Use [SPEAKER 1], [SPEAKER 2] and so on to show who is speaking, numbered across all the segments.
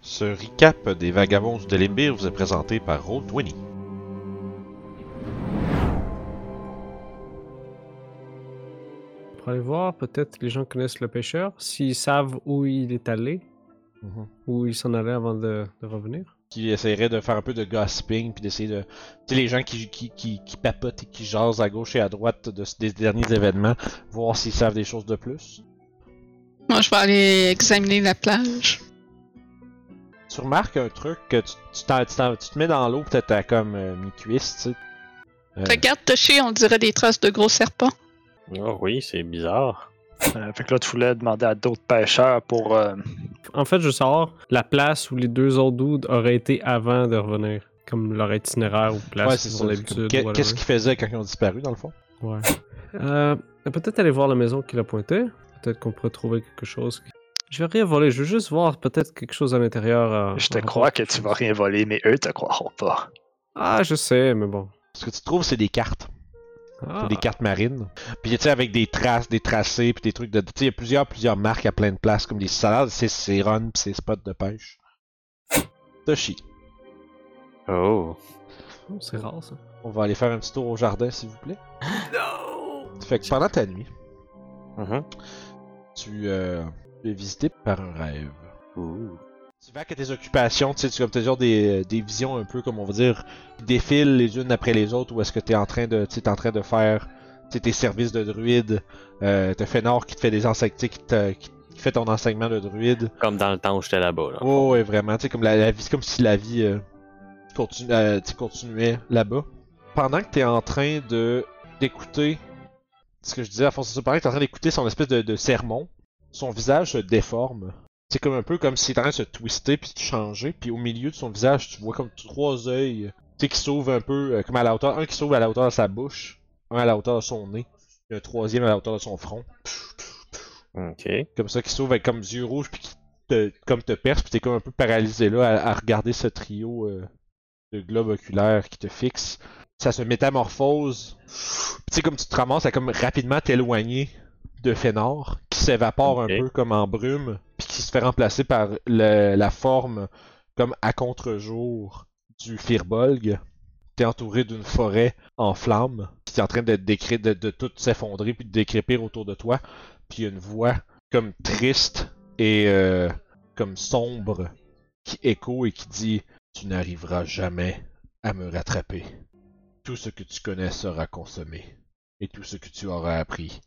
[SPEAKER 1] Ce recap des Vagabonds du Délibir vous est présenté par Roll20.
[SPEAKER 2] Pour aller voir, peut-être les gens connaissent le pêcheur, s'ils savent où il est allé, où il s'en allait avant de, de revenir.
[SPEAKER 1] Qui essaierait de faire un peu de gossiping, puis d'essayer de. Tu sais, les gens qui, qui, qui, qui papotent et qui jasent à gauche et à droite de, des derniers événements, voir s'ils savent des choses de plus.
[SPEAKER 3] Moi, je vais aller examiner la plage.
[SPEAKER 1] Tu remarques un truc que tu, tu, t'en- tu t'en- tu te mets dans l'eau, peut-être à comme euh, mi-cuisse, tu sais. Euh,
[SPEAKER 3] Regarde, touché, on dirait des traces de gros serpents.
[SPEAKER 4] Oh oui, c'est bizarre.
[SPEAKER 5] Euh, fait que là, tu voulais demander à d'autres pêcheurs pour. euh,
[SPEAKER 2] En fait, je veux savoir la place où les deux autres dudes auraient été avant de revenir. Comme leur itinéraire ou place
[SPEAKER 1] ouais, c'est
[SPEAKER 2] qu'ils
[SPEAKER 1] ça.
[SPEAKER 2] ont l'habitude.
[SPEAKER 1] Qu'est-
[SPEAKER 2] whatever.
[SPEAKER 1] Qu'est-ce qu'ils faisaient quand ils ont disparu, dans le fond
[SPEAKER 2] Ouais. Euh, peut-être aller voir la maison qu'il a pointée. Peut-être qu'on pourrait trouver quelque chose. qui- Je vais rien voler, je veux juste voir peut-être quelque chose à l'intérieur. euh,
[SPEAKER 5] Je te
[SPEAKER 2] en rapport-
[SPEAKER 5] crois que tu vas rien voler, mais eux te croiront pas.
[SPEAKER 2] Ah, je sais, mais bon.
[SPEAKER 1] Ce que tu trouves, c'est des cartes.
[SPEAKER 2] Ah,
[SPEAKER 1] C'est des cartes marines. Puis tu sais, avec des traces, des tracés, puis des trucs de. Tu sais, il y a plusieurs, plusieurs marques à plein de places, comme des salades, c'est ses runs, puis ses spots de pêche. Toshi,
[SPEAKER 4] Oh.
[SPEAKER 2] oh, C'est rare ça.
[SPEAKER 1] on va aller faire un petit tour au jardin, s'il vous plaît. Non! Fait que pendant ta nuit,
[SPEAKER 4] Mhm.
[SPEAKER 1] tu, euh, tu es visité par un rêve. Tu vas que tes occupations, tu sais, tu as toujours des, euh, des visions un peu, comme on va dire, qui défilent les unes après les autres, où est-ce que t'es en train de, tu sais, t'es en train de faire, tu sais, tes services de druide, euh, t'as Fénor qui te fait des enseignements, qui, te- qui qui fait ton enseignement de druide.
[SPEAKER 4] Comme dans le temps où j'étais là-bas. Là.
[SPEAKER 1] Oh, ouais, vraiment, tu sais, comme la, la vie, c'est comme si la vie euh, continu- euh, tu sais, continuait là-bas. Pendant que t'es en train de d'écouter, ce que je disais à fond, c'est ça, pendant que t'es en train d'écouter son espèce de, de sermon, son visage se déforme. C'est comme un peu comme s'il était en train de se twister puis de changer, puis au milieu de son visage, tu vois comme trois yeux, tu sais, qui s'ouvrent un peu, euh, comme à la hauteur, un qui s'ouvre à la hauteur de sa bouche, un à la hauteur de son nez, et un troisième à la hauteur de son front
[SPEAKER 4] Ok.
[SPEAKER 1] comme ça qui s'ouvre avec comme des yeux rouges puis qui te, comme te perce puis t'es comme un peu paralysé là à, à regarder ce trio euh, de globe oculaire qui te fixe ça se métamorphose Puis tu sais comme tu te ramasses à comme rapidement t'éloigner de Fénor qui s'évapore
[SPEAKER 4] Ok.
[SPEAKER 1] un peu comme en brume puis qui se fait remplacer par le- la forme comme à contre-jour du Firbolg t'es entouré d'une forêt en flammes qui est en train de, décré- de, de tout s'effondrer puis de décrépir autour de toi puis il y a une voix comme triste et euh, comme sombre qui écho et qui dit Tu n'arriveras jamais à me rattraper. Tout ce que tu connais sera consommé, et tout ce que tu auras appris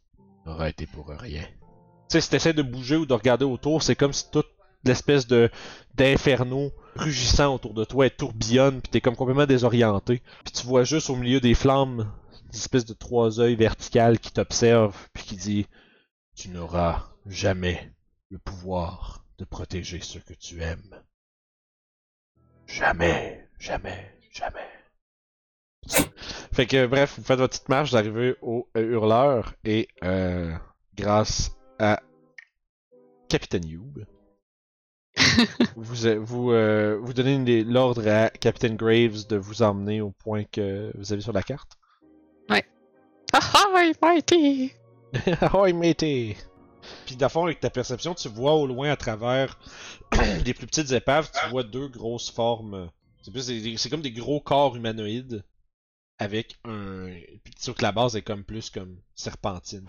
[SPEAKER 1] aura été pour rien. Tu sais, si t'essaies de bouger ou de regarder autour, c'est comme si toute l'espèce de d'inferno rugissant autour de toi elle tourbillonne, puis t'es comme complètement désorienté. Puis tu vois juste au milieu des flammes une espèce de trois yeux verticales qui t'observent, puis qui dit tu n'auras jamais le pouvoir de protéger ceux que tu aimes. Jamais, jamais, jamais. Fait que bref, vous faites votre petite marche, vous arrivez au euh, hurleur et euh, grâce à Capitaine Youb, vous euh, vous, euh, vous donnez une- l'ordre à Capitaine Graves de vous emmener au point que vous avez sur la carte.
[SPEAKER 3] Ah ah, il m'a été!
[SPEAKER 1] Ahoy, matey! Puis d'abord, avec ta perception, tu vois au loin à travers des plus petites épaves, tu vois deux grosses formes. C'est plus des- des- c'est comme des gros corps humanoïdes avec un. Puis sauf que la base est comme plus comme serpentine.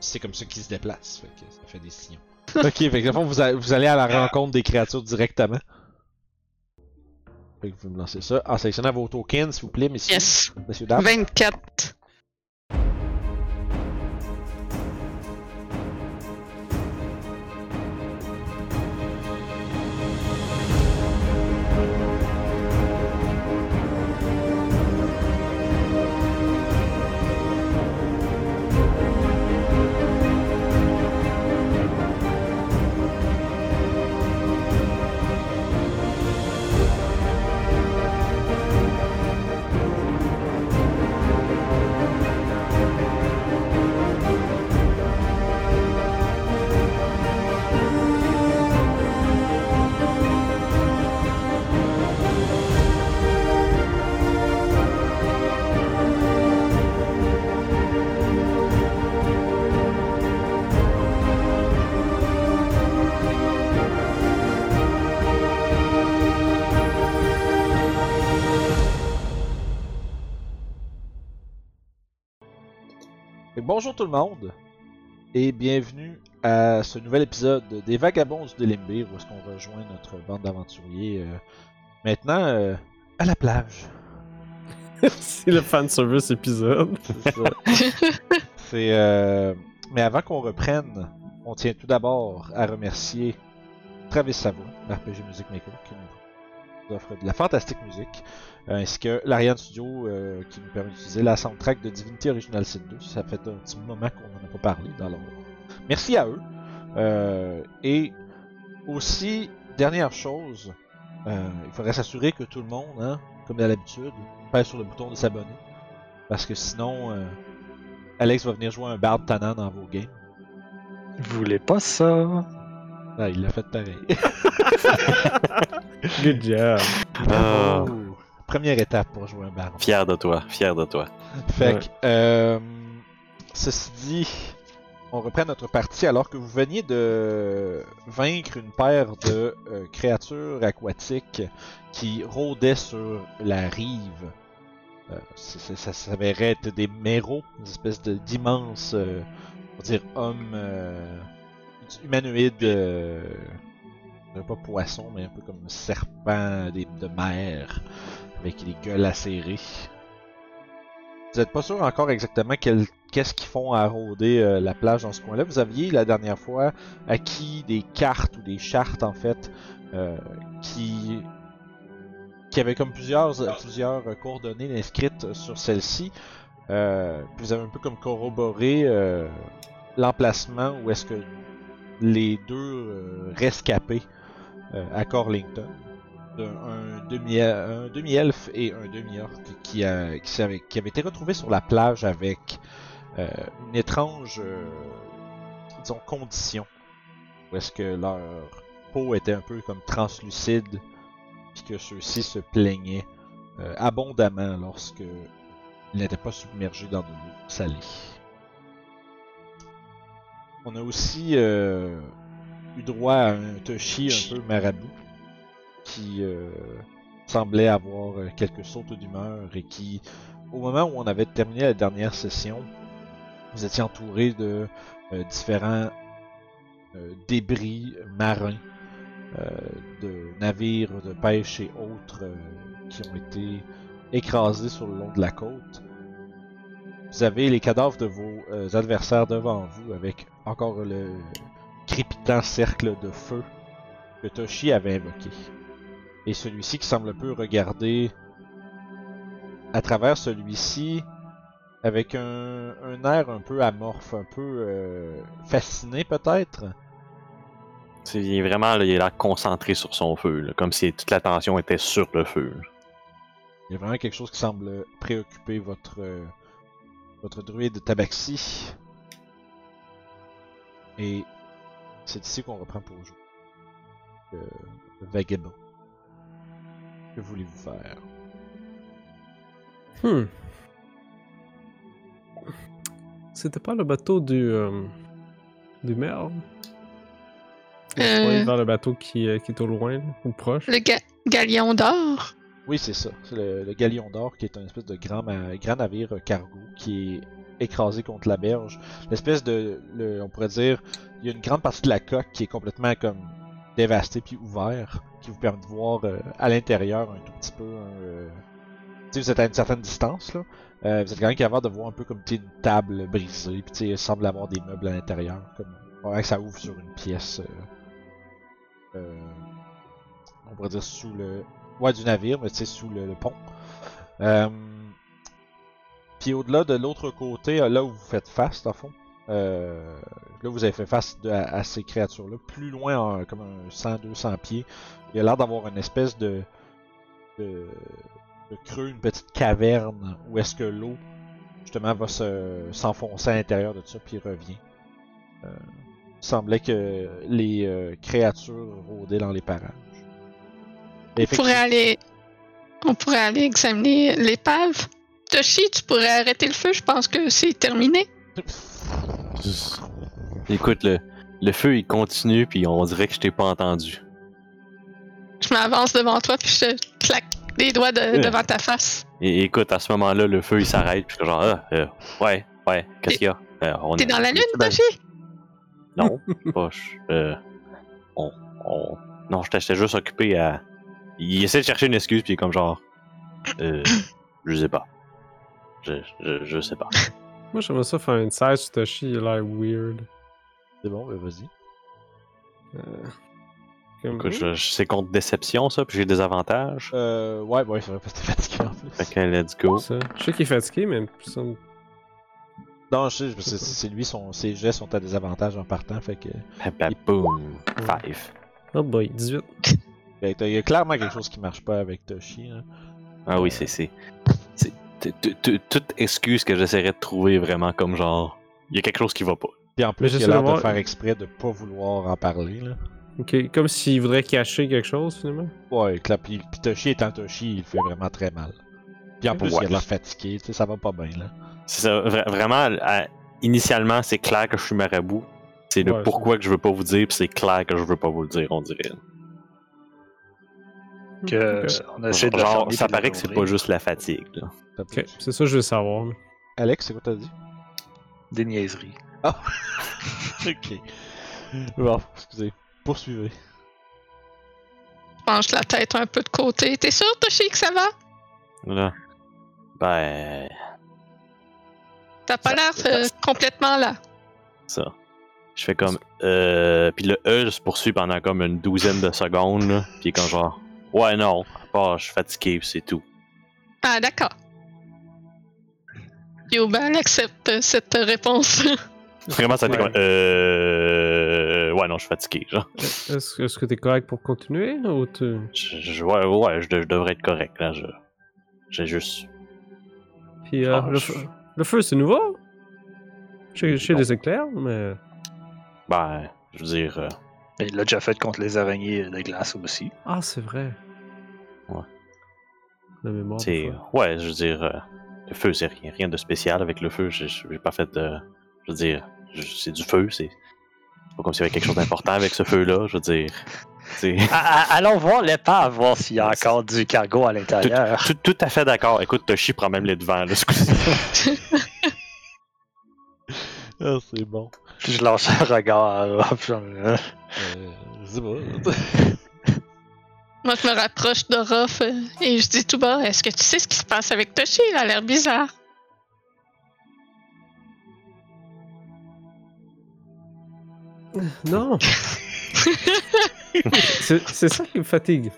[SPEAKER 1] C'est comme ça qu'ils se déplacent, fait que ça fait des sillons. ok, fait que dans le fond, vous, a- vous allez à la rencontre des créatures directement. Fait que vous me lancez ça. En sélectionnant vos tokens, s'il vous plaît, messieurs.
[SPEAKER 3] Yes!
[SPEAKER 1] Messieurs, dames.
[SPEAKER 3] 24.
[SPEAKER 1] bonjour tout le monde et bienvenue à ce nouvel épisode des Vagabonds du Délimbir où est-ce qu'on rejoint notre bande d'aventuriers euh, maintenant euh, à la plage.
[SPEAKER 2] C'est le fanservice épisode.
[SPEAKER 1] C'est ça. C'est, euh, Mais avant qu'on reprenne, on tient tout d'abord à remercier Travis Savoie, RPG Music Maker, qui nous offre de la fantastique musique, euh, ainsi que l'Ariane Studio, euh, qui nous permet d'utiliser la soundtrack de Divinity Original Sin 2. Ça fait un petit moment qu'on n'en a pas parlé, alors merci à eux. Euh, et aussi, dernière chose, euh, il faudrait s'assurer que tout le monde, hein, comme à l'habitude, pèse sur le bouton de s'abonner. Parce que sinon, euh, Alex va venir jouer un barbe tannant dans vos games.
[SPEAKER 5] Vous voulez pas ça?
[SPEAKER 1] Ah, il l'a fait pareil.
[SPEAKER 2] Good job.
[SPEAKER 4] Ah,
[SPEAKER 1] Oh. Première étape pour jouer un barbe.
[SPEAKER 4] fier de toi, fier de toi.
[SPEAKER 1] Fait
[SPEAKER 2] Ouais.
[SPEAKER 1] que, euh, ceci dit, on reprend notre partie alors que vous veniez de vaincre une paire de euh, créatures aquatiques qui rôdaient sur la rive. Euh, c'est- c'est- ça s'avérait être des méros, des espèces de- d'immenses, euh, on va dire, hommes euh, humanoïdes, euh, euh, pas poissons, mais un peu comme serpents des- de mer, avec les gueules acérées. Vous n'êtes pas sûr encore exactement quel- qu'est-ce qu'ils font à rôder euh, la plage dans ce coin-là. Vous aviez la dernière fois acquis des cartes ou des chartes en fait euh, qui qui avaient comme plusieurs plusieurs euh, coordonnées inscrites sur celle-ci. Euh, puis vous avez un peu comme corroboré euh, l'emplacement où est-ce que les deux euh, rescapés euh, à Corlington d'un un demi- un demi-elfe et un demi-orc qui, a- qui, s'avait- qui avait été retrouvé sur la plage avec euh, une étrange euh, disons, condition où est-ce que leur peau était un peu comme translucide puis que ceux-ci se plaignaient euh, abondamment lorsque ils n'étaient pas submergés dans de l'eau salée. On a aussi euh, eu droit à un Toshi un peu marabout qui euh, semblait avoir euh, quelques sautes d'humeur et qui, au moment où on avait terminé la dernière session, vous étiez entouré de euh, différents euh, débris marins euh, de navires de pêche et autres euh, qui ont été écrasés sur le long de la côte. Vous avez les cadavres de vos euh, adversaires devant vous avec encore le crépitant cercle de feu que Toshi avait invoqué. Et celui-ci qui semble un peu regarder à travers celui-ci avec un, un air un peu amorphe, un peu euh, fasciné peut-être.
[SPEAKER 4] C'est il est vraiment, là, il est là concentré sur son feu, là, comme si toute l'attention était sur le feu. là.
[SPEAKER 1] Il y a vraiment quelque chose qui semble préoccuper votre euh, votre druide Tabaxi. Et c'est ici qu'on reprend pour jouer. Euh, vagabond. Que voulez-vous faire
[SPEAKER 2] Hmm. C'était pas le bateau du. euh, du maire On se
[SPEAKER 3] Euh.
[SPEAKER 2] voyait vers le bateau qui, euh, qui est au loin, là, ou proche.
[SPEAKER 3] Le ga- galion d'or.
[SPEAKER 1] Oui, c'est ça. C'est le, le Galion d'Or qui est un espèce de grand, ma- grand navire euh, cargo qui est écrasé contre la berge. L'espèce de. le- on pourrait dire. Il y a une grande partie de la coque qui est complètement comme dévastée puis ouverte, qui vous permet de voir euh, à l'intérieur un tout petit peu. un, euh, tu sais, vous êtes à une certaine distance, là. Euh, vous êtes quand même capable de voir un peu comme tu sais, une table brisée, puis tu sais, il semble avoir des meubles à l'intérieur. Comme. Ouais, que ça ouvre sur une pièce. euh, euh, on pourrait dire sous le, Ouais, du navire, mais tu sais, sous le, le pont. Euh, Puis au-delà de l'autre côté, euh, là où vous faites face, dans le fond, euh, là vous avez fait face de- à, à ces créatures-là, plus loin, en- comme un 100-200 pieds, il y a l'air d'avoir une espèce de, de, de creux, une petite caverne où est-ce que l'eau, justement, va se- s'enfoncer à l'intérieur de ça, puis revient. Euh, il semblait que les euh, créatures rôdaient dans les parages.
[SPEAKER 3] On pourrait aller. On pourrait aller examiner l'épave. Toshi, tu pourrais arrêter le feu, je pense que c'est terminé.
[SPEAKER 4] Écoute, le, le feu, il continue, puis on dirait que je t'ai pas entendu.
[SPEAKER 3] Je m'avance devant toi puis je te claque les doigts de-
[SPEAKER 4] Ouais.
[SPEAKER 3] devant ta face.
[SPEAKER 4] Et écoute, à ce moment-là, le feu, il s'arrête, puis je suis genre, ah, euh, ouais, ouais, qu'est-ce qu'il y a? D'ailleurs, on
[SPEAKER 3] T'es
[SPEAKER 4] est-
[SPEAKER 3] dans la lune,
[SPEAKER 4] Ben,
[SPEAKER 3] Toshi?
[SPEAKER 4] Non, pas. euh, on, on- Non, je t'étais juste occupé à. Il essaie de chercher une excuse, puis il est comme genre. Euh, je sais pas. Je, je, je sais pas.
[SPEAKER 2] Moi, j'aimerais ça faire une size sur Toshi, il a l'air weird.
[SPEAKER 1] C'est bon, ben vas-y.
[SPEAKER 2] Euh, comme-
[SPEAKER 5] Mhm.
[SPEAKER 4] Écoute, je- je- c'est contre déception, ça, puis j'ai des avantages.
[SPEAKER 1] Euh, ouais, ouais, c'est vrai, parce que t'es fatigué en plus.
[SPEAKER 4] Fait que let's go.
[SPEAKER 2] Ça. Je sais qu'il est fatigué, mais ça me-
[SPEAKER 1] Non, je sais, parce que c'est- c'est lui, son, ses gestes sont à désavantage en partant, fait que.
[SPEAKER 4] Bam, bam, boom. Five.
[SPEAKER 2] Oh boy, 18.
[SPEAKER 1] Fait que ben, Il y a clairement quelque chose qui marche pas avec Toshi. hein.
[SPEAKER 4] Ah oui, c'est. c'est- c'est- t- t- t- Toute excuse que j'essaierais de trouver vraiment comme genre. Il y a quelque chose qui va pas.
[SPEAKER 1] Puis en plus, il
[SPEAKER 2] j'essaie
[SPEAKER 1] a l'air
[SPEAKER 2] de
[SPEAKER 1] de,
[SPEAKER 2] voir-
[SPEAKER 1] faire exprès de pas vouloir en parler. Là.
[SPEAKER 2] Ok, comme s'il voudrait cacher quelque chose, finalement.
[SPEAKER 1] Ouais, clap, puis, puis Toshi étant Toshi, il fait vraiment très mal. Puis en plus,
[SPEAKER 4] Ouais.
[SPEAKER 1] il a l'air fatigué, tu sais, ça va pas bien là.
[SPEAKER 4] C'est ça, vra- vraiment, à- initialement, c'est clair que je suis marabout. C'est le
[SPEAKER 2] Ouais,
[SPEAKER 4] pourquoi que je veux pas vous dire, puis c'est clair que je veux pas vous le dire, on dirait.
[SPEAKER 5] que
[SPEAKER 2] Hmm, Ok.
[SPEAKER 5] on essaie de le
[SPEAKER 4] Genre,
[SPEAKER 5] fermer
[SPEAKER 4] ça
[SPEAKER 5] puis de
[SPEAKER 4] paraît que c'est pas
[SPEAKER 5] l'ouvrir.
[SPEAKER 4] juste la fatigue. là.
[SPEAKER 1] Ça peut-
[SPEAKER 2] Ok, c'est ça que je veux savoir. là.
[SPEAKER 1] Alex, c'est quoi t'as dit
[SPEAKER 5] des niaiseries.
[SPEAKER 1] Ok. Bon, excusez. Poursuivez.
[SPEAKER 3] Je penche la tête un peu de côté. T'es sûr, Toshi, que ça va?
[SPEAKER 4] Là. Ben,
[SPEAKER 3] T'as pas
[SPEAKER 4] Ça-
[SPEAKER 3] l'air
[SPEAKER 4] ça-
[SPEAKER 3] euh, complètement là.
[SPEAKER 4] ça. Je fais comme. Euh, puis le E se poursuit pendant comme une douzaine de secondes, là, puis quand genre. Ouais, non, à part, je suis fatigué, puis c'est tout.
[SPEAKER 3] Ah, d'accord. Yobal accepte euh, cette réponse.
[SPEAKER 4] Vraiment, ça a été
[SPEAKER 2] Ouais.
[SPEAKER 4] comme. Euh. Ouais, non, je suis fatigué, genre.
[SPEAKER 2] Est-ce est-ce que t'es correct pour continuer ou tu.
[SPEAKER 4] Je, je- ouais, ouais, je, de- je devrais être correct, là. je- J'ai juste.
[SPEAKER 2] Puis euh,
[SPEAKER 4] Ah,
[SPEAKER 2] le,
[SPEAKER 4] je-
[SPEAKER 2] feu, le feu, c'est nouveau? Chez, chez les éclairs, mais.
[SPEAKER 4] Ben, je veux dire. euh,
[SPEAKER 5] Mais il l'a déjà fait contre les araignées de glace aussi.
[SPEAKER 2] Ah, c'est vrai.
[SPEAKER 4] Ouais.
[SPEAKER 2] La mémoire. des
[SPEAKER 4] C'est
[SPEAKER 2] fois.
[SPEAKER 4] ouais, je veux dire, euh, le feu, c'est rien, rien de spécial avec le feu. J'ai j'ai pas fait de. Je veux dire, je- c'est du feu, c'est. c'est pas comme s'il y avait quelque chose d'important avec ce feu-là, je veux dire. c'est-
[SPEAKER 5] Ah, ah, allons voir l'épave, voir s'il y a encore du cargo à l'intérieur.
[SPEAKER 4] Tout, tout à fait d'accord. Écoute, Toshi prend même les devants, là, ce coup-ci.
[SPEAKER 1] Ah, c'est bon.
[SPEAKER 5] Puis je lance un regard à Rob. genre, euh,
[SPEAKER 1] Euh, je sais pas.
[SPEAKER 3] Moi, je me rapproche de Ruff euh, et je dis tout bas Est-ce que tu sais ce qui se passe avec Toshi Il a l'air bizarre.
[SPEAKER 2] Non! c'est c'est ça qui me fatigue.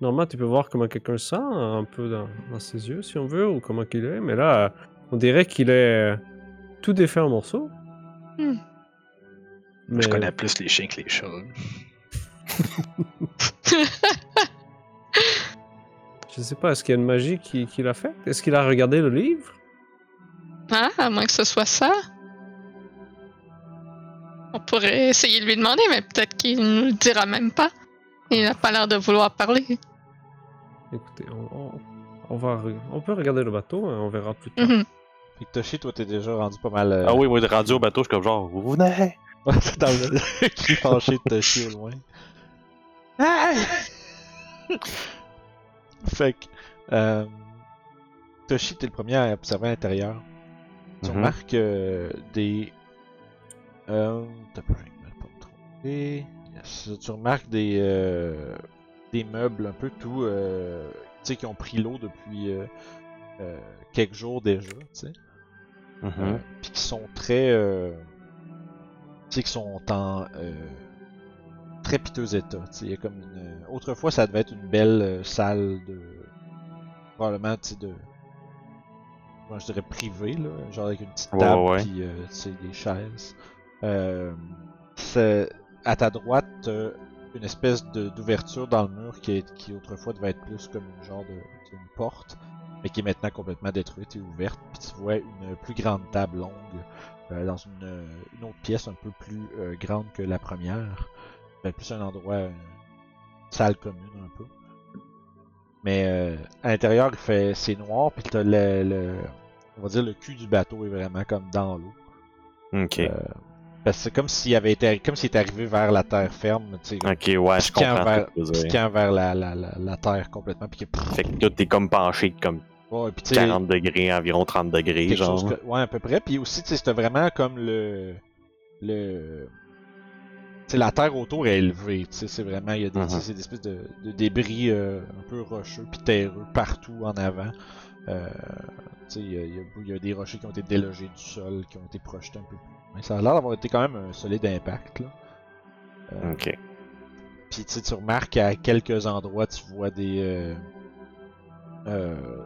[SPEAKER 2] Normalement, tu peux voir comment quelqu'un sent euh, un peu dans, dans ses yeux, si on veut, ou comment qu'il est, mais là, euh, on dirait qu'il est euh, tout défait en morceaux.
[SPEAKER 3] Hmm.
[SPEAKER 2] Mais
[SPEAKER 5] Je connais plus les chiens que les chats.
[SPEAKER 2] je sais pas, est-ce qu'il y a une magie qui, qui l'affecte? Est-ce qu'il a regardé le livre?
[SPEAKER 3] Ah, à moins que ce soit ça. On pourrait essayer de lui demander, mais peut-être qu'il nous le dira même pas. Il n'a pas l'air de vouloir parler.
[SPEAKER 2] Écoutez, on, on- on va, re- on peut regarder le bateau, hein, on verra plus tard.
[SPEAKER 3] Mhm.
[SPEAKER 1] Fait que Toshi, toi, t'es déjà rendu pas mal. euh,
[SPEAKER 4] Ah oui, moi, de radio au bateau, je suis comme genre, vous venez!
[SPEAKER 1] dans le cri fâché de Toshi au loin. Fait que. euh, Toshi, t'es le premier à observer à l'intérieur. Tu
[SPEAKER 4] Mhm.
[SPEAKER 1] remarques euh, des. Euh, t'as pas je vais pas me tromper. Yes. Tu remarques des. euh, des meubles un peu tout. euh, tu sais, qui ont pris l'eau depuis euh, euh, quelques jours déjà, tu sais.
[SPEAKER 4] Mhm. Mm-hmm.
[SPEAKER 1] Euh, puis qui sont très euh, tu sais qui sont en euh, très piteux état tu sais il y a comme une euh, autrefois ça devait être une belle euh, salle de probablement tu sais de moi je dirais privée là genre avec une petite
[SPEAKER 4] Ouais,
[SPEAKER 1] table
[SPEAKER 4] ouais, ouais.
[SPEAKER 1] puis euh, tu sais des chaises euh, c'est- à ta droite t'as une espèce de- d'ouverture dans le mur qui, est- qui autrefois devait être plus comme une genre de tu sais, une porte mais qui est maintenant complètement détruite et ouverte. Puis tu vois une plus grande table longue euh, dans une, euh, une autre pièce un peu plus euh, grande que la première. Ben, plus un endroit, euh, salle commune un peu. Mais euh, à l'intérieur, il fait c'est noir, puis t'as le, le- on va dire le cul du bateau est vraiment comme dans l'eau.
[SPEAKER 4] Ok.
[SPEAKER 1] Euh, Parce que c'est comme s'il avait été comme s'il était arrivé vers la terre ferme, tu sais, comme
[SPEAKER 4] ok, ouais, je
[SPEAKER 1] piquant
[SPEAKER 4] comprends
[SPEAKER 1] vers-
[SPEAKER 4] ce que tu veux dire.
[SPEAKER 1] piquant vers la, la, la, la terre complètement, puis qui
[SPEAKER 4] Fait que tout est comme penché, comme
[SPEAKER 1] Ouais, puis tu sais,
[SPEAKER 4] 40 degrés, environ 30 degrés,
[SPEAKER 1] quelque
[SPEAKER 4] genre.
[SPEAKER 1] chose que- ouais, à peu près. Puis aussi, tu sais, c'était vraiment comme le. le... tu sais, la terre autour est élevée, tu sais, c'est vraiment, il y a des,
[SPEAKER 4] Mhm.
[SPEAKER 1] tu sais, c'est des espèces de, de débris euh, un peu rocheux puis terreux partout en avant. Euh, tu sais, il y, a- il y a- il y a des rochers qui ont été délogés du sol, qui ont été projetés un peu plus. loin. ça a l'air d'avoir été quand même un solide impact, là. Euh,
[SPEAKER 4] Ok.
[SPEAKER 1] puis tu sais, tu remarques à quelques endroits, tu vois des. euh, euh,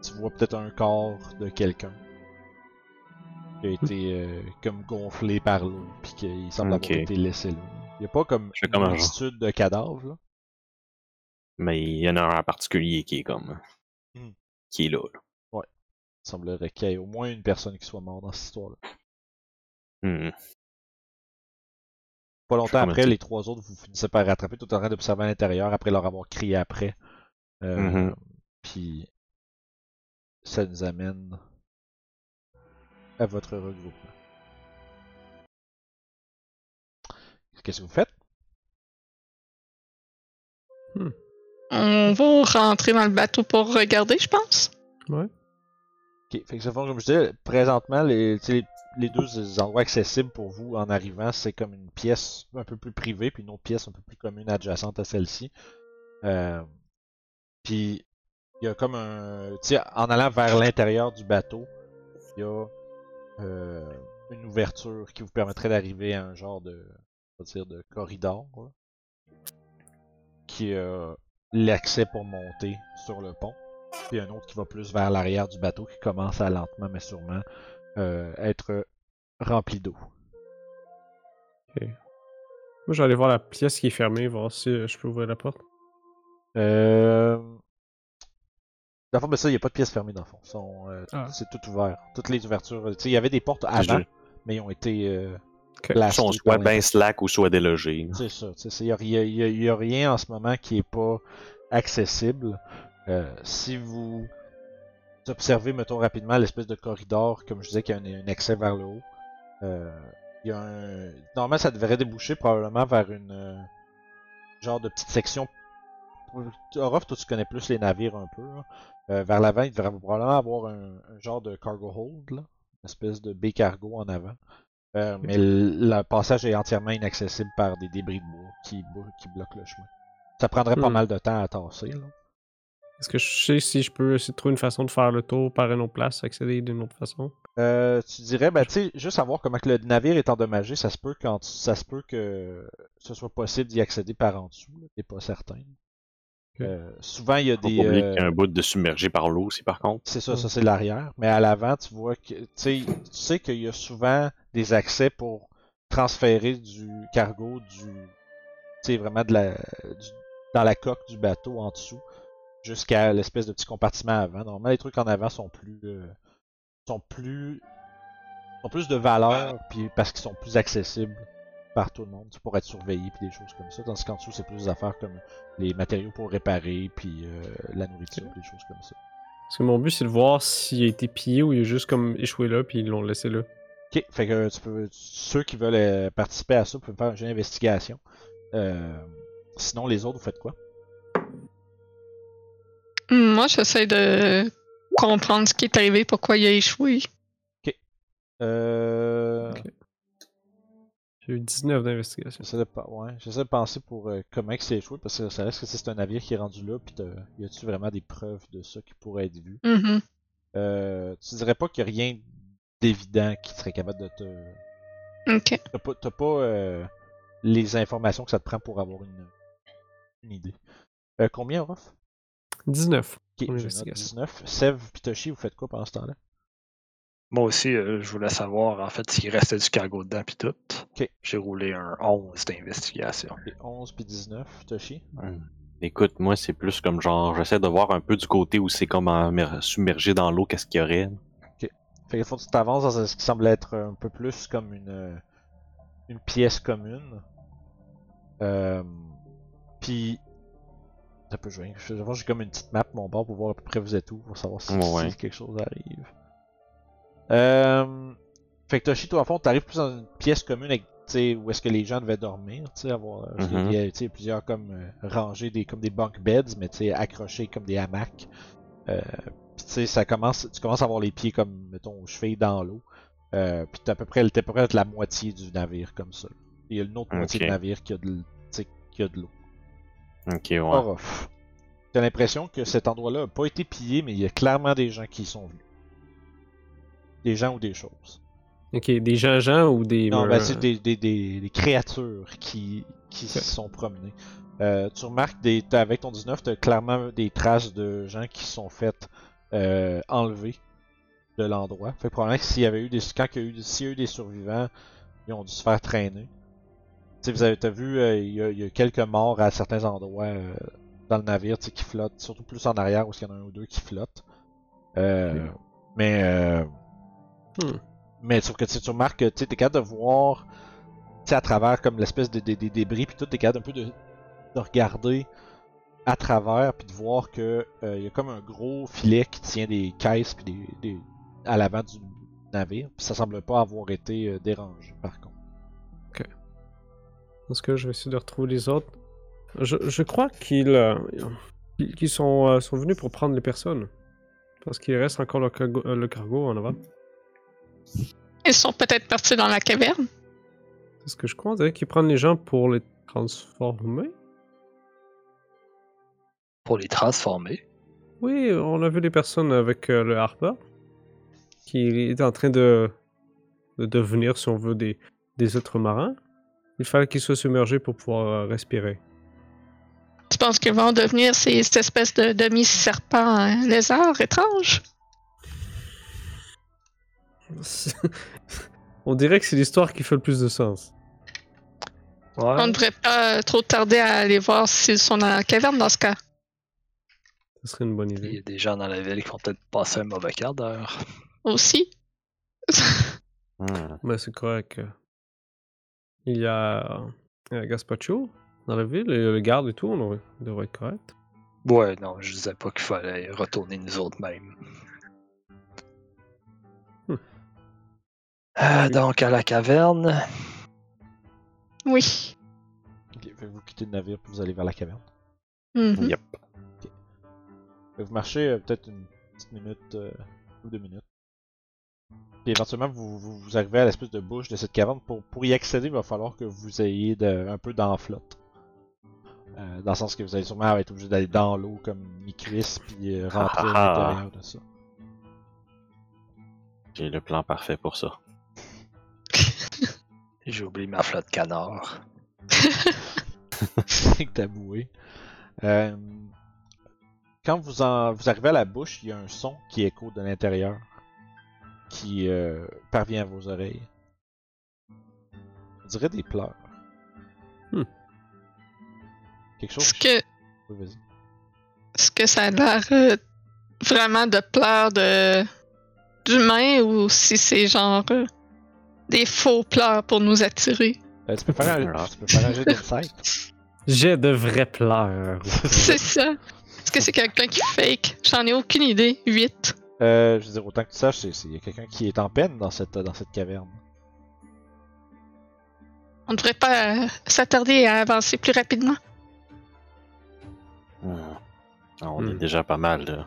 [SPEAKER 1] tu vois peut-être un corps de quelqu'un qui a
[SPEAKER 4] Hmm.
[SPEAKER 1] été euh, comme gonflé par l'eau, puis qu'il semble
[SPEAKER 4] Ok.
[SPEAKER 1] avoir été laissé là. Il n'y a pas comme
[SPEAKER 4] Je sais
[SPEAKER 1] une
[SPEAKER 4] comment, genre.
[SPEAKER 1] multitude de cadavres, là.
[SPEAKER 4] Mais il y en a un en particulier qui est comme.
[SPEAKER 1] Hmm.
[SPEAKER 4] qui est là. là.
[SPEAKER 1] Il semblerait qu'il y ait au moins une personne qui soit morte dans cette histoire-là.
[SPEAKER 4] Hmm.
[SPEAKER 1] Pas
[SPEAKER 4] Je suis
[SPEAKER 1] longtemps après,
[SPEAKER 4] convaincu.
[SPEAKER 1] les trois autres vous finissez par rattraper tout en train d'observer à l'intérieur après leur avoir crié après. Euh,
[SPEAKER 4] Mhm.
[SPEAKER 1] Puis ça nous amène à votre regroupement. Qu'est-ce que vous faites?
[SPEAKER 3] On va rentrer dans le bateau pour regarder, je pense.
[SPEAKER 1] Ok, Fait que ça fait comme je disais, présentement, les, tu sais, les, les deux endroits accessibles pour vous en arrivant, c'est comme une pièce un peu plus privée, puis une autre pièce un peu plus commune adjacente à celle-ci. Euh, puis il y a comme un. Tu sais, en allant vers l'intérieur du bateau, il y a euh, une ouverture qui vous permettrait d'arriver à un genre de. on va dire de corridor, là, qui a l'accès pour monter sur le pont puis un autre qui va plus vers l'arrière du bateau qui commence à lentement mais sûrement euh, être rempli d'eau.
[SPEAKER 2] Moi, je vais aller voir la pièce qui est fermée, voir si euh, je peux ouvrir la porte.
[SPEAKER 1] Euh... Dans le fond, ben ça, il n'y a pas de pièces fermées dans le fond. Sont, euh, tout-
[SPEAKER 2] Ah.
[SPEAKER 1] C'est tout ouvert. Toutes les ouvertures. tu sais, Il y avait des portes avant,
[SPEAKER 4] Ah, Je-
[SPEAKER 1] mais ils ont été euh,
[SPEAKER 2] Ok.
[SPEAKER 1] placées
[SPEAKER 4] Sont
[SPEAKER 1] par
[SPEAKER 4] soit bien slack ou soit délogés. là.
[SPEAKER 1] C'est ça. Il n'y a, y a- y a- y a rien en ce moment qui est pas accessible. Euh, si vous observez, mettons rapidement, l'espèce de corridor, comme je disais, qui a un, un accès vers le haut, euh, y a un... normalement, ça devrait déboucher probablement vers une euh, genre de petite section. Orof, toi, tu connais plus les navires un peu. là. Euh, vers l'avant, il devrait probablement avoir un, un genre de cargo hold, là. une espèce de baie cargo en avant. Euh, mais le, le passage est entièrement inaccessible par des débris de bois qui, bo- qui bloquent le chemin. Ça prendrait pas
[SPEAKER 2] Hmm.
[SPEAKER 1] mal de temps à tasser. Là.
[SPEAKER 2] Est-ce que je sais si je peux essayer de trouver une façon de faire le tour par une autre place, accéder d'une autre façon
[SPEAKER 1] Euh, tu dirais, ben, tu sais, juste savoir comment que le navire est endommagé, ça se peut quand tu- ça se peut que ce soit possible d'y accéder par en dessous. là. T'es pas certain. Euh, souvent, il y a
[SPEAKER 4] Faut pas
[SPEAKER 1] des.
[SPEAKER 4] oublier
[SPEAKER 1] euh,
[SPEAKER 4] qu'il y a un bout de submergé par l'eau aussi, par contre.
[SPEAKER 1] C'est ça,
[SPEAKER 2] Mm.
[SPEAKER 1] ça c'est l'arrière. Mais à l'avant, tu vois que tu sais, tu sais qu'il y a souvent des accès pour transférer du cargo du tu sais vraiment de la du- dans la coque du bateau en dessous jusqu'à l'espèce de petit compartiment avant. Normalement les trucs en avant sont plus euh, sont plus ont plus de valeur puis parce qu'ils sont plus accessibles par tout le monde, tu pourrais être surveillé puis des choses comme ça. Tandis qu'en dessous, c'est plus des affaires comme les matériaux pour réparer puis euh, la nourriture, des choses comme ça.
[SPEAKER 2] Parce que mon but, c'est de voir s'il a été pillé ou il est juste comme échoué là, puis ils l'ont laissé là.
[SPEAKER 1] Ok, fait que tu peux, ceux qui veulent euh, participer à ça peuvent faire un jeu d'investigation. Euh, sinon, les autres, vous faites quoi
[SPEAKER 3] Hum, Moi, j'essaie de comprendre ce qui est arrivé, pourquoi il a échoué.
[SPEAKER 1] euh,
[SPEAKER 2] Ok. J'ai eu 19 d'investigation.
[SPEAKER 1] J'essaie de, pe- ouais, j'essaie de penser pour euh, comment que c'est échoué, parce que ça reste que si c'est un navire qui est rendu là, puis t'as- y a-tu vraiment des preuves de ça qui pourraient être vues
[SPEAKER 3] Mhm.
[SPEAKER 1] euh, Tu dirais pas qu'il y a rien d'évident qui serait capable de te.
[SPEAKER 3] Ok.
[SPEAKER 1] T'as pas, t'as pas euh, les informations que ça te prend pour avoir une, une idée. Euh, combien, Orof
[SPEAKER 2] 19.
[SPEAKER 1] Ok, je
[SPEAKER 2] Pour
[SPEAKER 1] note
[SPEAKER 2] l'investigation.
[SPEAKER 1] 19. Sev Pitoshi, vous faites quoi pendant ce temps-là?
[SPEAKER 5] Moi aussi, euh, je voulais savoir en fait s'il restait du cargo dedans puis tout.
[SPEAKER 1] Ok.
[SPEAKER 5] J'ai roulé un 11 d'investigation.
[SPEAKER 1] Les 11 puis 19, Toshi.
[SPEAKER 4] Hmm. Écoute, moi, c'est plus comme genre, j'essaie de voir un peu du côté où c'est comme en mer- submergé dans l'eau, qu'est-ce qu'il y aurait.
[SPEAKER 1] Fait que faut que tu t'avances dans ce qui semble être un peu plus comme une, euh, une pièce commune. Euh, puis. Ça peut jouer. Je- D'abord, j'ai comme une petite map, mon bord, pour voir à peu près vous êtes où, pour savoir si,
[SPEAKER 4] Ouais.
[SPEAKER 1] si quelque chose arrive. Euh, fait que Toshi, toi, en fond, t'arrives plus dans une pièce commune avec, tu sais, où est-ce que les gens devaient dormir, tu sais, avoir. parce
[SPEAKER 4] Mm-hmm.
[SPEAKER 1] qu'il y a, tu sais, plusieurs comme euh, rangées, des, comme des bunk beds, mais tu sais, accrochés comme des hamacs. Euh, puis tu sais, ça commence, tu commences à avoir les pieds comme, mettons, chevilles dans l'eau. Euh, puis t'as à peu près, t'as à peu près la moitié du navire comme ça. Il y a une autre moitié
[SPEAKER 4] Ok.
[SPEAKER 1] du navire qui a de, l- tu sais, qui a de l'eau.
[SPEAKER 4] Ok, ouais.
[SPEAKER 1] Pas rough. T'as l'impression que cet endroit-là a pas été pillé, mais il y a clairement des gens qui y sont venus. Des gens ou des choses.
[SPEAKER 2] Ok, des gens-gens ou des.
[SPEAKER 1] Non,
[SPEAKER 2] euh,
[SPEAKER 1] ben, c'est des, des, des, des créatures qui, qui se
[SPEAKER 2] Ok.
[SPEAKER 1] sont promenées. Euh, tu remarques, des, t'as- avec ton 19, tu as clairement des traces de gens qui se sont faites euh, enlever de l'endroit. Fait que probablement que s'il y avait eu des, quand il y a eu, s'il y a eu des survivants, ils ont dû se faire traîner. Tu sais, vous avez t'as vu, euh, il y a- il y, a quelques morts à certains endroits euh, dans le navire tu sais, qui flottent, surtout plus en arrière où il y en a un ou deux qui flottent. Euh, Mais euh,
[SPEAKER 2] Hmm.
[SPEAKER 1] mais sauf que tu sais, tu remarques que tu sais, t'es capable de voir tu sais, à travers comme l'espèce de, de- des débris puis tout t'es capable un peu de, de regarder à travers puis de voir que euh, il y a comme un gros filet qui tient des caisses puis des, des- à l'avant du navire puis ça semble pas avoir été euh, dérangé par contre.
[SPEAKER 2] Parce que je vais essayer de retrouver les autres. Je, je crois qu'ils euh, qu'ils sont, euh, sont venus pour prendre les personnes. Parce qu'il reste encore le cargo, euh, le cargo en avant.
[SPEAKER 3] Ils sont peut-être partis dans la caverne.
[SPEAKER 2] C'est ce que je crois. On dirait qu'ils prennent les gens pour les transformer.
[SPEAKER 5] pour les transformer.
[SPEAKER 2] Oui, on a vu les personnes avec euh, le harpa. Qui est en train de, de devenir, si on veut, des, des êtres marins. Il fallait qu'ils soient submergés pour pouvoir euh, respirer.
[SPEAKER 3] Tu penses qu'ils vont devenir ces, cette espèce de demi-serpent hein, lézard étrange?
[SPEAKER 2] on dirait que c'est l'histoire qui fait le plus de sens.
[SPEAKER 3] On ne
[SPEAKER 5] Ouais.
[SPEAKER 3] devrait pas euh, trop tarder à aller voir s'ils sont dans la caverne dans ce cas.
[SPEAKER 2] Ce serait une bonne idée.
[SPEAKER 5] Il y a des gens dans la ville qui vont peut-être passer un mauvais quart d'heure.
[SPEAKER 3] Aussi.
[SPEAKER 4] Hmm.
[SPEAKER 2] Mais c'est correct. Il y a euh, Gaspacho dans la ville, et le garde et tout, on aurait- on devrait être correct.
[SPEAKER 5] Ouais, non, je disais pas qu'il fallait retourner nous autres mêmes.
[SPEAKER 2] Hmm.
[SPEAKER 5] Ah, donc à la caverne.
[SPEAKER 3] Oui.
[SPEAKER 1] Ok, fait que vous quittez le navire puis vous allez vers la caverne.
[SPEAKER 3] Mhm.
[SPEAKER 4] Yep.
[SPEAKER 1] Fait que vous marchez euh, peut-être une petite minute euh, ou deux minutes. Puis éventuellement vous, vous, vous arrivez à l'espèce de bouche de cette caverne. Pour, pour y accéder, il va falloir que vous ayez de- un peu d'enflotte. Euh, dans le sens que vous allez sûrement être obligé d'aller dans l'eau comme mi-cuisse puis euh, rentrer à
[SPEAKER 4] Ah ah ah.
[SPEAKER 1] l'intérieur de ça.
[SPEAKER 4] J'ai le plan parfait pour ça.
[SPEAKER 5] J'ai oublié ma flotte canard.
[SPEAKER 1] avec ta bouée. Euh, quand vous, en, vous arrivez à la bouche, il y a un son qui écho de l'intérieur qui euh, parvient à vos oreilles. On dirait des pleurs.
[SPEAKER 2] Hmm.
[SPEAKER 1] Quelque chose.
[SPEAKER 3] Est-ce que,
[SPEAKER 1] Oui, vas-y.
[SPEAKER 3] est-ce que ça a l'air euh, vraiment de pleurs de d'humains ou si c'est genre euh, des faux pleurs pour nous attirer?
[SPEAKER 1] Euh, tu peux faire un,
[SPEAKER 4] Alors.
[SPEAKER 1] tu peux faire un jet d'insight.
[SPEAKER 2] J'ai de vraies pleurs.
[SPEAKER 3] C'est ça. Est-ce que c'est quelqu'un qui fake? J'en ai aucune idée. 8.
[SPEAKER 1] Euh, je veux dire, autant que tu saches, c'est- c'est- il y a quelqu'un qui est en peine dans cette, dans cette caverne.
[SPEAKER 3] On ne devrait pas euh, s'attarder à avancer plus rapidement.
[SPEAKER 4] Hmm. On est
[SPEAKER 2] Hmm.
[SPEAKER 4] déjà pas mal là.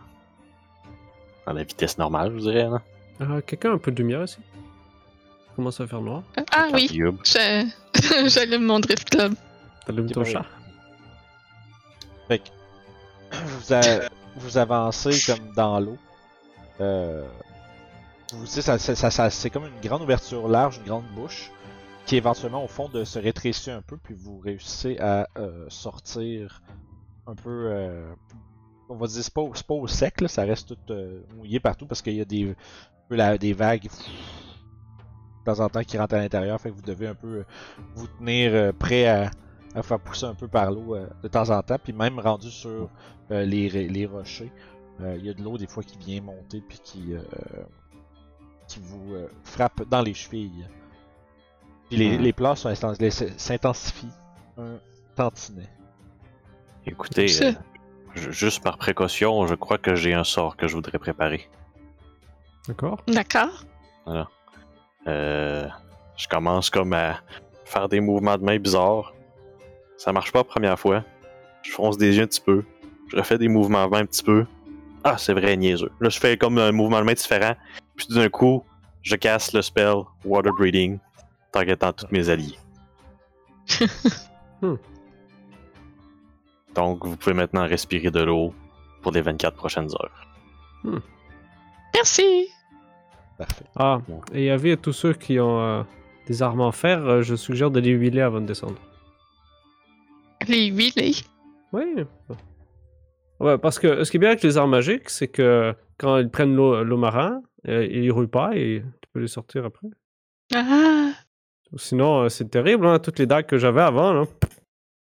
[SPEAKER 4] Dans la vitesse normale, je dirais. Là.
[SPEAKER 2] Euh, Quelqu'un a un peu de lumière ici Comment ça va faire noir
[SPEAKER 3] Euh, Ah
[SPEAKER 4] Quand
[SPEAKER 3] oui,
[SPEAKER 4] il y a-
[SPEAKER 3] je- j'allume mon drift club.
[SPEAKER 2] T'allumes
[SPEAKER 1] Ok,
[SPEAKER 2] ton
[SPEAKER 1] parfait.
[SPEAKER 2] char
[SPEAKER 1] Fait que vous, a- vous avancez comme dans l'eau. Euh, vous savez, ça, ça- ça- ça- c'est comme une grande ouverture large, une grande bouche, qui éventuellement au fond de se rétrécit un peu, puis vous réussissez à euh, sortir un peu. euh, on va dire, c'est pas, au- c'est pas au sec, là, ça reste tout euh, mouillé partout parce qu'il y a des, un peu la- des vagues pff, de temps en temps qui rentrent à l'intérieur, fait que vous devez un peu euh, vous tenir euh, prêt à, à faire pousser un peu par l'eau euh, de temps en temps, puis même rendu sur euh, les, re- les rochers, euh, il y a de l'eau des fois qui vient monter puis qui, euh, qui vous euh, frappe dans les chevilles. Puis les,
[SPEAKER 4] Hmm.
[SPEAKER 1] les plats sont insten- les- s'intensifient un tantinet.
[SPEAKER 4] Écoutez,
[SPEAKER 3] Ça.
[SPEAKER 4] euh, ju- juste par précaution, je crois que j'ai un sort que je voudrais préparer.
[SPEAKER 2] D'accord.
[SPEAKER 3] D'accord.
[SPEAKER 4] Euh, je commence comme à faire des mouvements de main bizarres. Ça marche pas la première fois. Je fronce des yeux un petit peu. Je refais des mouvements de main un petit peu. Ah, c'est vrai, niaiseux. Là, je fais comme un mouvement de main différent. Puis tout d'un coup, je casse le spell Water Breathing, targetant tous mes alliés.
[SPEAKER 2] Hmm.
[SPEAKER 4] Donc, vous pouvez maintenant respirer de l'eau pour les 24 prochaines heures.
[SPEAKER 3] Merci.
[SPEAKER 1] Parfait.
[SPEAKER 2] Ah, et avis à tous ceux qui ont euh, des armes en fer, euh, je suggère de les huiler avant de descendre.
[SPEAKER 3] Les huilés.
[SPEAKER 2] Oui. Ah. Ouais, parce que ce qui est bien avec les armes magiques, c'est que quand ils prennent l'eau l'eau marin, euh, ils ne rouillent pas et tu peux les sortir après.
[SPEAKER 3] Ah,
[SPEAKER 2] Sinon, euh, c'est terrible, hein, toutes les dagues que j'avais avant, là.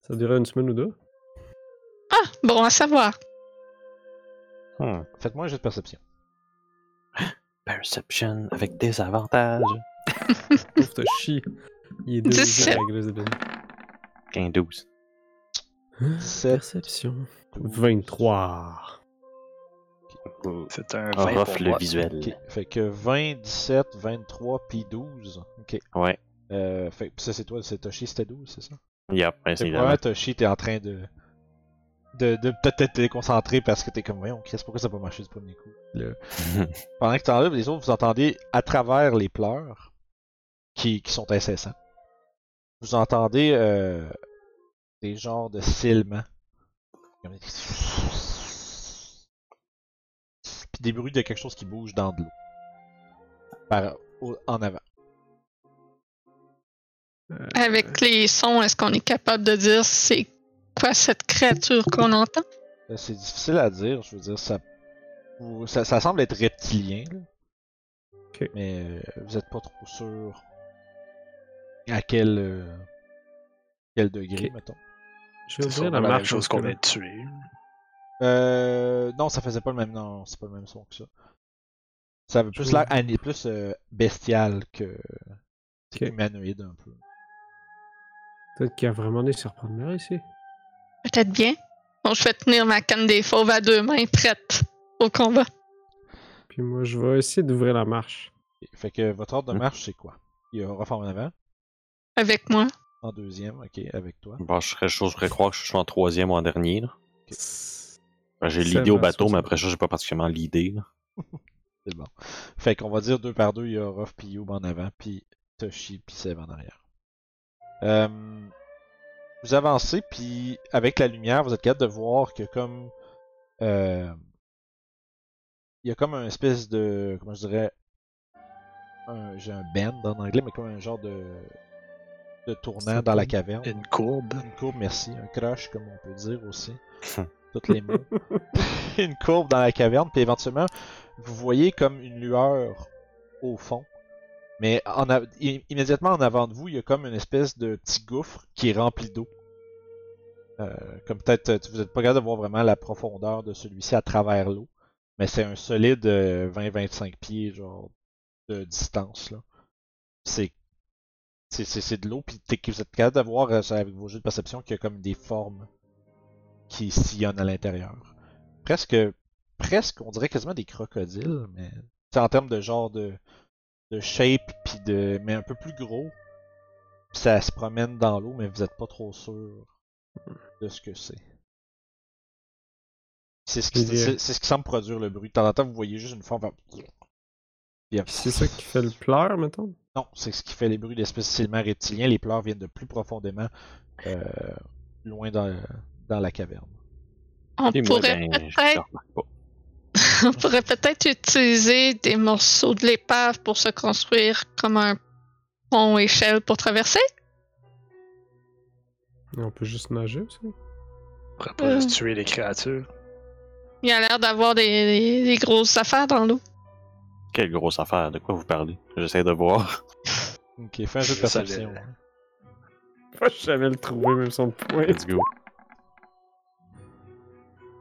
[SPEAKER 2] ça durait une semaine ou deux.
[SPEAKER 3] ah, bon à savoir.
[SPEAKER 4] Hmm.
[SPEAKER 1] Faites-moi un jeu de perception.
[SPEAKER 4] Perception avec des avantages.
[SPEAKER 2] Ouf, t'as chi. Il est
[SPEAKER 3] Dix-sept.
[SPEAKER 2] deux avec les épines.
[SPEAKER 4] 15, 12.
[SPEAKER 1] 7,
[SPEAKER 2] Perception. 23.
[SPEAKER 5] C'est un
[SPEAKER 4] On
[SPEAKER 5] 20
[SPEAKER 4] offre
[SPEAKER 5] pour
[SPEAKER 4] Ah, le
[SPEAKER 5] moi.
[SPEAKER 4] visuel.
[SPEAKER 1] Ok, fait que 20, 17, 23, puis 12. Ok.
[SPEAKER 4] Ouais.
[SPEAKER 1] Euh, fait, pis ça, c'est toi, c'est Toshi, c'était 12, c'est ça?
[SPEAKER 4] Yep, ouais, c'est
[SPEAKER 1] C'est
[SPEAKER 4] évidemment.
[SPEAKER 1] quoi, Toshi, t'es en train de. de, de peut-être te déconcentrer parce que t'es comme, voyons, Chris, pourquoi ça n'a pas marché du premier coup? Là. Pendant que t'enlèves, les autres, vous entendez à travers les pleurs qui, qui sont incessants. Vous entendez euh, des genres de silements. Comme des- Puis des bruits de quelque chose qui bouge dans de l'eau. Par- au- en avant.
[SPEAKER 2] Euh,
[SPEAKER 3] Avec les sons, est-ce qu'on est capable de dire c'est quoi cette créature qu'on entend?
[SPEAKER 1] Euh, C'est difficile à dire, je veux dire, ça, ou- ça, ça semble être reptilien, là.
[SPEAKER 2] Ok.
[SPEAKER 1] mais euh, vous êtes pas trop sûr à quel, euh, quel degré,
[SPEAKER 2] Ok.
[SPEAKER 1] mettons.
[SPEAKER 2] Je vais
[SPEAKER 5] C'est
[SPEAKER 2] ouvrir
[SPEAKER 5] sûrement
[SPEAKER 2] la
[SPEAKER 5] la même
[SPEAKER 2] marque. parce
[SPEAKER 5] chose qu'on
[SPEAKER 2] que là-
[SPEAKER 5] vient de tuer.
[SPEAKER 1] Euh, non, ça faisait pas le même non, c'est pas le même son que ça. Ça avait plus
[SPEAKER 2] Je-
[SPEAKER 1] l'air ani- plus euh, bestial que
[SPEAKER 2] Ok.
[SPEAKER 1] humanoïde un peu.
[SPEAKER 2] Peut-être qu'il y a vraiment des serpents de mer ici.
[SPEAKER 3] Peut-être bien. Bon, je vais tenir ma canne des fauves à deux mains, prête au combat.
[SPEAKER 2] Puis moi, je vais essayer d'ouvrir la marche.
[SPEAKER 1] Ok, Fait que votre ordre de
[SPEAKER 4] Hmm.
[SPEAKER 1] marche, c'est quoi? Il y a Ruff en avant,
[SPEAKER 3] Avec moi.
[SPEAKER 1] en deuxième, ok, avec toi.
[SPEAKER 4] Bon, je serais, je serais croire que je suis en troisième ou en dernier. là. Ben, j'ai
[SPEAKER 2] Ça
[SPEAKER 4] l'idée au
[SPEAKER 2] va,
[SPEAKER 4] bateau,
[SPEAKER 2] ça
[SPEAKER 4] mais
[SPEAKER 2] va.
[SPEAKER 4] après ça, j'ai pas particulièrement l'idée. là.
[SPEAKER 1] C'est bon. Fait qu'on va dire deux par deux, il y a Ruff puis Youb en avant, puis Toshi puis Seb en arrière. Euh, vous avancez, puis avec la lumière, vous êtes capable de voir que comme... euh, Il y a comme un espèce de... Comment je dirais... un- J'ai un bend en anglais, mais comme un genre de... De tournant
[SPEAKER 2] C'est
[SPEAKER 1] dans la
[SPEAKER 2] une-
[SPEAKER 1] caverne.
[SPEAKER 5] Une courbe.
[SPEAKER 1] Une courbe, merci. Un crush, comme on peut dire aussi. Toutes les mots. une courbe dans la caverne, puis éventuellement, vous voyez comme une lueur au fond. Mais en a- i- immédiatement en avant de vous, il y a comme une espèce de petit gouffre qui est rempli d'eau. Euh, comme peut-être euh, vous n'êtes pas capable de voir vraiment la profondeur de celui-ci à travers l'eau. Mais c'est un solide euh, 20-25 pieds genre de distance. là. C'est c'est- c'est c'est de l'eau, puis t'es- vous êtes capable d'avoir euh, avec vos jeux de perception qu'il y a comme des formes qui sillonnent à l'intérieur. Presque, presque, on dirait quasiment des crocodiles, mais c'est en termes de genre de, de shape, puis de, mais un peu plus gros. Puis ça se promène dans l'eau, mais vous n'êtes pas trop sûr de ce que c'est. C'est ce, qui,
[SPEAKER 2] Il y a-
[SPEAKER 1] c'est, c'est ce qui semble produire le bruit. De temps en temps, vous voyez juste une forme. faire- Puis, euh,
[SPEAKER 2] C'est ça qui fait le pleur, mettons.
[SPEAKER 1] non, c'est ce qui fait les bruits d'espèces seulement reptiliens. Les pleurs viennent de plus profondément, euh, loin dans, dans la caverne.
[SPEAKER 3] On
[SPEAKER 4] Puis moi,
[SPEAKER 3] pourrait
[SPEAKER 4] ben, je
[SPEAKER 3] peut-être
[SPEAKER 4] remarque pas.
[SPEAKER 3] on pourrait peut-être utiliser des morceaux de l'épave pour se construire comme un pont échelle pour traverser.
[SPEAKER 2] Et on peut juste nager aussi.
[SPEAKER 5] On pourrait pas
[SPEAKER 3] Euh.
[SPEAKER 2] Hmm.
[SPEAKER 5] juste tuer les créatures.
[SPEAKER 3] Il y a l'air d'avoir des, des- des grosses affaires dans l'eau.
[SPEAKER 4] Quelle grosse affaire, de quoi vous parlez J'essaie de voir.
[SPEAKER 1] Ok, fais un jeu de
[SPEAKER 5] Je savais.
[SPEAKER 1] perception. hein.
[SPEAKER 2] Moi, je savais le trouver, même sans point.
[SPEAKER 4] Let's go.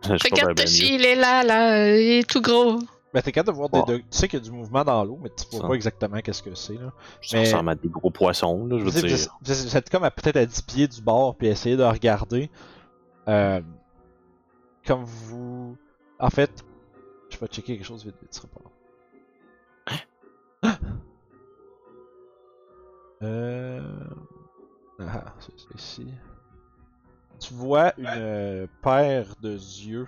[SPEAKER 4] Je suis pas
[SPEAKER 3] Regarde
[SPEAKER 4] ben
[SPEAKER 3] Toshi,
[SPEAKER 4] mieux.
[SPEAKER 3] il est là, là, euh, il est tout gros.
[SPEAKER 1] Ben, t'es capable de voir
[SPEAKER 4] Wow.
[SPEAKER 1] des. de- Tu sais qu'il y a du mouvement dans l'eau, mais tu vois
[SPEAKER 4] Ça.
[SPEAKER 1] pas exactement qu'est-ce que c'est. Là.
[SPEAKER 4] Ça
[SPEAKER 1] Mais-
[SPEAKER 4] ressemble à des gros poissons, là, je
[SPEAKER 1] Vous
[SPEAKER 4] veux
[SPEAKER 1] êtes,
[SPEAKER 4] dire.
[SPEAKER 1] vous êtes- vous êtes comme à- peut-être à 10 pieds du bord, puis essayez de regarder. Euh, comme vous. En fait, je vais checker quelque chose vite, vite, ce sera pas long. Euh. Ah, c'est c'est ici. Tu vois une euh, paire de yeux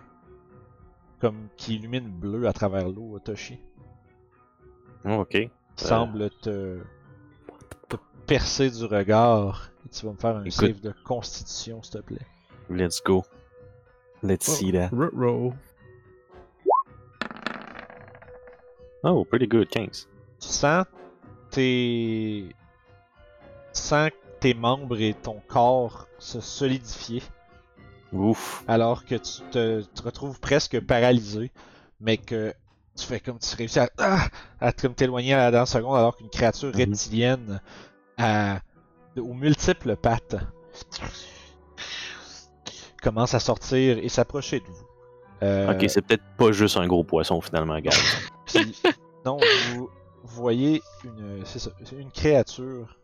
[SPEAKER 1] comme qui illumine bleu à travers l'eau, Toshi,
[SPEAKER 4] Oh, ok.
[SPEAKER 1] semble te, te percer du regard. Et tu vas me faire un
[SPEAKER 4] Écoute.
[SPEAKER 1] save de constitution, s'il te plaît.
[SPEAKER 4] Let's go. Let's
[SPEAKER 2] Oh.
[SPEAKER 4] see that.
[SPEAKER 2] Ruh-roh.
[SPEAKER 4] Oh, pretty good. 15.
[SPEAKER 1] Tu sens tes. tu sens tes membres et ton corps se solidifier
[SPEAKER 4] Ouf.
[SPEAKER 1] alors que tu te, te retrouves presque paralysé, mais que tu fais comme tu réussis à, ah, à te- comme t'éloigner à la dernière seconde alors qu'une créature
[SPEAKER 4] Mhm.
[SPEAKER 1] reptilienne à- aux multiples pattes commence à sortir et s'approcher de vous. Euh,
[SPEAKER 4] Ok, c'est peut-être pas juste un gros poisson finalement, gars.
[SPEAKER 1] Puis, non, vous voyez une, c'est ça, c'est une créature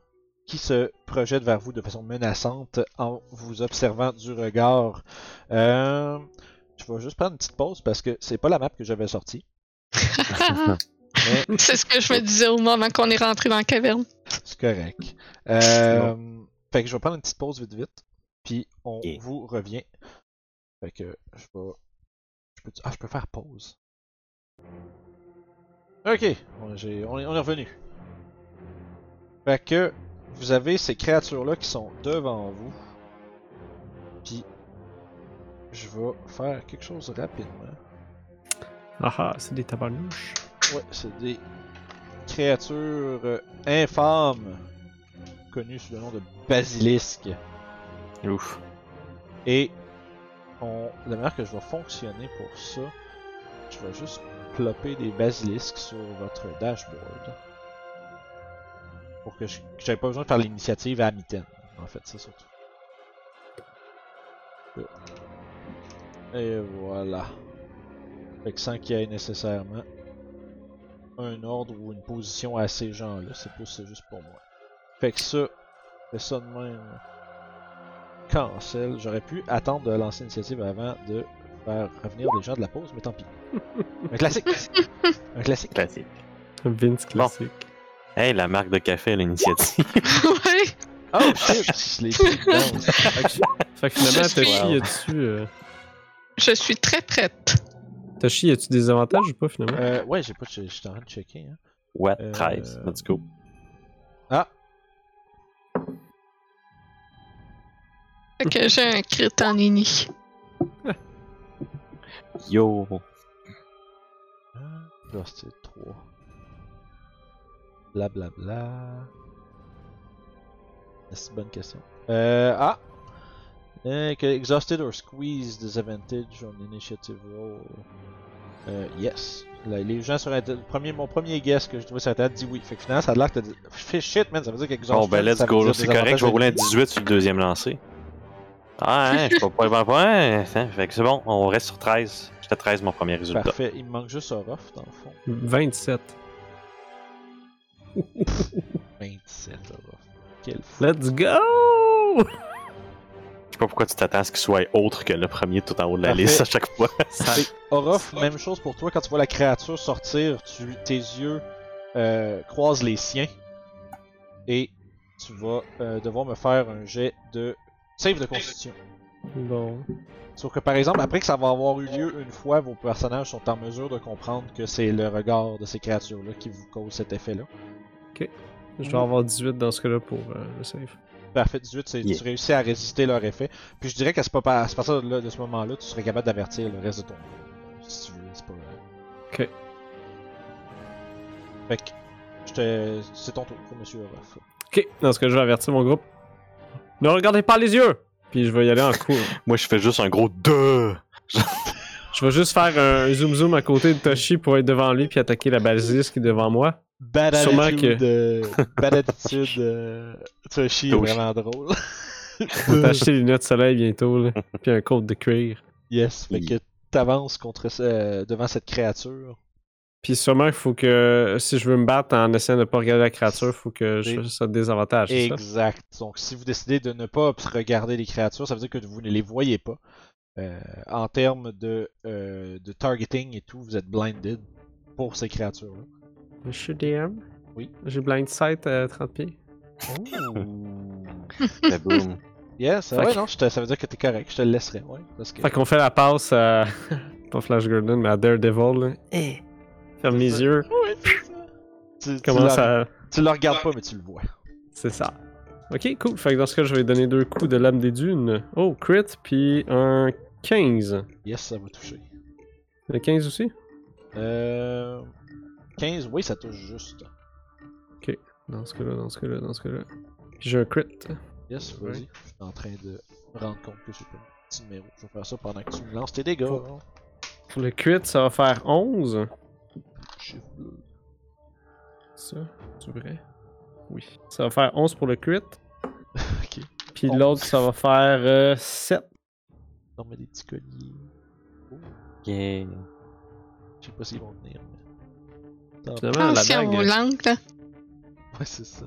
[SPEAKER 1] qui se projette vers vous de façon menaçante en vous observant du regard. Euh, je vais juste prendre une petite pause parce que c'est pas la map que j'avais sortie. Mais
[SPEAKER 3] C'est ce que je me disais au moment qu'on est rentré dans la caverne.
[SPEAKER 1] c'est correct. Euh, fait que je vais prendre une petite pause vite vite. Puis on
[SPEAKER 4] Ok.
[SPEAKER 1] vous revient. Fait que je vais. Je peux, ah, je peux faire pause. Ok, on, j'ai- on est, on est revenu. Fait que vous avez ces créatures-là qui sont devant vous. Puis je vais faire quelque chose rapidement.
[SPEAKER 2] Ah ah, c'est des tabarnouches.
[SPEAKER 1] Ouais, c'est des créatures euh, infâmes connues sous le nom de basilisques.
[SPEAKER 4] Ouf.
[SPEAKER 1] Et on... la manière que je vais fonctionner pour ça, je vais juste plopper des basilisques sur votre dashboard. Pour que je- que j'avais pas besoin de faire l'initiative à mi-temps, en fait, c'est surtout. Et voilà. Fait que sans qu'il y ait nécessairement un ordre ou une position à ces gens-là, c'est plus c'est juste pour moi. Fait que ça, fais ça de même cancel. J'aurais pu attendre de lancer l'initiative avant de faire revenir les gens de la pause, mais tant pis. Un classique! Un classique!
[SPEAKER 4] Classique.
[SPEAKER 2] Vince classique.
[SPEAKER 4] Hey, la marque de café à l'initiative.
[SPEAKER 3] ouais.
[SPEAKER 1] Oh shit! Je l'ai pris dedans.
[SPEAKER 2] Fait que- fait que finalement,
[SPEAKER 3] Je suis-
[SPEAKER 2] Toshi, as-tu euh,
[SPEAKER 3] Je suis très prête.
[SPEAKER 2] Toshi, as-tu des avantages ou pas
[SPEAKER 4] Hein?
[SPEAKER 2] finalement
[SPEAKER 1] Euh, ouais, j'ai pas. j'ai- J'étais en train de checker. Hein.
[SPEAKER 4] What?
[SPEAKER 1] Euh,
[SPEAKER 4] 13. Let's go.
[SPEAKER 3] Fait que j'ai un crit en ini.
[SPEAKER 4] Yo.
[SPEAKER 1] Ah, Là, c'est 3. Blablabla. C'est une bonne question. Euh, ah! Euh, que- exhausted or squeezed disadvantage on initiative roll. Euh, yes. Là, les gens sur internet. Premier, mon premier guess que je trouvais sur internet dit oui. Fait que finalement, ça a l'air que t'as dit. Fait shit, man, ça veut dire qu'exhausted.
[SPEAKER 4] Bon, ben, let's
[SPEAKER 1] ça veut
[SPEAKER 4] go.
[SPEAKER 1] dire
[SPEAKER 4] là, C'est correct,
[SPEAKER 1] désavantage
[SPEAKER 4] je vais rouler un
[SPEAKER 1] de-
[SPEAKER 4] 18 sur le deuxième lancé. Ah, hein, je suis pas pas vraiment pas. hein, hein, Fait que c'est bon, on reste sur 13. J'étais 13, mon premier résultat.
[SPEAKER 1] Parfait, il me manque juste Orof dans le fond.
[SPEAKER 2] 27.
[SPEAKER 1] 27 Orof. Quel fou.
[SPEAKER 2] Let's go
[SPEAKER 4] Je sais pas pourquoi tu t'attends à ce qu'il soit autre que le premier tout en haut de la
[SPEAKER 1] Parfait.
[SPEAKER 4] liste à chaque fois.
[SPEAKER 1] Fait- Orof, même chose pour toi, quand tu vois la créature sortir, tu, tes yeux euh, croisent les siens et tu vas euh, devoir me faire un jet de save de constitution.
[SPEAKER 2] Bon.
[SPEAKER 1] Sauf que par exemple, après que ça va avoir eu lieu une fois, vos personnages sont en mesure de comprendre que c'est le regard de ces créatures-là qui vous cause cet effet-là.
[SPEAKER 2] Je dois avoir 18 dans ce cas-là pour euh, le save.
[SPEAKER 1] Parfait, 18, c'est-
[SPEAKER 4] Yeah.
[SPEAKER 1] tu réussis à résister leur effet. Puis je dirais qu'à ce, pas- à ce partir de, là- de ce moment-là, tu serais capable d'avertir le reste de ton groupe, Si tu veux, c'est pas.
[SPEAKER 2] Ok.
[SPEAKER 1] Fait que, je te- c'est ton tour, monsieur Orof.
[SPEAKER 2] Ok, dans ce cas, je vais avertir mon groupe. Ne regardez pas les yeux Puis je vais y aller en cours.
[SPEAKER 4] Moi, je fais juste un gros 2.
[SPEAKER 2] Je vais juste faire un zoom zoom à côté de Toshi pour être devant lui puis attaquer la basilisk qui est devant moi.
[SPEAKER 1] Bad
[SPEAKER 2] Sûrement
[SPEAKER 1] attitude. euh, bad attitude. euh, Toshi est
[SPEAKER 4] Toshi.
[SPEAKER 1] vraiment drôle.
[SPEAKER 2] T'as acheté des lunettes de soleil bientôt, là. Puis un coat de cuir.
[SPEAKER 1] yes, fait que t'avances contre, ce- euh, devant cette créature.
[SPEAKER 2] Puis sûrement, il faut que si je veux me battre en essayant de ne pas regarder la créature, il faut que je
[SPEAKER 1] Et-
[SPEAKER 2] fasse ça des avantages. c'est ça?
[SPEAKER 1] Exact. Donc, si vous décidez de ne pas regarder les créatures, ça veut dire que vous ne les voyez pas. Euh, en termes de, euh, de targeting et tout, vous êtes blinded pour ces créatures-là.
[SPEAKER 2] Je suis DM.
[SPEAKER 1] Oui.
[SPEAKER 2] J'ai blind sight à 30 pieds.
[SPEAKER 1] Ben,
[SPEAKER 4] Mais boum.
[SPEAKER 1] Yes,
[SPEAKER 2] Oh.
[SPEAKER 1] ah
[SPEAKER 2] Fait
[SPEAKER 1] ouais,
[SPEAKER 2] que-
[SPEAKER 1] non, je te- ça veut dire que t'es correct, je te le laisserai, ouais. Parce que...
[SPEAKER 2] Fait qu'on fait la passe à, Pas Flash Gordon, mais à Daredevil, là. Ferme les
[SPEAKER 1] C'est ça.
[SPEAKER 2] yeux,
[SPEAKER 1] Tu, tu
[SPEAKER 2] commence
[SPEAKER 1] le-
[SPEAKER 2] à.
[SPEAKER 1] tu le regardes pas, mais tu le vois.
[SPEAKER 2] C'est ça. Ok, cool. Fait que dans ce cas, je vais donner deux coups de lame des dunes. Oh, crit, puis un 15.
[SPEAKER 1] Yes, ça va toucher.
[SPEAKER 2] Le 15 aussi
[SPEAKER 1] Euh... 15, oui, ça touche juste.
[SPEAKER 2] Dans ce cas-là, dans ce cas-là, dans ce cas-là. Puis j'ai un crit.
[SPEAKER 1] Yes,
[SPEAKER 2] Ouais.
[SPEAKER 1] vas-y. Je suis en train de me rendre compte que j'ai pas mon petit numéro. Je vais faire ça pendant que tu me lances tes dégâts.
[SPEAKER 2] Oh. Pour le crit, ça va faire 11.
[SPEAKER 1] Chiffre bleu.
[SPEAKER 2] Ça, c'est vrai Oui. Ça va faire 11 pour le crit.
[SPEAKER 1] Ok.
[SPEAKER 2] Puis
[SPEAKER 1] 11.
[SPEAKER 2] l'autre, ça va faire euh, 7.
[SPEAKER 1] Non, mais des petits colliers.
[SPEAKER 4] Yeah.
[SPEAKER 1] Je sais pas s'ils vont venir. Mais...
[SPEAKER 4] Ah,
[SPEAKER 2] Finalement, la
[SPEAKER 3] Attention aux
[SPEAKER 2] dague.
[SPEAKER 3] langues, là.
[SPEAKER 1] Ouais, c'est ça.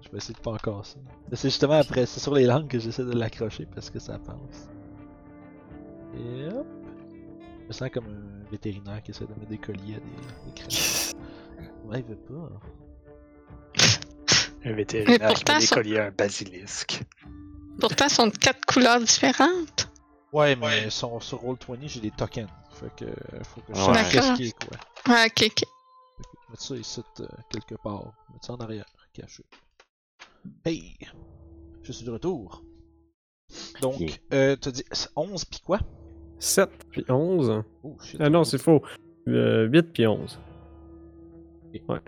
[SPEAKER 1] Je vais essayer de pas encore ça. Mais c'est justement après, c'est sur les langues que j'essaie de l'accrocher parce que ça passe. Et hop. Je me sens comme un vétérinaire qui essaie de mettre des colliers à des, des créatures. Ouais, il veut pas. hein.
[SPEAKER 5] Un
[SPEAKER 3] Mais
[SPEAKER 5] vétérinaire qui
[SPEAKER 3] pourtant,
[SPEAKER 5] met des
[SPEAKER 3] ça-
[SPEAKER 5] colliers à un basilisque.
[SPEAKER 3] Pourtant, ils sont de quatre couleurs différentes.
[SPEAKER 1] Ouais, mais Son, sur Roll20, j'ai des tokens. Fait que euh, faut que je
[SPEAKER 4] Ouais.
[SPEAKER 1] sache qu'est-ce
[SPEAKER 3] D'accord.
[SPEAKER 1] qui est quoi.
[SPEAKER 3] Ouais, Ah, ok, ok.
[SPEAKER 1] Mettre ça ici euh, quelque part. Mettre ça en arrière, caché. Hey! Je suis de retour. Donc,
[SPEAKER 4] Yeah.
[SPEAKER 1] euh, t'as dit c'est 11 puis quoi?
[SPEAKER 2] 7 puis 11.
[SPEAKER 1] Oh shit.
[SPEAKER 2] Ah non, c'est faux. 8 puis 11. Ouais.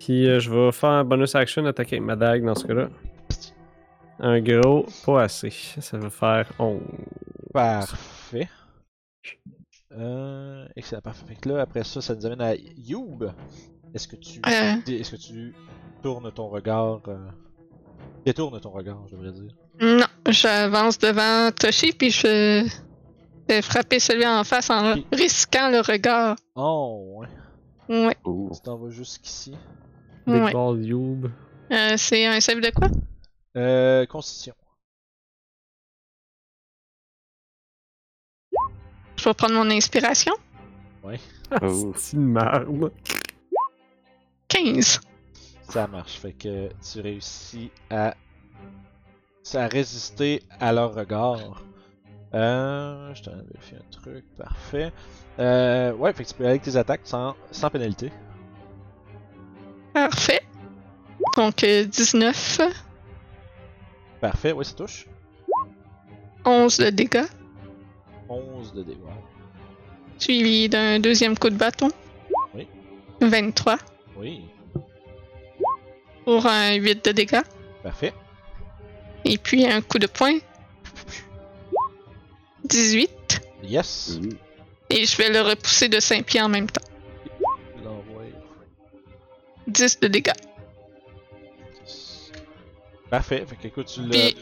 [SPEAKER 2] Puis euh, je vais faire un bonus action, attaquer avec ma dague dans ce cas-là. Un gros, pas assez. Ça va faire 11.
[SPEAKER 1] Parfait. Euh, excellent, parfait. Fait que là, après ça, ça nous amène à Youb. Est-ce que tu.
[SPEAKER 3] Euh.
[SPEAKER 1] Est-ce que tu tournes ton regard. euh, Détourne ton regard, je devrais dire.
[SPEAKER 3] Non, j'avance devant Toshi, puis je vais frapper celui en face en
[SPEAKER 1] Ok.
[SPEAKER 3] risquant le regard.
[SPEAKER 1] Oh, ouais.
[SPEAKER 3] Ouais,
[SPEAKER 4] Ouh.
[SPEAKER 1] Tu t'en vas jusqu'ici.
[SPEAKER 2] Big
[SPEAKER 3] ouais.
[SPEAKER 2] Ball Youb.
[SPEAKER 3] Euh, c'est un save de quoi?
[SPEAKER 1] Euh, Constitution.
[SPEAKER 3] Je vais prendre mon inspiration.
[SPEAKER 1] Ah,
[SPEAKER 4] Ouh.
[SPEAKER 2] Ah, C'est une merde.
[SPEAKER 3] 15.
[SPEAKER 1] Ça marche, fait que tu réussis à, à résister à leur regard. Euh, je t'en avais fait un truc, parfait. Euh, ouais, fait que tu peux aller avec tes attaques sans, sans pénalité.
[SPEAKER 3] Parfait. Donc euh, 19,
[SPEAKER 1] Parfait, ouais, ça touche.
[SPEAKER 3] 11 de dégâts,
[SPEAKER 1] 11 de dégâts.
[SPEAKER 3] suivi d'un deuxième coup de bâton.
[SPEAKER 1] Oui.
[SPEAKER 3] 23
[SPEAKER 1] Oui,
[SPEAKER 3] pour un 8 de dégâts.
[SPEAKER 1] parfait.
[SPEAKER 3] Et puis un coup de poing. 18.
[SPEAKER 1] Yes.
[SPEAKER 4] Ouh.
[SPEAKER 3] Et je vais le repousser de 5 pieds en même temps.
[SPEAKER 1] Je l'envoie.
[SPEAKER 3] 10 de dégâts.
[SPEAKER 1] Parfait, fait que écoute, tu le.
[SPEAKER 3] Puis-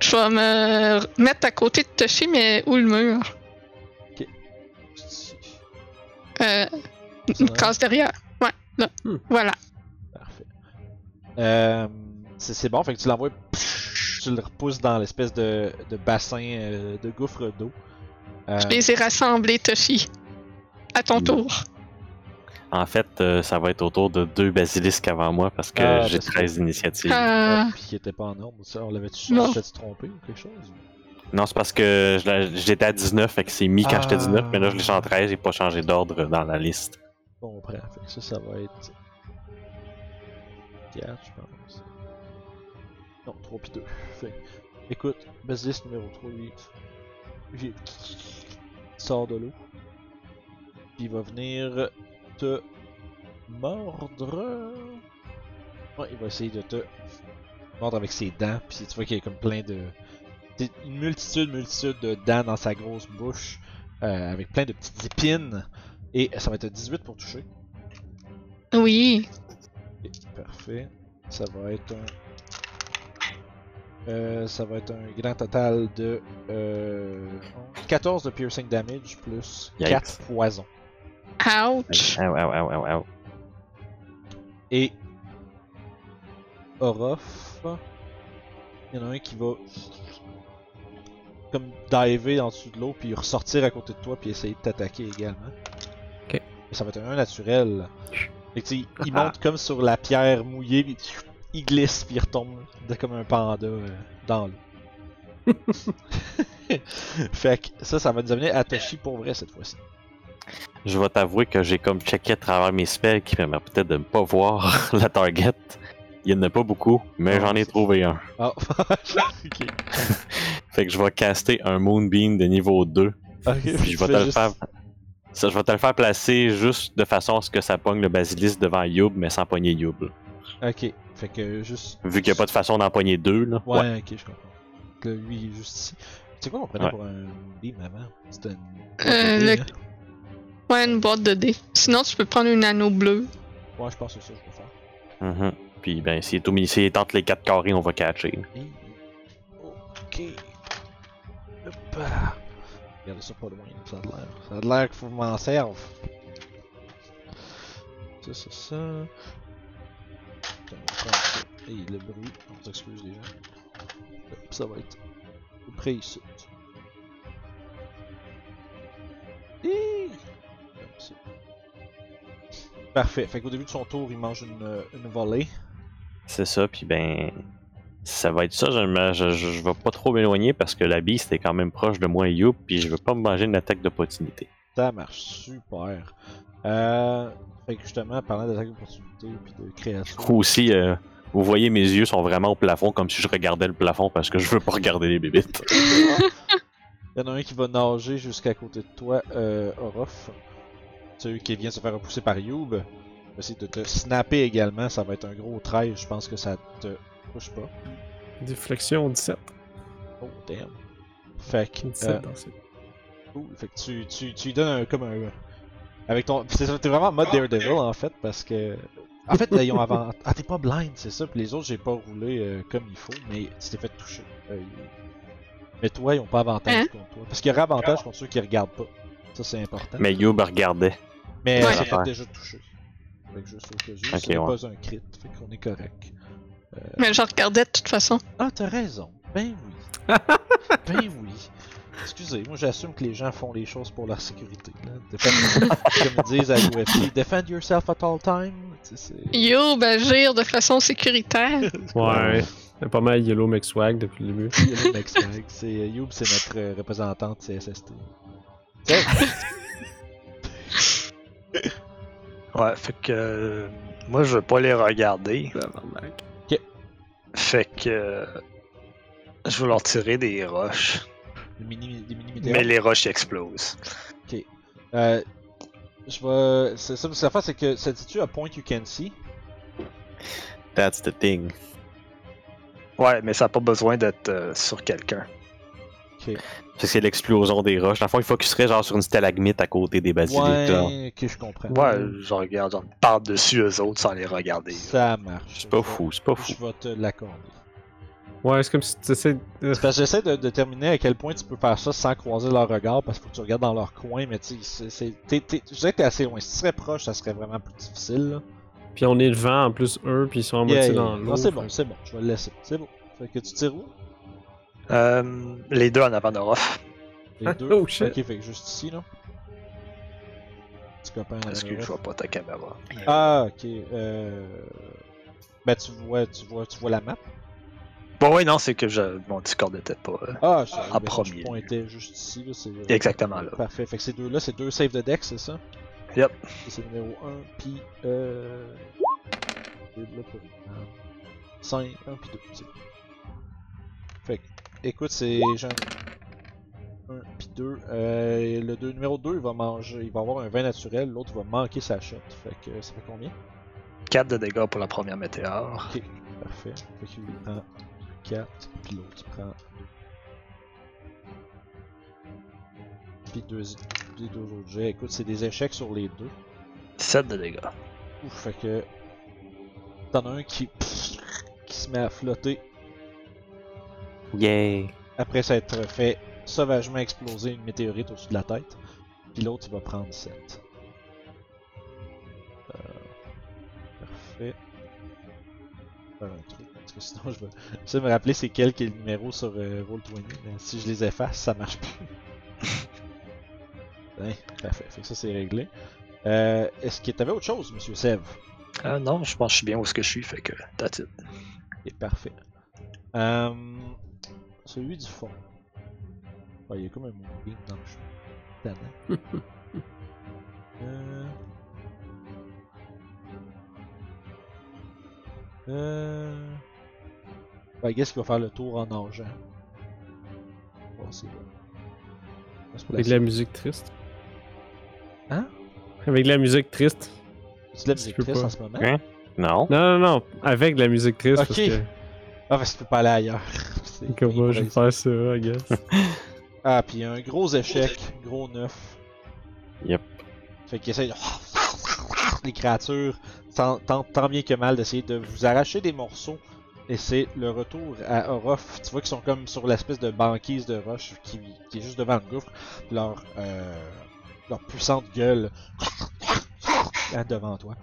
[SPEAKER 3] Je vais me mettre à côté de Toshi, mais où le mur? Euh, une
[SPEAKER 1] Ça,
[SPEAKER 3] case derrière. Ouais, là.
[SPEAKER 2] Hmm.
[SPEAKER 3] Voilà.
[SPEAKER 1] Parfait. Euh, c'est c'est bon, fait que tu l'envoies, psh, tu le repousses dans l'espèce de, de bassin euh, de gouffre d'eau. Euh,
[SPEAKER 3] Je les ai rassemblés, Toshi. À ton
[SPEAKER 4] Hmm.
[SPEAKER 3] tour.
[SPEAKER 4] En fait, euh, ça va être autour de deux basilisques avant moi parce que
[SPEAKER 1] Ah,
[SPEAKER 4] j'ai
[SPEAKER 1] parce que-
[SPEAKER 4] 13 initiatives.
[SPEAKER 3] Euh,
[SPEAKER 1] ah, puis qui était pas en ordre, ça, on l'avait-tu
[SPEAKER 3] Non.
[SPEAKER 1] on s'était-tu trompé ou quelque chose?
[SPEAKER 4] Non, c'est parce que je la- j'étais à 19, fait que c'est mis quand j'étais 19, mais là je l'ai
[SPEAKER 1] Ah.
[SPEAKER 4] en 13, j'ai pas changé d'ordre dans la liste.
[SPEAKER 1] Bon, on prend. Fait que ça, ça va être 4, je pense. Non, 3 pis 2. Fait que, écoute, Basilisk numéro 3, lui, il sort de l'eau. Puis il va venir te mordre. Ouais, il va essayer de te mordre avec ses dents. Puis tu vois qu'il y a comme plein de. t'es- Une multitude, multitude de dents dans sa grosse bouche. euh, avec plein de petites épines. Et ça va être 18 pour toucher.
[SPEAKER 3] oui.
[SPEAKER 1] Ok, Parfait. Ça va être un. Euh, ça va être un grand total de euh, 14 de piercing damage plus
[SPEAKER 4] Yikes.
[SPEAKER 1] 4 poisons. Euh.
[SPEAKER 3] Ouch.
[SPEAKER 4] Ow, ow, ow, ow, ow.
[SPEAKER 1] Et Orof, il y en a un qui va comme diver en dessous de l'eau puis ressortir à côté de toi puis essayer de t'attaquer également.
[SPEAKER 2] Ok.
[SPEAKER 1] Et ça va être un naturel. Fait que tu sais, il- il monte comme sur la pierre mouillée puis il glisse puis il retombe de- comme un panda euh, dans l'eau. fait que ça, ça va nous amener à Toshi pour vrai cette fois-ci.
[SPEAKER 4] Je vais t'avouer que j'ai comme checké à travers mes spells qui permet peut-être de ne pas voir la target. Il n'y en a pas beaucoup, mais j'en ai trouvé un.
[SPEAKER 1] Ah, ok.
[SPEAKER 4] Fait que je vais caster un Moonbeam de niveau 2.
[SPEAKER 1] Ok,
[SPEAKER 4] Puis je vais
[SPEAKER 1] fais
[SPEAKER 4] te le
[SPEAKER 1] juste-
[SPEAKER 4] faire. Ça, je vais te le faire placer juste de façon à ce que ça pogne le basilisk devant Youb, mais sans pogner Youb. là.
[SPEAKER 1] Ok, fait que juste.
[SPEAKER 4] Vu qu'il n'y a pas de façon d'en pogner deux, là.
[SPEAKER 1] Ouais, ok, je comprends. Fait que là, lui, il est juste ici. C'est quoi qu'on prenait
[SPEAKER 4] Ouais.
[SPEAKER 1] pour un beam avant C'était une.
[SPEAKER 3] Euh,
[SPEAKER 1] Ouais,
[SPEAKER 3] le- Ouais, une boîte de dés. Sinon, tu peux prendre une anneau bleue.
[SPEAKER 1] Euh. Ouais, je pense que c'est ça que je vais faire.
[SPEAKER 4] Mhm. Puis ben, s'il est au milieu, s'il tente les quatre carrés, on va catcher.
[SPEAKER 1] Et- Ok. Hop. ah. Regardez ça pas loin, ça a de l'air. Ça a de l'air qu'il faut que je m'en serve. Ça, ça, ça. Attends, on va prendre ça. Hey, le bruit, on s'excuse les gens. Hop, ça va être près ici. Hi! Comme ça. Parfait, fait qu'au début de son tour, il mange une, une volée.
[SPEAKER 4] C'est ça, puis ben. Ça va être ça, je, me- je, je- je vais pas trop m'éloigner parce que la beast est quand même proche de moi et Youb, puis je veux pas me manger une attaque d'opportunité.
[SPEAKER 1] Ça marche super. Euh, fait que justement, parlant d'attaque d'opportunité puis de
[SPEAKER 4] Du
[SPEAKER 1] création.
[SPEAKER 4] coup aussi, euh, vous voyez, mes yeux sont vraiment au plafond comme si je regardais le plafond parce que je veux pas regarder les bébites.
[SPEAKER 1] Il y en a un qui va nager jusqu'à côté de toi, euh, Orof. Celui qui vient se faire repousser par Youb. Va essayer de te snapper également. Ça va être un gros trail. Je pense que ça te touche pas.
[SPEAKER 2] Déflexion 17.
[SPEAKER 1] Oh, damn. Fait que.
[SPEAKER 2] 17
[SPEAKER 1] euh,
[SPEAKER 2] dans cette-
[SPEAKER 1] cool. Fait que tu, tu, tu lui donnes un, comme un. Avec ton. pis c'est ça, T'es vraiment en
[SPEAKER 4] Ah,
[SPEAKER 1] mode Daredevil en fait parce que. En fait, là, ils ont avant. Ah, t'es pas blind, c'est ça. Puis les autres, j'ai pas roulé euh, comme il faut, mais tu t'es fait toucher. Euh, ils- Mais toi, ils ont pas avantage
[SPEAKER 3] Hein?
[SPEAKER 1] contre toi. Parce qu'il y aura avantage contre ceux qui regardent pas. Ça, c'est important.
[SPEAKER 4] Mais Youb regardait.
[SPEAKER 1] Mais
[SPEAKER 3] Ouais.
[SPEAKER 1] euh, ils ont
[SPEAKER 4] Ouais.
[SPEAKER 1] déjà touché. Fait que juste au cas où,
[SPEAKER 4] Ok,
[SPEAKER 1] ce n'est
[SPEAKER 4] ouais.
[SPEAKER 1] pas un crit. Fait qu'on est correct.
[SPEAKER 3] Mais je regardais de toute façon.
[SPEAKER 1] Ah, t'as raison. Ben oui. ben oui. Excusez, moi j'assume que les gens font les choses pour leur sécurité. là. Defend- comme ils disent à l'UFC, defend yourself at all time. Tu sais, c'est-
[SPEAKER 3] Yo, agir de façon sécuritaire.
[SPEAKER 2] Ouais. C'est pas mal Yellow Mix Swag depuis le début.
[SPEAKER 1] Il y a le next flag. C'est Youb, c'est notre euh, représentante CSST. Tiens,
[SPEAKER 5] Ouais, fait que. euh, moi, je veux pas les regarder. Fait que. euh, je veux leur tirer des roches.
[SPEAKER 1] le mini, les mini
[SPEAKER 5] Mais les roches explosent.
[SPEAKER 1] Euh, je vais. C'est ça, parce que l'affaire, c'est que ça dit-tu à point you can see
[SPEAKER 4] That's the thing.
[SPEAKER 5] Ouais, mais ça n'a pas besoin d'être euh, sur quelqu'un.
[SPEAKER 4] Fait que c'est l'explosion des roches. Dans le fond, il focuserait genre sur une stalagmite à côté des basiliques. genre.
[SPEAKER 1] Ouais, ok, je comprends.
[SPEAKER 5] Ouais, je regarde, j'en par-dessus eux autres sans les regarder.
[SPEAKER 1] Ça marche.
[SPEAKER 4] C'est pas fou, c'est pas fou.
[SPEAKER 1] Je vais te l'accorder.
[SPEAKER 2] Ouais, c'est comme si tu essaies. de-
[SPEAKER 1] C'est parce que j'essaie de déterminer à quel point tu peux faire ça sans croiser leur regard parce qu'il faut que tu regardes dans leur coin, mais tu sais, c'est- c'est- t'es- t'es- je dirais que t'es assez loin. Si tu serais proche, ça serait vraiment plus difficile. là.
[SPEAKER 2] Puis on est devant en plus eux, puis ils sont à
[SPEAKER 1] Yeah,
[SPEAKER 2] moitié
[SPEAKER 1] yeah.
[SPEAKER 2] dans l'eau.
[SPEAKER 1] Non, c'est
[SPEAKER 2] fait-
[SPEAKER 1] bon, c'est bon, je vais le laisser. C'est bon. Fait que tu tires où
[SPEAKER 5] Euh, les deux en avant d'Orof.
[SPEAKER 1] Les
[SPEAKER 2] Ah,
[SPEAKER 1] deux.
[SPEAKER 2] oh, shit.
[SPEAKER 1] Ok, fait que juste ici, là. Petit copain. euh,
[SPEAKER 5] Excuse, je vois pas ta caméra.
[SPEAKER 1] Ah, ok. Euh... Ben, tu vois, tu vois, tu vois la map.
[SPEAKER 5] Bon, ouais, non, c'est que je... mon Discord n'était pas. euh,
[SPEAKER 1] Ah, je,
[SPEAKER 5] En premier.
[SPEAKER 1] Je pointais juste ici, là. c'est-
[SPEAKER 5] Exactement là.
[SPEAKER 1] Parfait. Fait que ces deux-là, c'est deux saves de deck, c'est ça?
[SPEAKER 5] Yep.
[SPEAKER 1] Ça, C'est numéro 1, puis euh... 5, 1, Ah. puis 2, c'est bon. Fait que, écoute, c'est genre... 1, puis 2. Euh, et le deux- numéro 2, il va manger, il va avoir un vin naturel, l'autre il va manquer sa shot. Fait que ça fait combien?
[SPEAKER 5] 4 de dégâts pour la première météore.
[SPEAKER 1] Ok, parfait. Fait qu'il prend 4, puis l'autre prend 2. Puis deux, les deux autres jets. Écoute, c'est des échecs sur les deux.
[SPEAKER 5] 7 de dégâts.
[SPEAKER 1] Ouf, fait que. T'en as un qui. pff, qui se met à flotter
[SPEAKER 4] Yay.
[SPEAKER 1] après s'être fait sauvagement exploser une météorite au-dessus de la tête. Puis l'autre, il va prendre 7. Parfait. Faire un truc. Parce que sinon, je vais. J'essaie de me rappeler c'est quel qui est le numéro sur euh, Roll20. Mais si je les efface, ça marche plus. ouais, parfait. Fait que ça, c'est réglé. Euh, Est-ce que t'avais autre chose, monsieur Sev?
[SPEAKER 5] Euh, non, je pense que je suis bien où ce que je suis, fait que that's it.
[SPEAKER 1] Il est parfait. Euh, celui du fond. Ouais, il y a comme un moving dans le chemin. Tannant. Euh... Euh... Ben, guess qu'il va faire le tour en nageant. Bon, c'est bon. On va se
[SPEAKER 2] Avec de
[SPEAKER 1] placer.
[SPEAKER 2] la musique triste.
[SPEAKER 1] Hein?
[SPEAKER 2] Avec de la musique triste.
[SPEAKER 1] C'est de la
[SPEAKER 2] Je
[SPEAKER 1] musique
[SPEAKER 2] peux
[SPEAKER 1] triste
[SPEAKER 2] pas.
[SPEAKER 1] en ce moment?
[SPEAKER 4] Hein? Non.
[SPEAKER 2] Non, non, non. Avec de la musique triste.
[SPEAKER 1] Ok. Ah, parce que tu peux pas aller ailleurs. C'est
[SPEAKER 2] Parce que, comme moi, je
[SPEAKER 1] crazy.
[SPEAKER 2] vais faire ça, I guess.
[SPEAKER 1] Ah, puis un gros échec, gros 9.
[SPEAKER 4] Yep.
[SPEAKER 1] Fait qu'il essaye. de- Les créatures tant- tant tant bien que mal d'essayer de vous arracher des morceaux. Et c'est le retour à Orof. Tu vois qu'ils sont comme sur l'espèce de banquise de roche qui, qui est juste devant le gouffre. Leur, euh, leur puissante gueule là devant toi.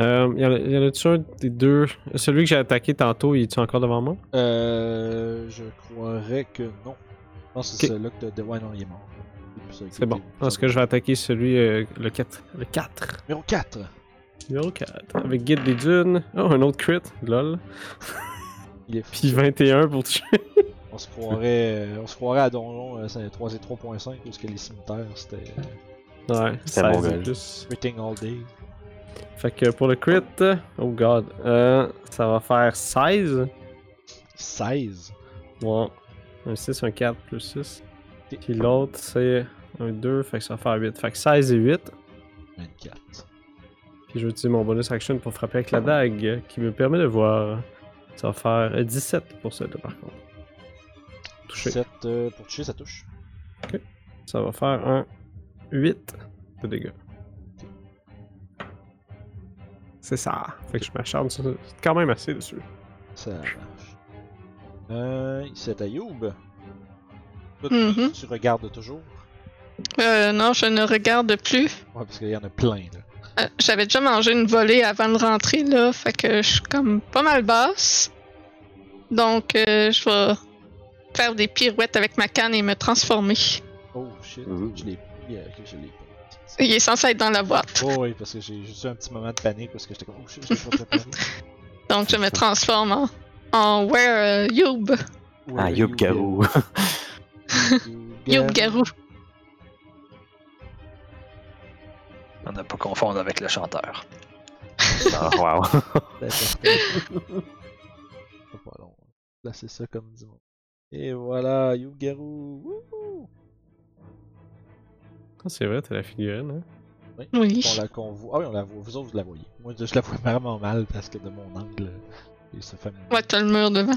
[SPEAKER 2] Euh, y en a- y en a-tu un des deux Celui que j'ai attaqué tantôt, il est encore devant moi
[SPEAKER 1] Euh, je croirais que non. Je pense que c'est
[SPEAKER 2] Ok.
[SPEAKER 1] celui-là que t'as. Ouais, non, il est mort. C'est plus ça qui
[SPEAKER 2] C'est bon.
[SPEAKER 1] était-
[SPEAKER 2] Parce que je vais attaquer celui, euh, le 4. Le 4.
[SPEAKER 1] Numéro 4.
[SPEAKER 2] Numéro 4. Avec Guide des Dunes. Oh, un autre crit. Lol.
[SPEAKER 1] Il est fou.
[SPEAKER 2] Puis 21 pour tuer.
[SPEAKER 1] On se croirait, euh, on se croirait à Donjon euh, c'est 3 et 3.5 parce que les cimetières c'était euh,
[SPEAKER 2] Ouais,
[SPEAKER 4] C'est bon,
[SPEAKER 2] 16 et
[SPEAKER 4] guys.
[SPEAKER 2] plus.
[SPEAKER 1] Everything All Day.
[SPEAKER 2] Fait que pour le crit, euh, oh god, euh, ça va faire 16.
[SPEAKER 1] 16.
[SPEAKER 2] Ouais. Un 6, un 4 plus 6.
[SPEAKER 1] Ok.
[SPEAKER 2] Puis l'autre, c'est un 2, fait que ça va faire 8. Fait que 16 et 8.
[SPEAKER 1] 24.
[SPEAKER 2] Puis je vais utiliser mon bonus action pour frapper avec la dague euh, qui me permet de voir. Ça va faire euh, 17 pour celle-là par contre. Touché.
[SPEAKER 1] 7 euh, pour toucher, ça touche.
[SPEAKER 2] Ça va faire un 8 de dégâts. C'est ça. Fait que je m'acharne sur- c'est quand même assez dessus.
[SPEAKER 1] Ça marche. Euh, c'est à Youb. Toi, tu-
[SPEAKER 3] Mhm.
[SPEAKER 1] Tu regardes toujours.
[SPEAKER 3] Euh, non, je ne regarde plus.
[SPEAKER 1] Ouais, parce qu'il y en a plein là.
[SPEAKER 3] Euh, J'avais déjà mangé une volée avant de rentrer, là, fait que je suis comme pas mal basse. Donc, euh, je vais faire des pirouettes avec ma canne et me transformer.
[SPEAKER 1] Oh shit,
[SPEAKER 4] Ouh.
[SPEAKER 1] je l'ai pris, euh, que je l'ai pas.
[SPEAKER 3] Il est censé être dans la boîte.
[SPEAKER 1] Oh oui, parce que j'ai juste eu un petit moment de panique parce que j'étais comme oh shit, je pas préparé.
[SPEAKER 3] Donc, je me transforme en, en Were euh, Youb.
[SPEAKER 1] Ouais,
[SPEAKER 4] Ah, Youb Garou.
[SPEAKER 1] Youb
[SPEAKER 3] Youb Garou.
[SPEAKER 5] On n'a pas confondre avec le chanteur.
[SPEAKER 4] Ah, wow.
[SPEAKER 1] Ben, ça fait- Pas pas long. Placer ça comme du monde. Et voilà, Yugaru. Wouhou!
[SPEAKER 2] Ah, C'est vrai, t'as la figurine, hein?
[SPEAKER 3] Oui.
[SPEAKER 1] On la convoie. Ah oui, on la voit. Vous autres, vous la voyez. Moi, je la vois vraiment mal parce que de mon angle, et ça fait.
[SPEAKER 3] Ouais, t'as le mur devant.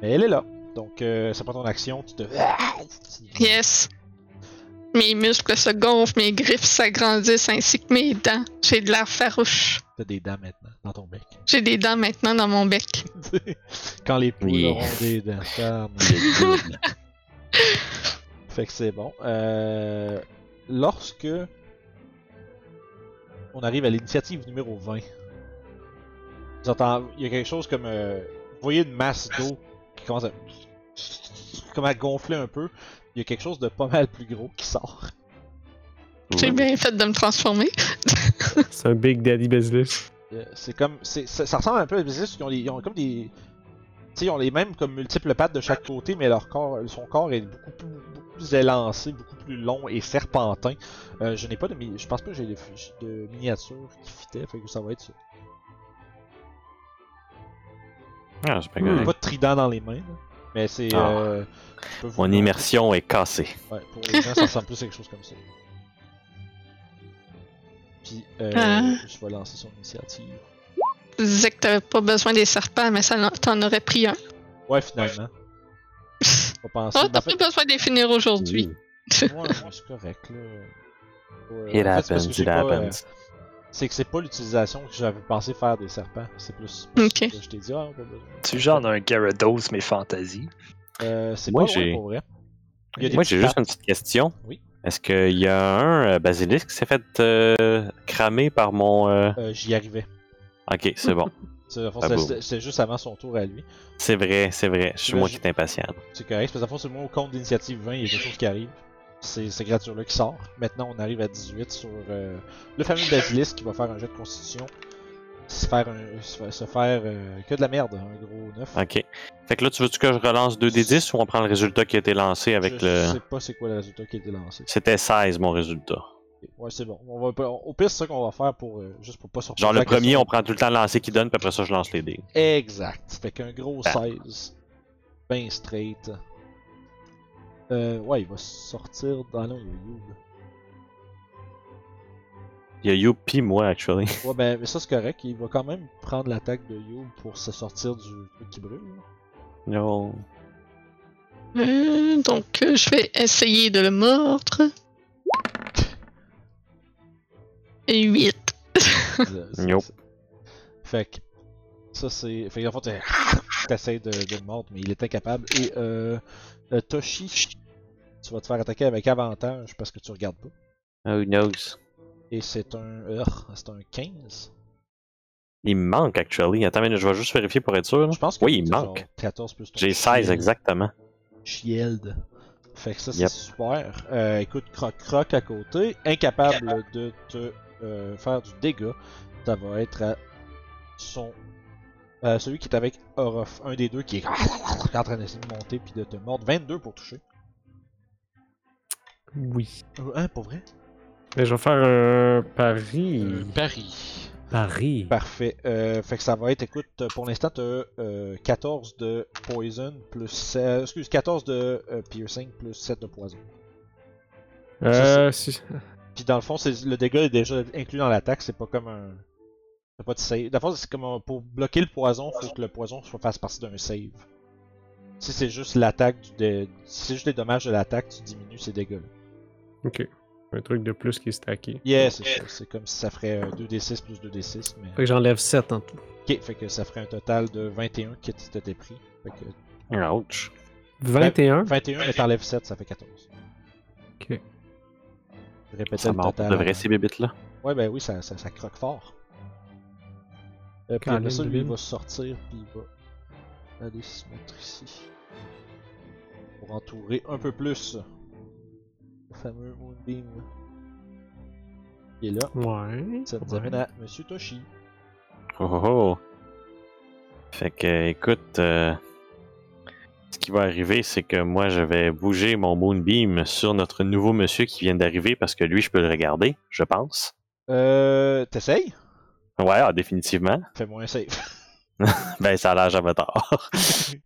[SPEAKER 1] Mais elle est là. Donc, euh, ça prend ton action. Tu te.
[SPEAKER 3] Yes. Mes muscles se gonflent, mes griffes s'agrandissent ainsi que mes dents. J'ai de l'air farouche.
[SPEAKER 1] T'as des dents maintenant dans ton bec.
[SPEAKER 3] J'ai des dents maintenant dans mon bec.
[SPEAKER 1] Quand les poules
[SPEAKER 4] Yeah.
[SPEAKER 1] auront des dents. Charme. Fait que c'est bon. Euh, lorsque on arrive à l'initiative numéro 20, vous entendez, il y a quelque chose comme, euh, vous voyez une masse d'eau qui commence à, comme à gonfler un peu. Il y a quelque chose de pas mal plus gros qui sort.
[SPEAKER 3] J'ai bien fait de me transformer.
[SPEAKER 2] C'est un Big Daddy Basilisk.
[SPEAKER 1] Euh, c'est comme, c'est, ça, ça ressemble un peu à des basilisques qui ont, des- ils ont comme des, tu sais, ils ont les mêmes comme multiples pattes de chaque côté, mais leur corps, son corps est beaucoup plus, beaucoup plus élancé, beaucoup plus long et serpentin. Euh, je n'ai pas de, mi- je pense pas que j'ai de, de miniature qui fitait, fait que ça va être ça.
[SPEAKER 4] Ah, c'est pas
[SPEAKER 2] Hmm.
[SPEAKER 4] correct.
[SPEAKER 1] Pas de trident dans les mains, là, mais c'est.
[SPEAKER 4] Ah.
[SPEAKER 1] euh, je peux vous-
[SPEAKER 4] Mon immersion est cassée.
[SPEAKER 1] Ouais, pour les gens, ça ressemble plus à quelque chose comme ça. Puis, euh,
[SPEAKER 3] Ah.
[SPEAKER 1] je vais lancer son initiative.
[SPEAKER 3] Tu disais que t'avais pas besoin des serpents, mais ça, t'en aurais pris un.
[SPEAKER 1] Ouais, finalement. On va penser.
[SPEAKER 3] Oh,
[SPEAKER 1] mais en
[SPEAKER 3] Ah, t'as
[SPEAKER 1] fait-
[SPEAKER 3] pas besoin de les finir aujourd'hui.
[SPEAKER 1] Ouais, ouais, c'est correct, là. Ouais,
[SPEAKER 4] It
[SPEAKER 1] en fait, c'est parce
[SPEAKER 4] happens,
[SPEAKER 1] que j'ai
[SPEAKER 4] it
[SPEAKER 1] pas, euh,
[SPEAKER 4] happens.
[SPEAKER 1] C'est que c'est pas l'utilisation que j'avais pensé faire des serpents. C'est plus.
[SPEAKER 3] Ok.
[SPEAKER 1] que Je t'ai dit, ah, pas besoin.
[SPEAKER 5] Tu genre un Gyarados, mais fantasy.
[SPEAKER 1] Euh, c'est
[SPEAKER 4] Moi,
[SPEAKER 1] pas loin
[SPEAKER 4] j'ai-
[SPEAKER 1] pour vrai. Il y a des
[SPEAKER 4] Moi, j'ai
[SPEAKER 1] petites
[SPEAKER 4] juste une petite question.
[SPEAKER 1] Oui.
[SPEAKER 4] Est-ce qu'il y a un euh, basilisk qui s'est fait euh, cramer par mon. euh,
[SPEAKER 1] Euh, J'y arrivais.
[SPEAKER 4] Ok, c'est bon.
[SPEAKER 1] C'est- dans le fond,
[SPEAKER 4] Ah,
[SPEAKER 1] c'est-
[SPEAKER 4] bon.
[SPEAKER 1] c'est- C'est juste avant son tour à lui.
[SPEAKER 4] C'est vrai, c'est vrai. Je suis
[SPEAKER 1] Là,
[SPEAKER 4] moi
[SPEAKER 1] je-
[SPEAKER 4] qui est impatient.
[SPEAKER 1] C'est correct, parce que dans le fond, c'est moi au compte d'initiative 20, il y a quelque chose qui arrive. C'est ces créatures-là qui sort. Maintenant, on arrive à 18 sur euh, le fameux Basilisk qui va faire un jet de constitution. se faire, un- se faire, se faire, euh, que de la merde, un gros 9.
[SPEAKER 4] Ok. Fait que là, tu veux-tu que je relance 2D10 ou on prend le résultat qui a été lancé avec
[SPEAKER 1] je
[SPEAKER 4] le.
[SPEAKER 1] sais pas c'est quoi le résultat qui a été lancé.
[SPEAKER 4] C'était 16 mon résultat.
[SPEAKER 1] Ouais, c'est bon. On va, pas- au pire, c'est ça qu'on va faire pour euh, juste pour pas sortir.
[SPEAKER 4] Genre le premier, on prend tout le temps le lancer qui donne, puis après ça, je lance les dés.
[SPEAKER 1] Exact. Fait qu'un gros
[SPEAKER 4] Ah.
[SPEAKER 1] 16. Ben straight. Euh, ouais, il va sortir dans là, il y a Youb.
[SPEAKER 4] Il y a You pis moi, actually.
[SPEAKER 1] Ouais, ben, mais ça c'est correct. Il va quand même prendre l'attaque de Youb pour se sortir du truc qui brûle. là.
[SPEAKER 4] Non.
[SPEAKER 3] Euh, donc, euh, je vais essayer de le mordre. Et 8.
[SPEAKER 1] C'est- c'est-
[SPEAKER 4] Nope.
[SPEAKER 1] c'est- Fait que ça c'est. Fait que en fait t'es- t'essayes de, de le mordre, mais il est incapable. Et euh, euh, Toshi, tu vas te faire attaquer avec avantage parce que tu regardes pas.
[SPEAKER 4] Oh, who knows?
[SPEAKER 1] Et c'est un. Urgh, c'est un 15.
[SPEAKER 4] Il me manque, actually. Attends, mais je vais juste vérifier pour être sûr. là.
[SPEAKER 1] Je pense que
[SPEAKER 4] Oui, il
[SPEAKER 1] c'est
[SPEAKER 4] manque.
[SPEAKER 1] genre euh, 14 plus ton
[SPEAKER 4] J'ai 16
[SPEAKER 1] shield.
[SPEAKER 4] exactement.
[SPEAKER 1] Shield. Fait que ça c'est
[SPEAKER 4] Yep.
[SPEAKER 1] super. Euh, écoute, croc croc à côté, incapable de te euh, faire du dégât. Ça va être à son euh, celui qui est avec Orof, un des deux qui est en train d'essayer de monter puis de te mordre. 22 pour toucher.
[SPEAKER 2] Oui.
[SPEAKER 1] Euh, Hein, pour vrai?
[SPEAKER 2] Mais je vais faire un pari.
[SPEAKER 1] Euh, Paris.
[SPEAKER 2] Pari.
[SPEAKER 1] Parfait. Euh, fait que ça va être, écoute, pour l'instant, t'as euh, 14 de poison plus 7, excuse, 14 de euh, piercing plus 7 de poison.
[SPEAKER 2] Euh, si-
[SPEAKER 1] Puis dans le fond, c'est, le dégât est déjà inclus dans l'attaque, c'est pas comme un. C'est pas de save. Dans le fond, c'est comme un- pour bloquer le poison, faut que le poison soit fasse partie d'un save. Si c'est juste l'attaque du dé- si c'est juste les dommages de l'attaque, tu diminues ces dégâts.
[SPEAKER 2] Ok. Un truc de plus qui est stacké.
[SPEAKER 1] Yeah, c'est ça. C'est comme si ça ferait euh, 2d6 plus 2d6, mais.
[SPEAKER 2] Fait que j'enlève 7 en tout.
[SPEAKER 1] Ok, fait que ça ferait un total de 21 qui t'étais pris. Fait que
[SPEAKER 4] Ouch.
[SPEAKER 2] 21.
[SPEAKER 1] 21 mais t'enlèves 7, ça fait 14.
[SPEAKER 2] Ok.
[SPEAKER 1] Répétez
[SPEAKER 4] Ça
[SPEAKER 1] le
[SPEAKER 4] mord pour
[SPEAKER 1] total. hein.
[SPEAKER 4] de vrai, ces bébites-là.
[SPEAKER 1] Ouais, ben oui, ça, ça, ça croque fort. Euh, puis
[SPEAKER 2] Caline
[SPEAKER 1] après ça,
[SPEAKER 2] de
[SPEAKER 1] lui, il
[SPEAKER 2] ville.
[SPEAKER 1] va sortir, puis il va aller se mettre ici. Pour entourer un peu plus le fameux Moonbeam. Et là,
[SPEAKER 2] Ouais.
[SPEAKER 1] ça nous
[SPEAKER 2] Ouais.
[SPEAKER 1] amène à Monsieur Toshi.
[SPEAKER 4] Oh, oh, oh. Fait que, euh, écoute, euh, ce qui va arriver, c'est que moi, je vais bouger mon Moonbeam sur notre nouveau monsieur qui vient d'arriver parce que lui, je peux le regarder, je pense.
[SPEAKER 1] Euh. T'essayes
[SPEAKER 4] Ouais, ah, définitivement.
[SPEAKER 1] Fais-moi un save.
[SPEAKER 4] Ben, ça a l'âge avatar.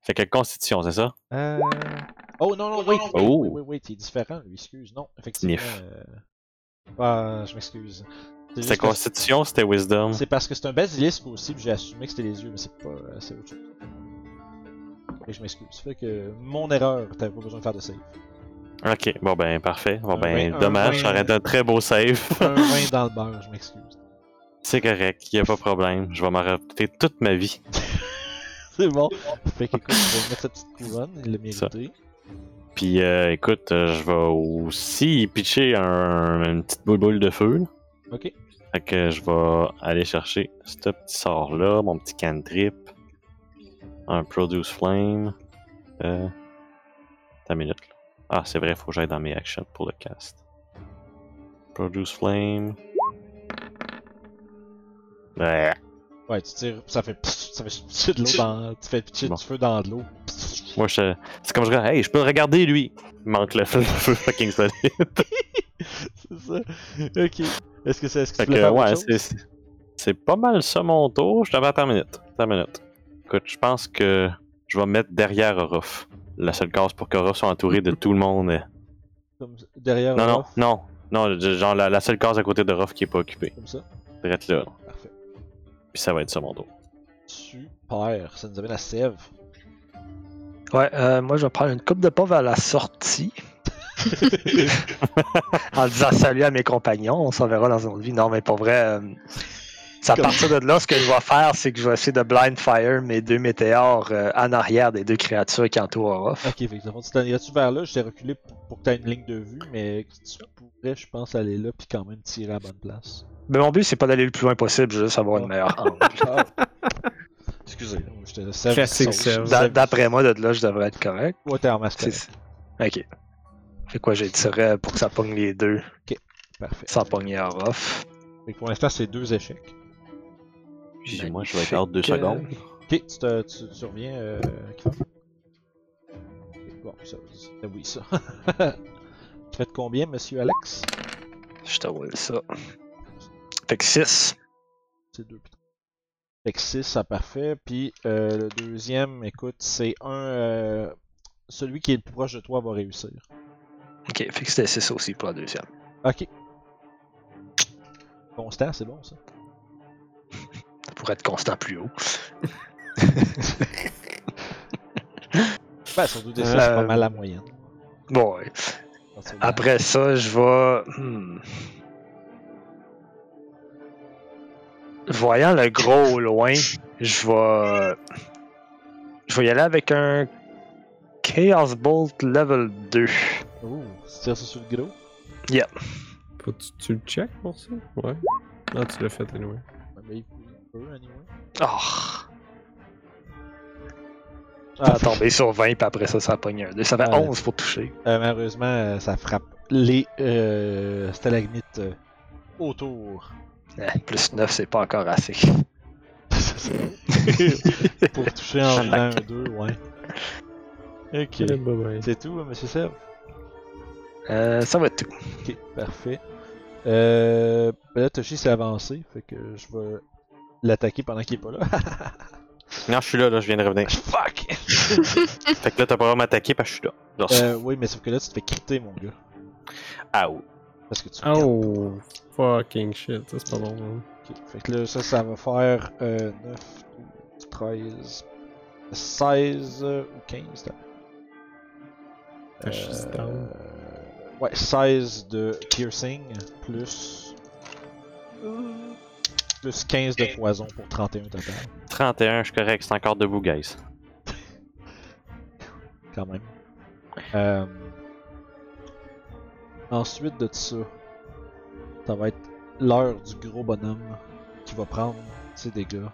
[SPEAKER 4] fait que constitution, c'est ça?
[SPEAKER 1] Euh... Oh non, non, wait!
[SPEAKER 4] Oh.
[SPEAKER 1] Oui, oui, oui, t'es différent, lui, excuse. Non, effectivement.
[SPEAKER 4] Nif.
[SPEAKER 1] euh, Ah, je m'excuse. C'est
[SPEAKER 4] C'était
[SPEAKER 1] juste que-
[SPEAKER 4] constitution, c'était wisdom.
[SPEAKER 1] C'est parce que c'est un basilisque aussi, puis j'ai assumé que c'était les yeux, mais c'est pas. euh, C'est autre chose. Et je m'excuse. Fait que mon erreur, t'avais pas besoin de faire de save.
[SPEAKER 4] Ok, bon ben parfait. Bon
[SPEAKER 1] Un
[SPEAKER 4] ben
[SPEAKER 1] vingt- un
[SPEAKER 4] dommage,
[SPEAKER 1] vingt-
[SPEAKER 4] ça aurait été un très beau save.
[SPEAKER 1] Un vin dans le beurre, je m'excuse.
[SPEAKER 4] C'est correct, y a pas de problème. Je vais m'en rappeler toute ma vie.
[SPEAKER 1] C'est bon. Fait que écoute, je vais mettre sa petite couronne, il l'a mérité.
[SPEAKER 4] Puis euh, écoute, euh, je vais aussi pitcher un, une petite boule boule de feu. là.
[SPEAKER 1] Ok.
[SPEAKER 4] Fait que je vais aller chercher ce petit sort là, mon petit cantrip, un produce flame. Euh... Attends une minute. là. Ah c'est vrai, faut que j'aille dans mes actions pour le cast. Produce flame. Ouais.
[SPEAKER 1] Ouais, tu tires, ça fait. pfff, Ça fait pitcher de l'eau dans. Tu fais pitcher
[SPEAKER 4] Bon.
[SPEAKER 1] du feu dans de l'eau. Pfff.
[SPEAKER 4] Moi, je... c'est comme je regarde, hey, je peux le regarder lui. Il Manque le feu feu fucking solide.
[SPEAKER 1] C'est ça. Ok. Est-ce que c'est. Est-ce que
[SPEAKER 4] Fait
[SPEAKER 1] tu voulais
[SPEAKER 4] que,
[SPEAKER 1] faire autre
[SPEAKER 4] ouais,
[SPEAKER 1] chose?
[SPEAKER 4] c'est, c'est- c'est pas mal ça mon tour. Je t'avais attends une minute. Attends une minute. Écoute, je pense que je vais me mettre derrière Orof. La seule case pour qu'Orof soit entouré de tout le monde.
[SPEAKER 1] Comme ça, derrière
[SPEAKER 4] Non,
[SPEAKER 1] le
[SPEAKER 4] non,
[SPEAKER 1] rough,
[SPEAKER 4] non. Non, je- genre la, la seule case à côté d'Orof qui est pas occupée.
[SPEAKER 1] Comme ça.
[SPEAKER 4] Direct là. là.
[SPEAKER 1] Parfait.
[SPEAKER 4] Puis ça va être ça mon tour.
[SPEAKER 1] Super. Ça nous amène à Sève.
[SPEAKER 5] Ouais, euh, moi je vais prendre une coupe de pauvre à la sortie en disant salut à mes compagnons. On s'en verra dans une autre vie. Non, mais pour vrai, euh, c'est à
[SPEAKER 1] Comme-
[SPEAKER 5] partir de là, ce que je vais faire, c'est que je vais essayer de blind fire mes deux météores euh, en arrière des deux créatures qui entourent Orof.
[SPEAKER 1] Ok, fait que dans le fond, tu t'en irais-tu vers là? Je t'ai reculé pour, pour que t'aies une ligne de vue, mais tu pourrais, je pense, aller là puis quand même tirer à la bonne place.
[SPEAKER 5] Mais mon but, c'est pas d'aller le plus loin possible, juste avoir une meilleure
[SPEAKER 4] Ah,
[SPEAKER 5] angle.
[SPEAKER 1] Ah. Excusez, je te sève.
[SPEAKER 2] Classique
[SPEAKER 1] qui
[SPEAKER 2] sève.
[SPEAKER 1] sauve.
[SPEAKER 5] D'a- D'après moi, de là, je devrais être correct.
[SPEAKER 1] Ouais, t'es en masque.
[SPEAKER 5] C'est- Ok. Fait quoi, j'ai tiré pour que ça pogne les deux
[SPEAKER 1] Parfait.
[SPEAKER 5] sans pogner Orof.
[SPEAKER 1] Fait que pour l'instant, c'est deux échecs.
[SPEAKER 4] Puis moi, je vais être hors deux
[SPEAKER 5] Magnifique.
[SPEAKER 4] secondes.
[SPEAKER 1] Ok, tu, te- tu, tu reviens. Euh... Kiffer. Bon, ça, c'était oui, ça. tu fais de combien, monsieur Alex
[SPEAKER 5] Je t'envoie ça. Fait que 6.
[SPEAKER 1] C'est 2 putain. Fait que 6, ça parfait. Puis euh, le deuxième, écoute, c'est un. euh, Celui qui est le plus proche de toi va réussir.
[SPEAKER 5] Ok, fait que c'était 6 aussi pour la deuxième.
[SPEAKER 1] Ok. Constant, c'est bon ça.
[SPEAKER 5] Ça pourrait être constant plus haut.
[SPEAKER 1] Ben, surtout des
[SPEAKER 5] Euh,
[SPEAKER 1] six, c'est pas mal la moyenne.
[SPEAKER 5] Bon, ouais. Après ça, je vais. hmm. Voyant le gros au loin, je vais. Je vais y aller avec un Chaos Bolt level 2.
[SPEAKER 1] euh, Ouh, tu tires ça sur le gros.
[SPEAKER 2] Faut que tu, tu le check pour ça? Ouais. Non, tu l'as fait anyway.
[SPEAKER 1] Ouais, mais il peut, anyway.
[SPEAKER 5] Oh, ça
[SPEAKER 1] Ah,
[SPEAKER 5] a tombé sur 20, puis après ça, ça a pogné un 2. Ça fait
[SPEAKER 1] Ouais.
[SPEAKER 5] 11 pour toucher.
[SPEAKER 1] Euh, malheureusement, euh, ça frappe les euh, stalagmites euh, autour.
[SPEAKER 5] Eh, plus 9, c'est pas encore assez.
[SPEAKER 1] Pour toucher en faisant un 2, ouais. Ok.
[SPEAKER 2] Eh, bye bye.
[SPEAKER 1] C'est tout, hein, monsieur Seb?
[SPEAKER 5] Euh, ça va être tout.
[SPEAKER 1] Ok, parfait. Euh, ben là, Toshi s'est avancé, fait que je vais l'attaquer pendant qu'il est pas là.
[SPEAKER 4] Non, je suis là, là, je viens de revenir.
[SPEAKER 1] Fuck!
[SPEAKER 4] Fait que là, t'as pas à m'attaquer parce que je suis là. Genre,
[SPEAKER 1] Euh, oui, mais sauf que là, tu te fais quitter, mon gars.
[SPEAKER 4] Ow.
[SPEAKER 1] Parce que tu
[SPEAKER 2] Oh, fucking shit, ça c'est pas bon. hein.
[SPEAKER 1] Ok, Fait que là, ça, ça va faire euh, 9, 12, 13, 16 euh, ou 15. t'as-
[SPEAKER 2] Ah, je suis down.
[SPEAKER 1] Euh, ouais, 16 de piercing plus. Plus 15 de poison pour 31 total,
[SPEAKER 4] 31, je suis correct, c'est encore debout, guys.
[SPEAKER 1] quand même. Euh, ensuite de ça, ça va être l'heure du gros bonhomme qui va prendre ses dégâts.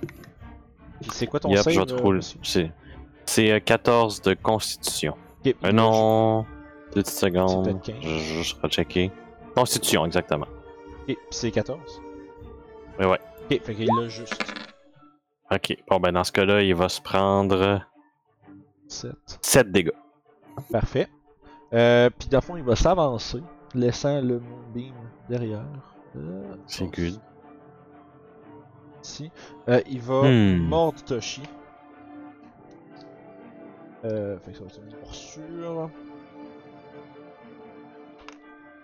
[SPEAKER 1] Puis C'est quoi ton
[SPEAKER 4] Yep,
[SPEAKER 1] save,
[SPEAKER 4] je vais te
[SPEAKER 1] euh,
[SPEAKER 4] rouler.
[SPEAKER 1] monsieur?
[SPEAKER 4] C'est- C'est euh, 14 de constitution.
[SPEAKER 1] Ok,
[SPEAKER 4] Euh, non. Deux petites secondes.
[SPEAKER 1] C'est peut-être 15.
[SPEAKER 4] Je vais juste rechecker. Constitution, exactement.
[SPEAKER 1] Ok, puis c'est 14.
[SPEAKER 4] Ouais, ouais.
[SPEAKER 1] Ok, fait qu'il l'a juste.
[SPEAKER 4] Ok. Bon, ben, dans ce cas-là, il va se prendre
[SPEAKER 1] 7.
[SPEAKER 4] 7 dégâts.
[SPEAKER 1] Parfait. Euh, puis dans le fond, il va s'avancer, laissant le Moonbeam derrière. Euh,
[SPEAKER 4] C'est
[SPEAKER 1] on-
[SPEAKER 4] good.
[SPEAKER 1] Ici. Euh, il va
[SPEAKER 4] Hmm.
[SPEAKER 1] mordre Toshi. Euh, fait que ça va être une morsure.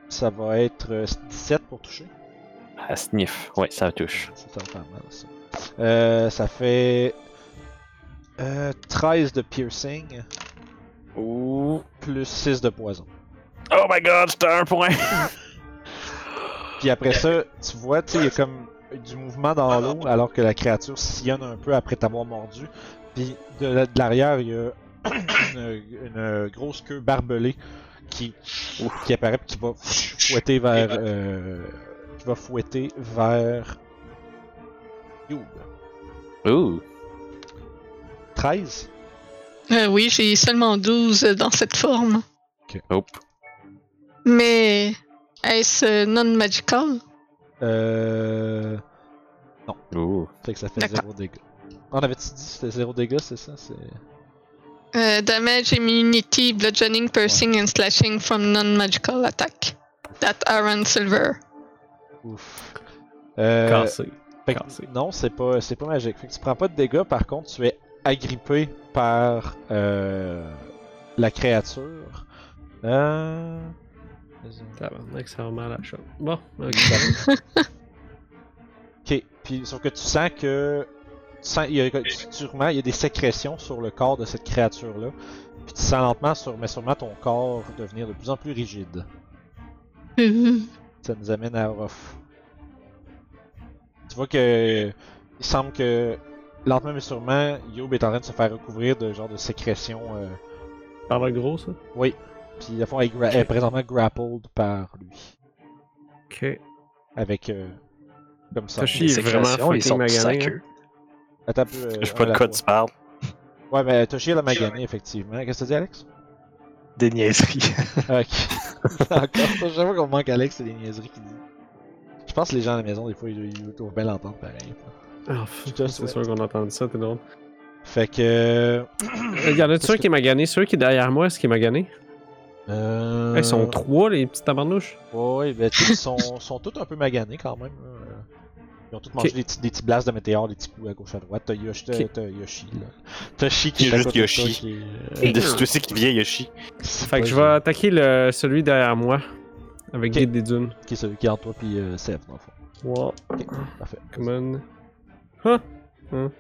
[SPEAKER 1] Ça va être euh, 17 pour toucher.
[SPEAKER 4] À sniff. Ouais, ça touche.
[SPEAKER 1] Ça, ça va faire mal, ça. Euh, ça fait euh, 13 de piercing
[SPEAKER 4] Ouh.
[SPEAKER 1] plus 6 de poison.
[SPEAKER 4] Oh my god, c'était un point.
[SPEAKER 1] Puis après ça, tu vois, tu sais, il y a comme du mouvement dans l'eau alors que la créature sillonne un peu après t'avoir mordu. Puis de, la- de l'arrière, il y a une, une grosse queue barbelée qui, qui apparaît puis qui va fouetter vers. euh, qui va fouetter vers. Youb.
[SPEAKER 4] Ouh.
[SPEAKER 1] 13
[SPEAKER 3] Euh, oui, j'ai seulement 12 dans cette forme.
[SPEAKER 4] Oup.
[SPEAKER 3] Mais est-ce euh, non-magical?
[SPEAKER 1] Euh.
[SPEAKER 4] Ouh.
[SPEAKER 1] Fait que ça fait
[SPEAKER 3] D'accord.
[SPEAKER 1] 0 dégâts. On avait-tu dit que c'était 0 dégâts, c'est ça? C'est.
[SPEAKER 3] Euh, damage, immunity, bludgeoning, piercing and slashing from non-magical attack. That Aaron Silver.
[SPEAKER 1] Ouf. Euh,
[SPEAKER 2] Cassé.
[SPEAKER 1] Fait que
[SPEAKER 2] Cassé.
[SPEAKER 1] non, c'est pas, c'est pas magique. Fait que tu prends pas de dégâts, par contre, tu es agrippé par euh, la créature. Euh...
[SPEAKER 2] Tabarnak, ça va mal à la shot. Bon, ok.
[SPEAKER 1] Ok, puis sauf que tu sens que. Tu sens, il y a, tu- sûrement, il y a des sécrétions sur le corps de cette créature-là. Puis tu sens lentement, sur, mais sûrement ton corps devenir de plus en plus rigide.
[SPEAKER 3] Euh,
[SPEAKER 1] Ça nous amène à Orof. Tu vois que. Il semble que. Lentement mais sûrement, Yob est en train de se faire recouvrir de genre de sécrétions. euh,
[SPEAKER 2] Par le gros, ça?
[SPEAKER 1] Oui. Puis à fond, elle, gra- elle est présentement grappled par lui.
[SPEAKER 2] Ok.
[SPEAKER 1] Avec. euh, comme ça.
[SPEAKER 2] Toshi. Il est vraiment fucking magané, hein.
[SPEAKER 1] Attends un peu. euh,
[SPEAKER 4] Je sais
[SPEAKER 1] un
[SPEAKER 4] pas
[SPEAKER 1] à
[SPEAKER 4] de
[SPEAKER 1] la
[SPEAKER 4] quoi
[SPEAKER 1] fois.
[SPEAKER 4] tu parles.
[SPEAKER 1] Ouais, mais Toshi, elle a magané, effectivement. Qu'est-ce que tu dis, Alex
[SPEAKER 5] Des niaiseries.
[SPEAKER 1] Ok. Encore ça, chaque fois qu'on manque Alex, c'est des niaiseries qu'il dit. Je pense que les gens à la maison, des fois, ils, ils doivent bien l'entendre pareil.
[SPEAKER 2] Ah,
[SPEAKER 1] Je te
[SPEAKER 2] pff, c'est sûr qu'on entend ça, t'es drôle.
[SPEAKER 1] Fait que.
[SPEAKER 2] Il y en a-tu un qui m'a gagné? Celui qui est derrière moi, est-ce qu'il m'a gagné? Eh,
[SPEAKER 1] Euh...
[SPEAKER 2] Ils sont trois, les petits tabarnouches.
[SPEAKER 1] Ouais, ouais, ben, tu sais, ils sont, sont tous un peu maganés quand même. euh. Ils ont tous mangé
[SPEAKER 2] Ok.
[SPEAKER 1] des petits, des petits blasts de météores, des petits coups à gauche à droite. T'as Yoshi, t'as-
[SPEAKER 2] Ok.
[SPEAKER 1] t'as Yoshi là. T'as Shi
[SPEAKER 4] Il
[SPEAKER 1] qui
[SPEAKER 4] y
[SPEAKER 1] est
[SPEAKER 4] a
[SPEAKER 1] à
[SPEAKER 4] juste
[SPEAKER 1] côté de
[SPEAKER 4] Yoshi.
[SPEAKER 1] toi, qui est- euh,
[SPEAKER 4] De ce aussi qui vient, Yoshi.
[SPEAKER 2] Fait que je vais attaquer le, celui derrière moi, avec
[SPEAKER 1] Ok.
[SPEAKER 2] Guide des Dunes.
[SPEAKER 1] Qui est celui qui est entre toi puis euh, Seth, dans le fond.
[SPEAKER 2] Wow.
[SPEAKER 1] Parfait.
[SPEAKER 2] Come on. Huh? Hein?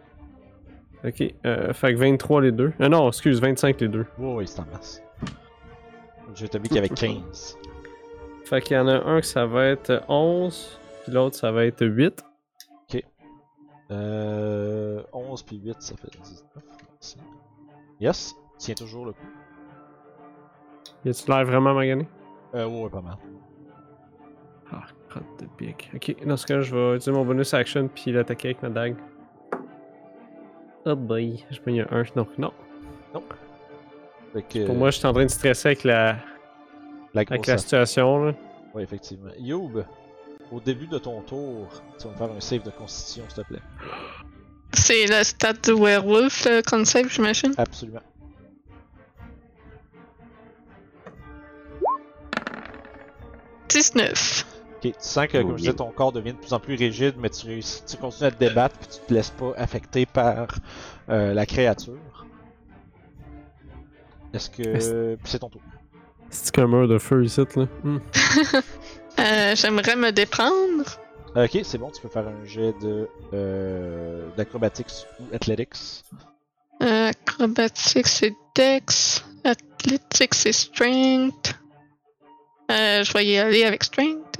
[SPEAKER 2] Ok, euh, fait que 23 les deux. Ah non, excuse, 25 les deux.
[SPEAKER 1] Ouais, ouais, c'est en masse. Je t'ai vu qu'il y avait 15.
[SPEAKER 2] Fait qu'il y en a un que ça va être 11, puis l'autre ça va être 8.
[SPEAKER 1] Euh. 11 puis 8, ça fait 19. Merci. Yes, tiens toujours le coup.
[SPEAKER 2] Y a-tu l'air vraiment magané?
[SPEAKER 1] Euh, ouais, ouais, pas mal.
[SPEAKER 2] Ah, crotte de pique. Ok, dans ce cas, je vais utiliser mon bonus action puis l'attaquer avec ma dague. Oh boy, je me un. Non, non.
[SPEAKER 1] Fait que,
[SPEAKER 2] Pour moi, je suis en train de stresser avec la,
[SPEAKER 1] la
[SPEAKER 2] avec
[SPEAKER 1] grosse
[SPEAKER 2] la situation. Là.
[SPEAKER 1] Oui, effectivement. Youb, au début de ton tour, tu vas me faire un save de constitution, s'il te plaît.
[SPEAKER 3] C'est le stade du werewolf, le concept, j'imagine.
[SPEAKER 1] Absolument.
[SPEAKER 3] « 19.
[SPEAKER 1] Ok, tu sens que, comme je disais, ton corps devient de plus en plus rigide, mais tu, réussis, tu continues à te débattre puis tu te laisses pas affecter par euh, la créature. Est-ce que. Puis c'est ton tour.
[SPEAKER 2] C'est qu'un mur de feu ici, là.
[SPEAKER 3] Euh, J'aimerais me déprendre.
[SPEAKER 1] Euh, Ok, c'est bon, tu peux faire un jet de. euh, d'acrobatics ou athletics.
[SPEAKER 3] Euh, acrobatique, c'est dex. Athlétique, c'est strength. Euh, je vais y aller avec strength.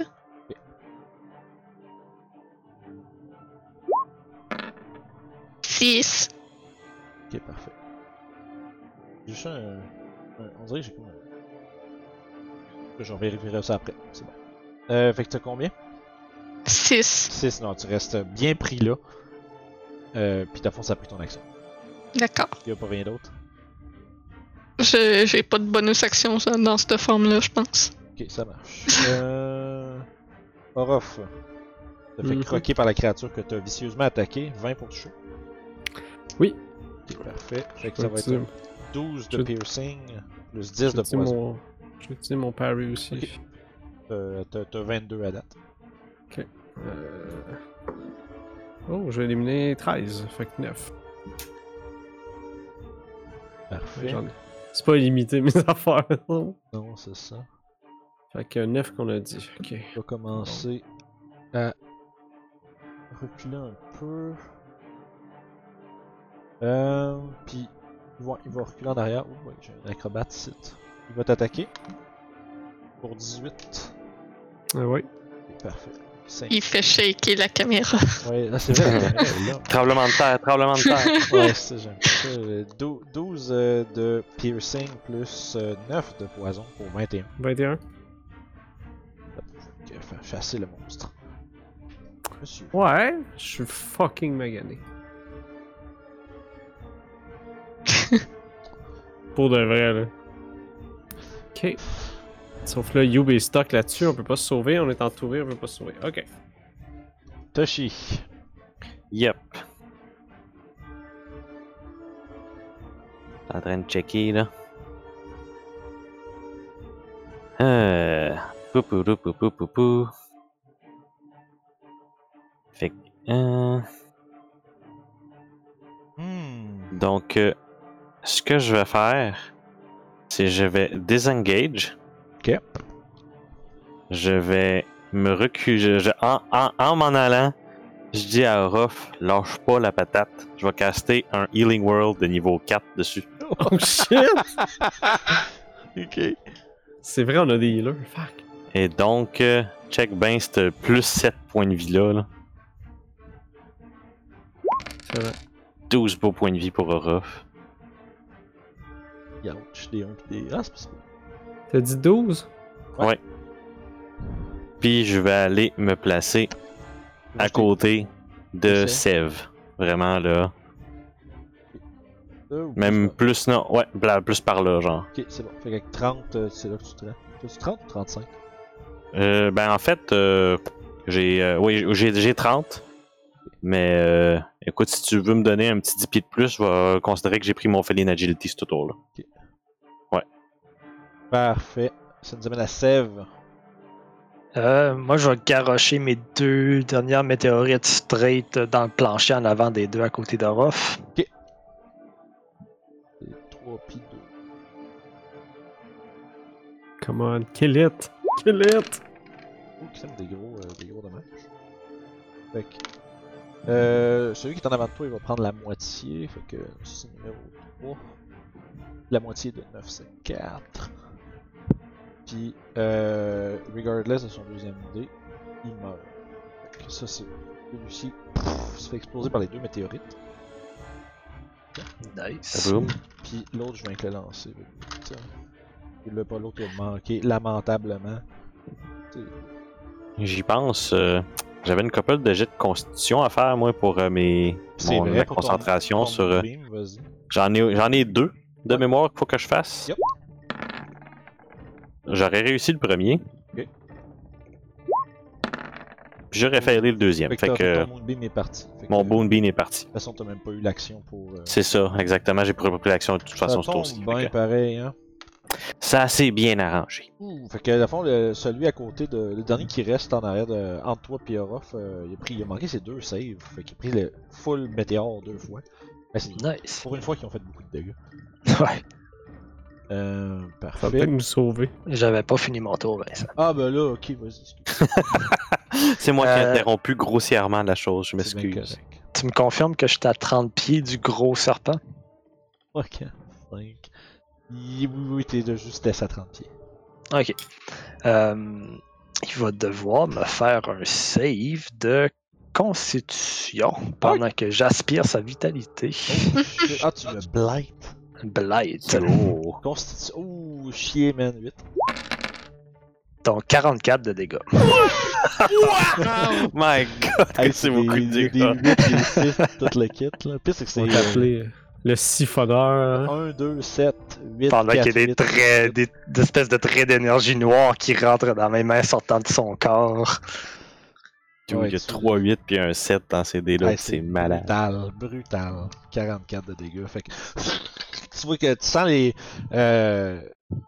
[SPEAKER 3] Six.
[SPEAKER 1] Ok, parfait. J'ai juste un, un- On dirait que j'ai comme un. Je vérifierai ça après, c'est bon. Euh, fait que t'as combien
[SPEAKER 3] 6.
[SPEAKER 1] 6, non, tu restes bien pris là. Euh, puis ta force a pris ton action.
[SPEAKER 3] D'accord.
[SPEAKER 1] Il n'y a pas rien d'autre.
[SPEAKER 3] Je- J'ai pas de bonus action ça, dans cette forme-là, je pense.
[SPEAKER 1] Ok, ça marche. Euh... Orof. T'as fait
[SPEAKER 2] Mhm.
[SPEAKER 1] croquer par la créature que t'as vicieusement attaqué. 20 pour toucher.
[SPEAKER 2] Oui.
[SPEAKER 1] Ok, parfait. Fait que
[SPEAKER 2] Je
[SPEAKER 1] ça
[SPEAKER 2] vais
[SPEAKER 1] va être
[SPEAKER 2] utiliser-
[SPEAKER 1] 12 de
[SPEAKER 2] je-
[SPEAKER 1] piercing, plus 10
[SPEAKER 2] je
[SPEAKER 1] de
[SPEAKER 2] vais utiliser
[SPEAKER 1] poison.
[SPEAKER 2] mon... Je vais utiliser mon parry aussi.
[SPEAKER 1] Ok. Euh, t'as t'as 22 à date.
[SPEAKER 2] Euh... Oh, je vais éliminer 13, fait que 9.
[SPEAKER 1] Parfait.
[SPEAKER 2] J'en ai- C'est pas illimité mes affaires. non.
[SPEAKER 1] Non, c'est ça.
[SPEAKER 2] fait que 9 qu'on a dit, ok.
[SPEAKER 1] On va commencer à reculer un peu. Euh, puis ils vont, ils vont reculer en arrière. Ouh, ouais, j'ai un acrobate ici. Il va t'attaquer. Pour 18.
[SPEAKER 2] Ah ouais.
[SPEAKER 1] Ok, Parfait. Cinq.
[SPEAKER 3] Il fait shaker la caméra.
[SPEAKER 1] Ouais, là c'est vrai. la caméra est là.
[SPEAKER 4] Tremblement de terre, tremblement de terre.
[SPEAKER 1] Ouais, ça j'aime ça. Euh, dou- 12 euh, de piercing plus euh, 9 de poison pour 21.
[SPEAKER 2] 21.
[SPEAKER 1] Fait que, fa- Chasser le monstre. Monsieur.
[SPEAKER 2] Ouais, je suis fucking magané. Pour de vrai, là. Ok. Sauf là, Youb est stock là-dessus, on peut pas se sauver, on est entouré, on peut pas se sauver. Ok.
[SPEAKER 1] Toshi.
[SPEAKER 4] Yep. T'es en train de checker, là. Euh... Pou, pou, pou, pou, pou, pou, pou. Fait que... euh,
[SPEAKER 1] Hmm.
[SPEAKER 4] Donc, euh, ce que je vais faire, c'est je vais disengage.
[SPEAKER 1] Ok.
[SPEAKER 4] Je vais me reculer. je- je- en en- en m'en allant, je dis à Orof, lâche pas la patate. Je vais caster un Healing World de niveau 4 dessus.
[SPEAKER 2] Oh shit!
[SPEAKER 1] Ok.
[SPEAKER 2] C'est vrai, on a des healers. Fuck.
[SPEAKER 4] Et donc, euh, check ben ce plus 7 points de vie là. là.
[SPEAKER 2] C'est vrai.
[SPEAKER 4] 12 beaux points de vie pour Orof.
[SPEAKER 1] Youch, des 1 pis des. Ah, c'est possible.
[SPEAKER 2] T'as dit 12?
[SPEAKER 4] Puis je vais aller me placer à côté de
[SPEAKER 1] Ok.
[SPEAKER 4] Sève. Vraiment là.
[SPEAKER 1] Deux ou
[SPEAKER 4] Même
[SPEAKER 1] pas?
[SPEAKER 4] plus, non. Ouais, bla- plus par là, genre.
[SPEAKER 1] Ok, c'est bon. Fait qu'avec 30, euh, c'est là que tu te rends. T'as-tu 30 ou 35
[SPEAKER 4] Euh, ben en fait, euh, j'ai euh, oui, j'ai j'ai 30. Mais euh, écoute, si tu veux me donner un petit 10 pieds de plus, je vais considérer que j'ai pris mon Feline Agility ce tour-là.
[SPEAKER 1] Parfait. Ça nous amène à Sève.
[SPEAKER 5] Euh, moi, je vais garrocher mes deux dernières météorites straight dans le plancher en avant des deux à côté de Ruff.
[SPEAKER 1] Et 3 puis 2.
[SPEAKER 2] Come on, kill it! Kill it!
[SPEAKER 1] Ouh, qui s'aime des gros, euh, des gros dommages. Fait que, euh, celui qui est en avant de toi, il va prendre la moitié. Fait que c'est numéro 3. La moitié de 9, c'est 4. Puis, euh, regardless de son deuxième dé, il meurt. Fait que ça, c'est. Lucie pff, se fait exploser par les deux météorites.
[SPEAKER 5] Nice.
[SPEAKER 1] Puis l'autre, je viens que le lancer. Fait que, tiens. Il l'a pas, l'autre, il a manqué lamentablement.
[SPEAKER 4] J'y pense. euh, J'avais une couple de jets de constitution à faire, moi, pour euh, mes mon- ma
[SPEAKER 1] pour ton-
[SPEAKER 4] concentration
[SPEAKER 1] ton
[SPEAKER 4] sur. euh,
[SPEAKER 1] beam, vas-y.
[SPEAKER 4] J'en ai, j'en ai deux de
[SPEAKER 1] Ouais.
[SPEAKER 4] mémoire qu'il faut que je fasse.
[SPEAKER 1] Yep.
[SPEAKER 4] J'aurais réussi le premier.
[SPEAKER 1] Ok.
[SPEAKER 4] Puis j'aurais failli le deuxième.
[SPEAKER 1] Fait que,
[SPEAKER 4] Fait
[SPEAKER 1] t'as-
[SPEAKER 4] que euh,
[SPEAKER 1] ton moon beam est parti. Fait que,
[SPEAKER 4] mon
[SPEAKER 1] de
[SPEAKER 4] Boon Bean est parti.
[SPEAKER 1] toute façon, t'as même pas eu l'action pour. euh,
[SPEAKER 4] C'est ça, exactement. J'ai pris pris l'action de toute façon ce
[SPEAKER 1] ça
[SPEAKER 4] tour-ci.
[SPEAKER 1] tombe bien
[SPEAKER 4] Fait que
[SPEAKER 1] pareil, hein.
[SPEAKER 4] Ça s'est bien arrangé.
[SPEAKER 1] Ouh, fait que, à fond, le- celui à côté, de, le dernier qui reste en arrière de, entre toi et Orof, euh, il, a pris, il a manqué ses deux saves. Fait qu'il a pris le full météore deux fois. Ben, c'est-
[SPEAKER 5] Nice.
[SPEAKER 1] pour une fois qu'ils ont fait beaucoup de dégâts.
[SPEAKER 5] Ouais.
[SPEAKER 1] Euh,
[SPEAKER 2] Ça va
[SPEAKER 1] parfait.
[SPEAKER 2] peut-être nous sauver.
[SPEAKER 5] J'avais pas fini mon tour, Vincent.
[SPEAKER 1] Ah, ben là, ok, vas-y. excuse.
[SPEAKER 4] C'est moi qui ai
[SPEAKER 5] Euh,
[SPEAKER 4] interrompu grossièrement la chose, je
[SPEAKER 1] C'est bien
[SPEAKER 4] m'excuse.
[SPEAKER 1] correct.
[SPEAKER 5] Tu me confirmes que je suis à 30 pieds du gros serpent?
[SPEAKER 1] Ok, 5. Oui, oui, oui, t'es de justesse à 30 pieds.
[SPEAKER 5] Ok. Euh, il va devoir me faire un save de constitution pendant que j'aspire sa vitalité.
[SPEAKER 1] Oh, shit. ah, tu le blight.
[SPEAKER 5] Blight.
[SPEAKER 4] Oh.
[SPEAKER 1] Constitu... Ouh, chier, man, 8.
[SPEAKER 5] Donc 44 de dégâts.
[SPEAKER 1] Oh
[SPEAKER 3] Wow.
[SPEAKER 4] My god, que c'est beaucoup de
[SPEAKER 1] des,
[SPEAKER 4] dégâts.
[SPEAKER 1] Il y a des 8, des 6, tout le kit, là. Pis c'est que
[SPEAKER 2] On
[SPEAKER 1] c'est.
[SPEAKER 2] va t'appeler euh, le siphonneur. hein.
[SPEAKER 1] 1, 2, 7, 8.
[SPEAKER 5] Pendant qu'il y a des traits, des, des espèces de traits d'énergie noire qui rentrent dans mes mains sortant de son corps.
[SPEAKER 4] Dude,
[SPEAKER 1] Ouais,
[SPEAKER 4] il y a
[SPEAKER 1] tu-
[SPEAKER 4] 3 8 puis un 7 dans ces dés-là,
[SPEAKER 1] Ouais,
[SPEAKER 4] c'est malade.
[SPEAKER 1] Brutal, brutal. 44 de dégâts. Fait que. Tu vois que tu sens les. euh,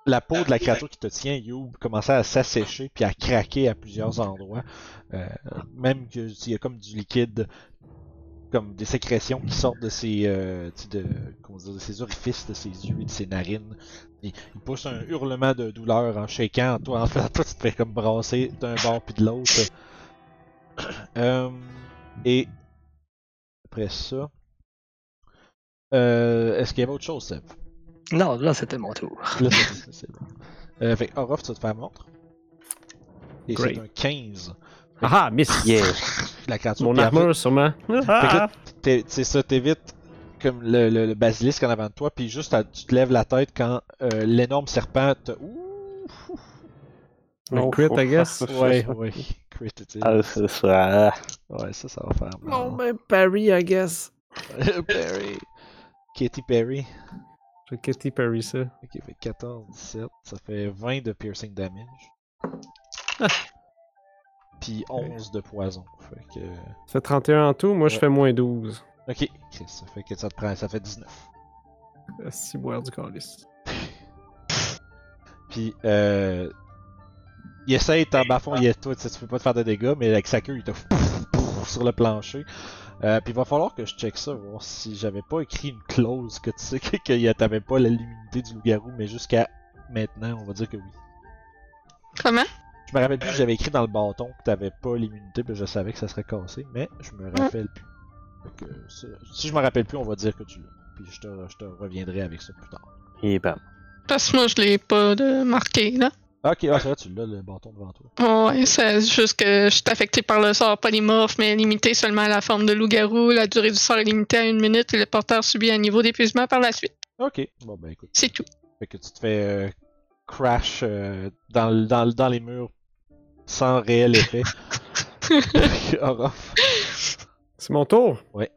[SPEAKER 1] la peau de la créature qui te tient, Youb, commencer à s'assécher puis à craquer à plusieurs endroits. Euh, même que il y a comme du liquide, comme des sécrétions qui sortent de ses, euh, tu sais, de, comment dire, de ses orifices, de ses yeux et de ses narines. Il, il pousse un hurlement de douleur en shaking. Toi, en fait, toi, tu te fais comme brasser d'un bord puis de l'autre. Euh, et après ça. Euh, Est-ce qu'il y avait autre chose, Seb?
[SPEAKER 5] Non, là c'était mon tour.
[SPEAKER 1] Là, c'est- c'est- c'est bon. Euh, fait que Orof, tu vas te faire montre. Et c'est
[SPEAKER 2] Great.
[SPEAKER 1] un 15.
[SPEAKER 2] Ah, miss!
[SPEAKER 4] Yeah.
[SPEAKER 1] La créature
[SPEAKER 2] Mon
[SPEAKER 1] puis après-
[SPEAKER 2] armure, sûrement. Ah,
[SPEAKER 1] T'es- C'est ça, t'évites comme le, le, le basilisque en avant de toi, puis juste à- tu te lèves la tête quand euh, l'énorme serpent te... Ouh!
[SPEAKER 2] Un crit, ben, I guess.
[SPEAKER 1] Ouais, ouais. Critical.
[SPEAKER 4] Ah, c'est ça.
[SPEAKER 1] Ouais, ça, ça va faire mal.
[SPEAKER 2] ben Perry, I guess.
[SPEAKER 1] Perry. Katy Perry.
[SPEAKER 2] C'est Katy Perry, ça.
[SPEAKER 1] Ok, fait 14, 17, ça fait 20 de piercing damage.
[SPEAKER 2] Ah.
[SPEAKER 1] Puis 11 de poison. Fait que...
[SPEAKER 2] Ça fait 31 en tout, moi je
[SPEAKER 1] Ouais.
[SPEAKER 2] fais moins 12.
[SPEAKER 1] Ok, Chris, ça fait que ça te prend, ça fait 19.
[SPEAKER 2] Si boire du calice.
[SPEAKER 1] Puis, euh, il essaye, t'en bas fond, il est toi, tu sais, tu peux pas te faire de dégâts, mais avec sa queue, il te pouf, pouf, sur le plancher. Euh, puis il va falloir que je check ça, voir si j'avais pas écrit une clause que tu sais que, que y a- t'avais pas la luminité du loup-garou, mais jusqu'à maintenant, on va dire que oui.
[SPEAKER 3] Comment?
[SPEAKER 1] Je me rappelle
[SPEAKER 2] Euh,
[SPEAKER 1] plus, j'avais écrit dans le bâton que t'avais pas l'immunité, puis je savais que ça serait cassé, mais je me rappelle plus. Fait que ça- si je me rappelle plus, on va dire que tu l'as. Puis je te, je te reviendrai avec ça plus tard.
[SPEAKER 4] Et bam.
[SPEAKER 3] Parce que moi, je l'ai pas de marqué, là.
[SPEAKER 1] Ah, Ok, ah, c'est vrai, tu l'as le bâton devant toi.
[SPEAKER 3] Ouais, c'est juste que je suis affecté par le sort polymorphe, mais limité seulement à la forme de loup-garou. La durée du sort est limitée à une minute et le porteur subit un niveau d'épuisement par la suite.
[SPEAKER 1] Ok, bon ben écoute.
[SPEAKER 3] C'est tout.
[SPEAKER 1] Fait que tu te fais euh, crash euh, dans, le- dans, le- dans les murs sans réel effet. Orof.
[SPEAKER 2] C'est mon tour?
[SPEAKER 1] Ouais.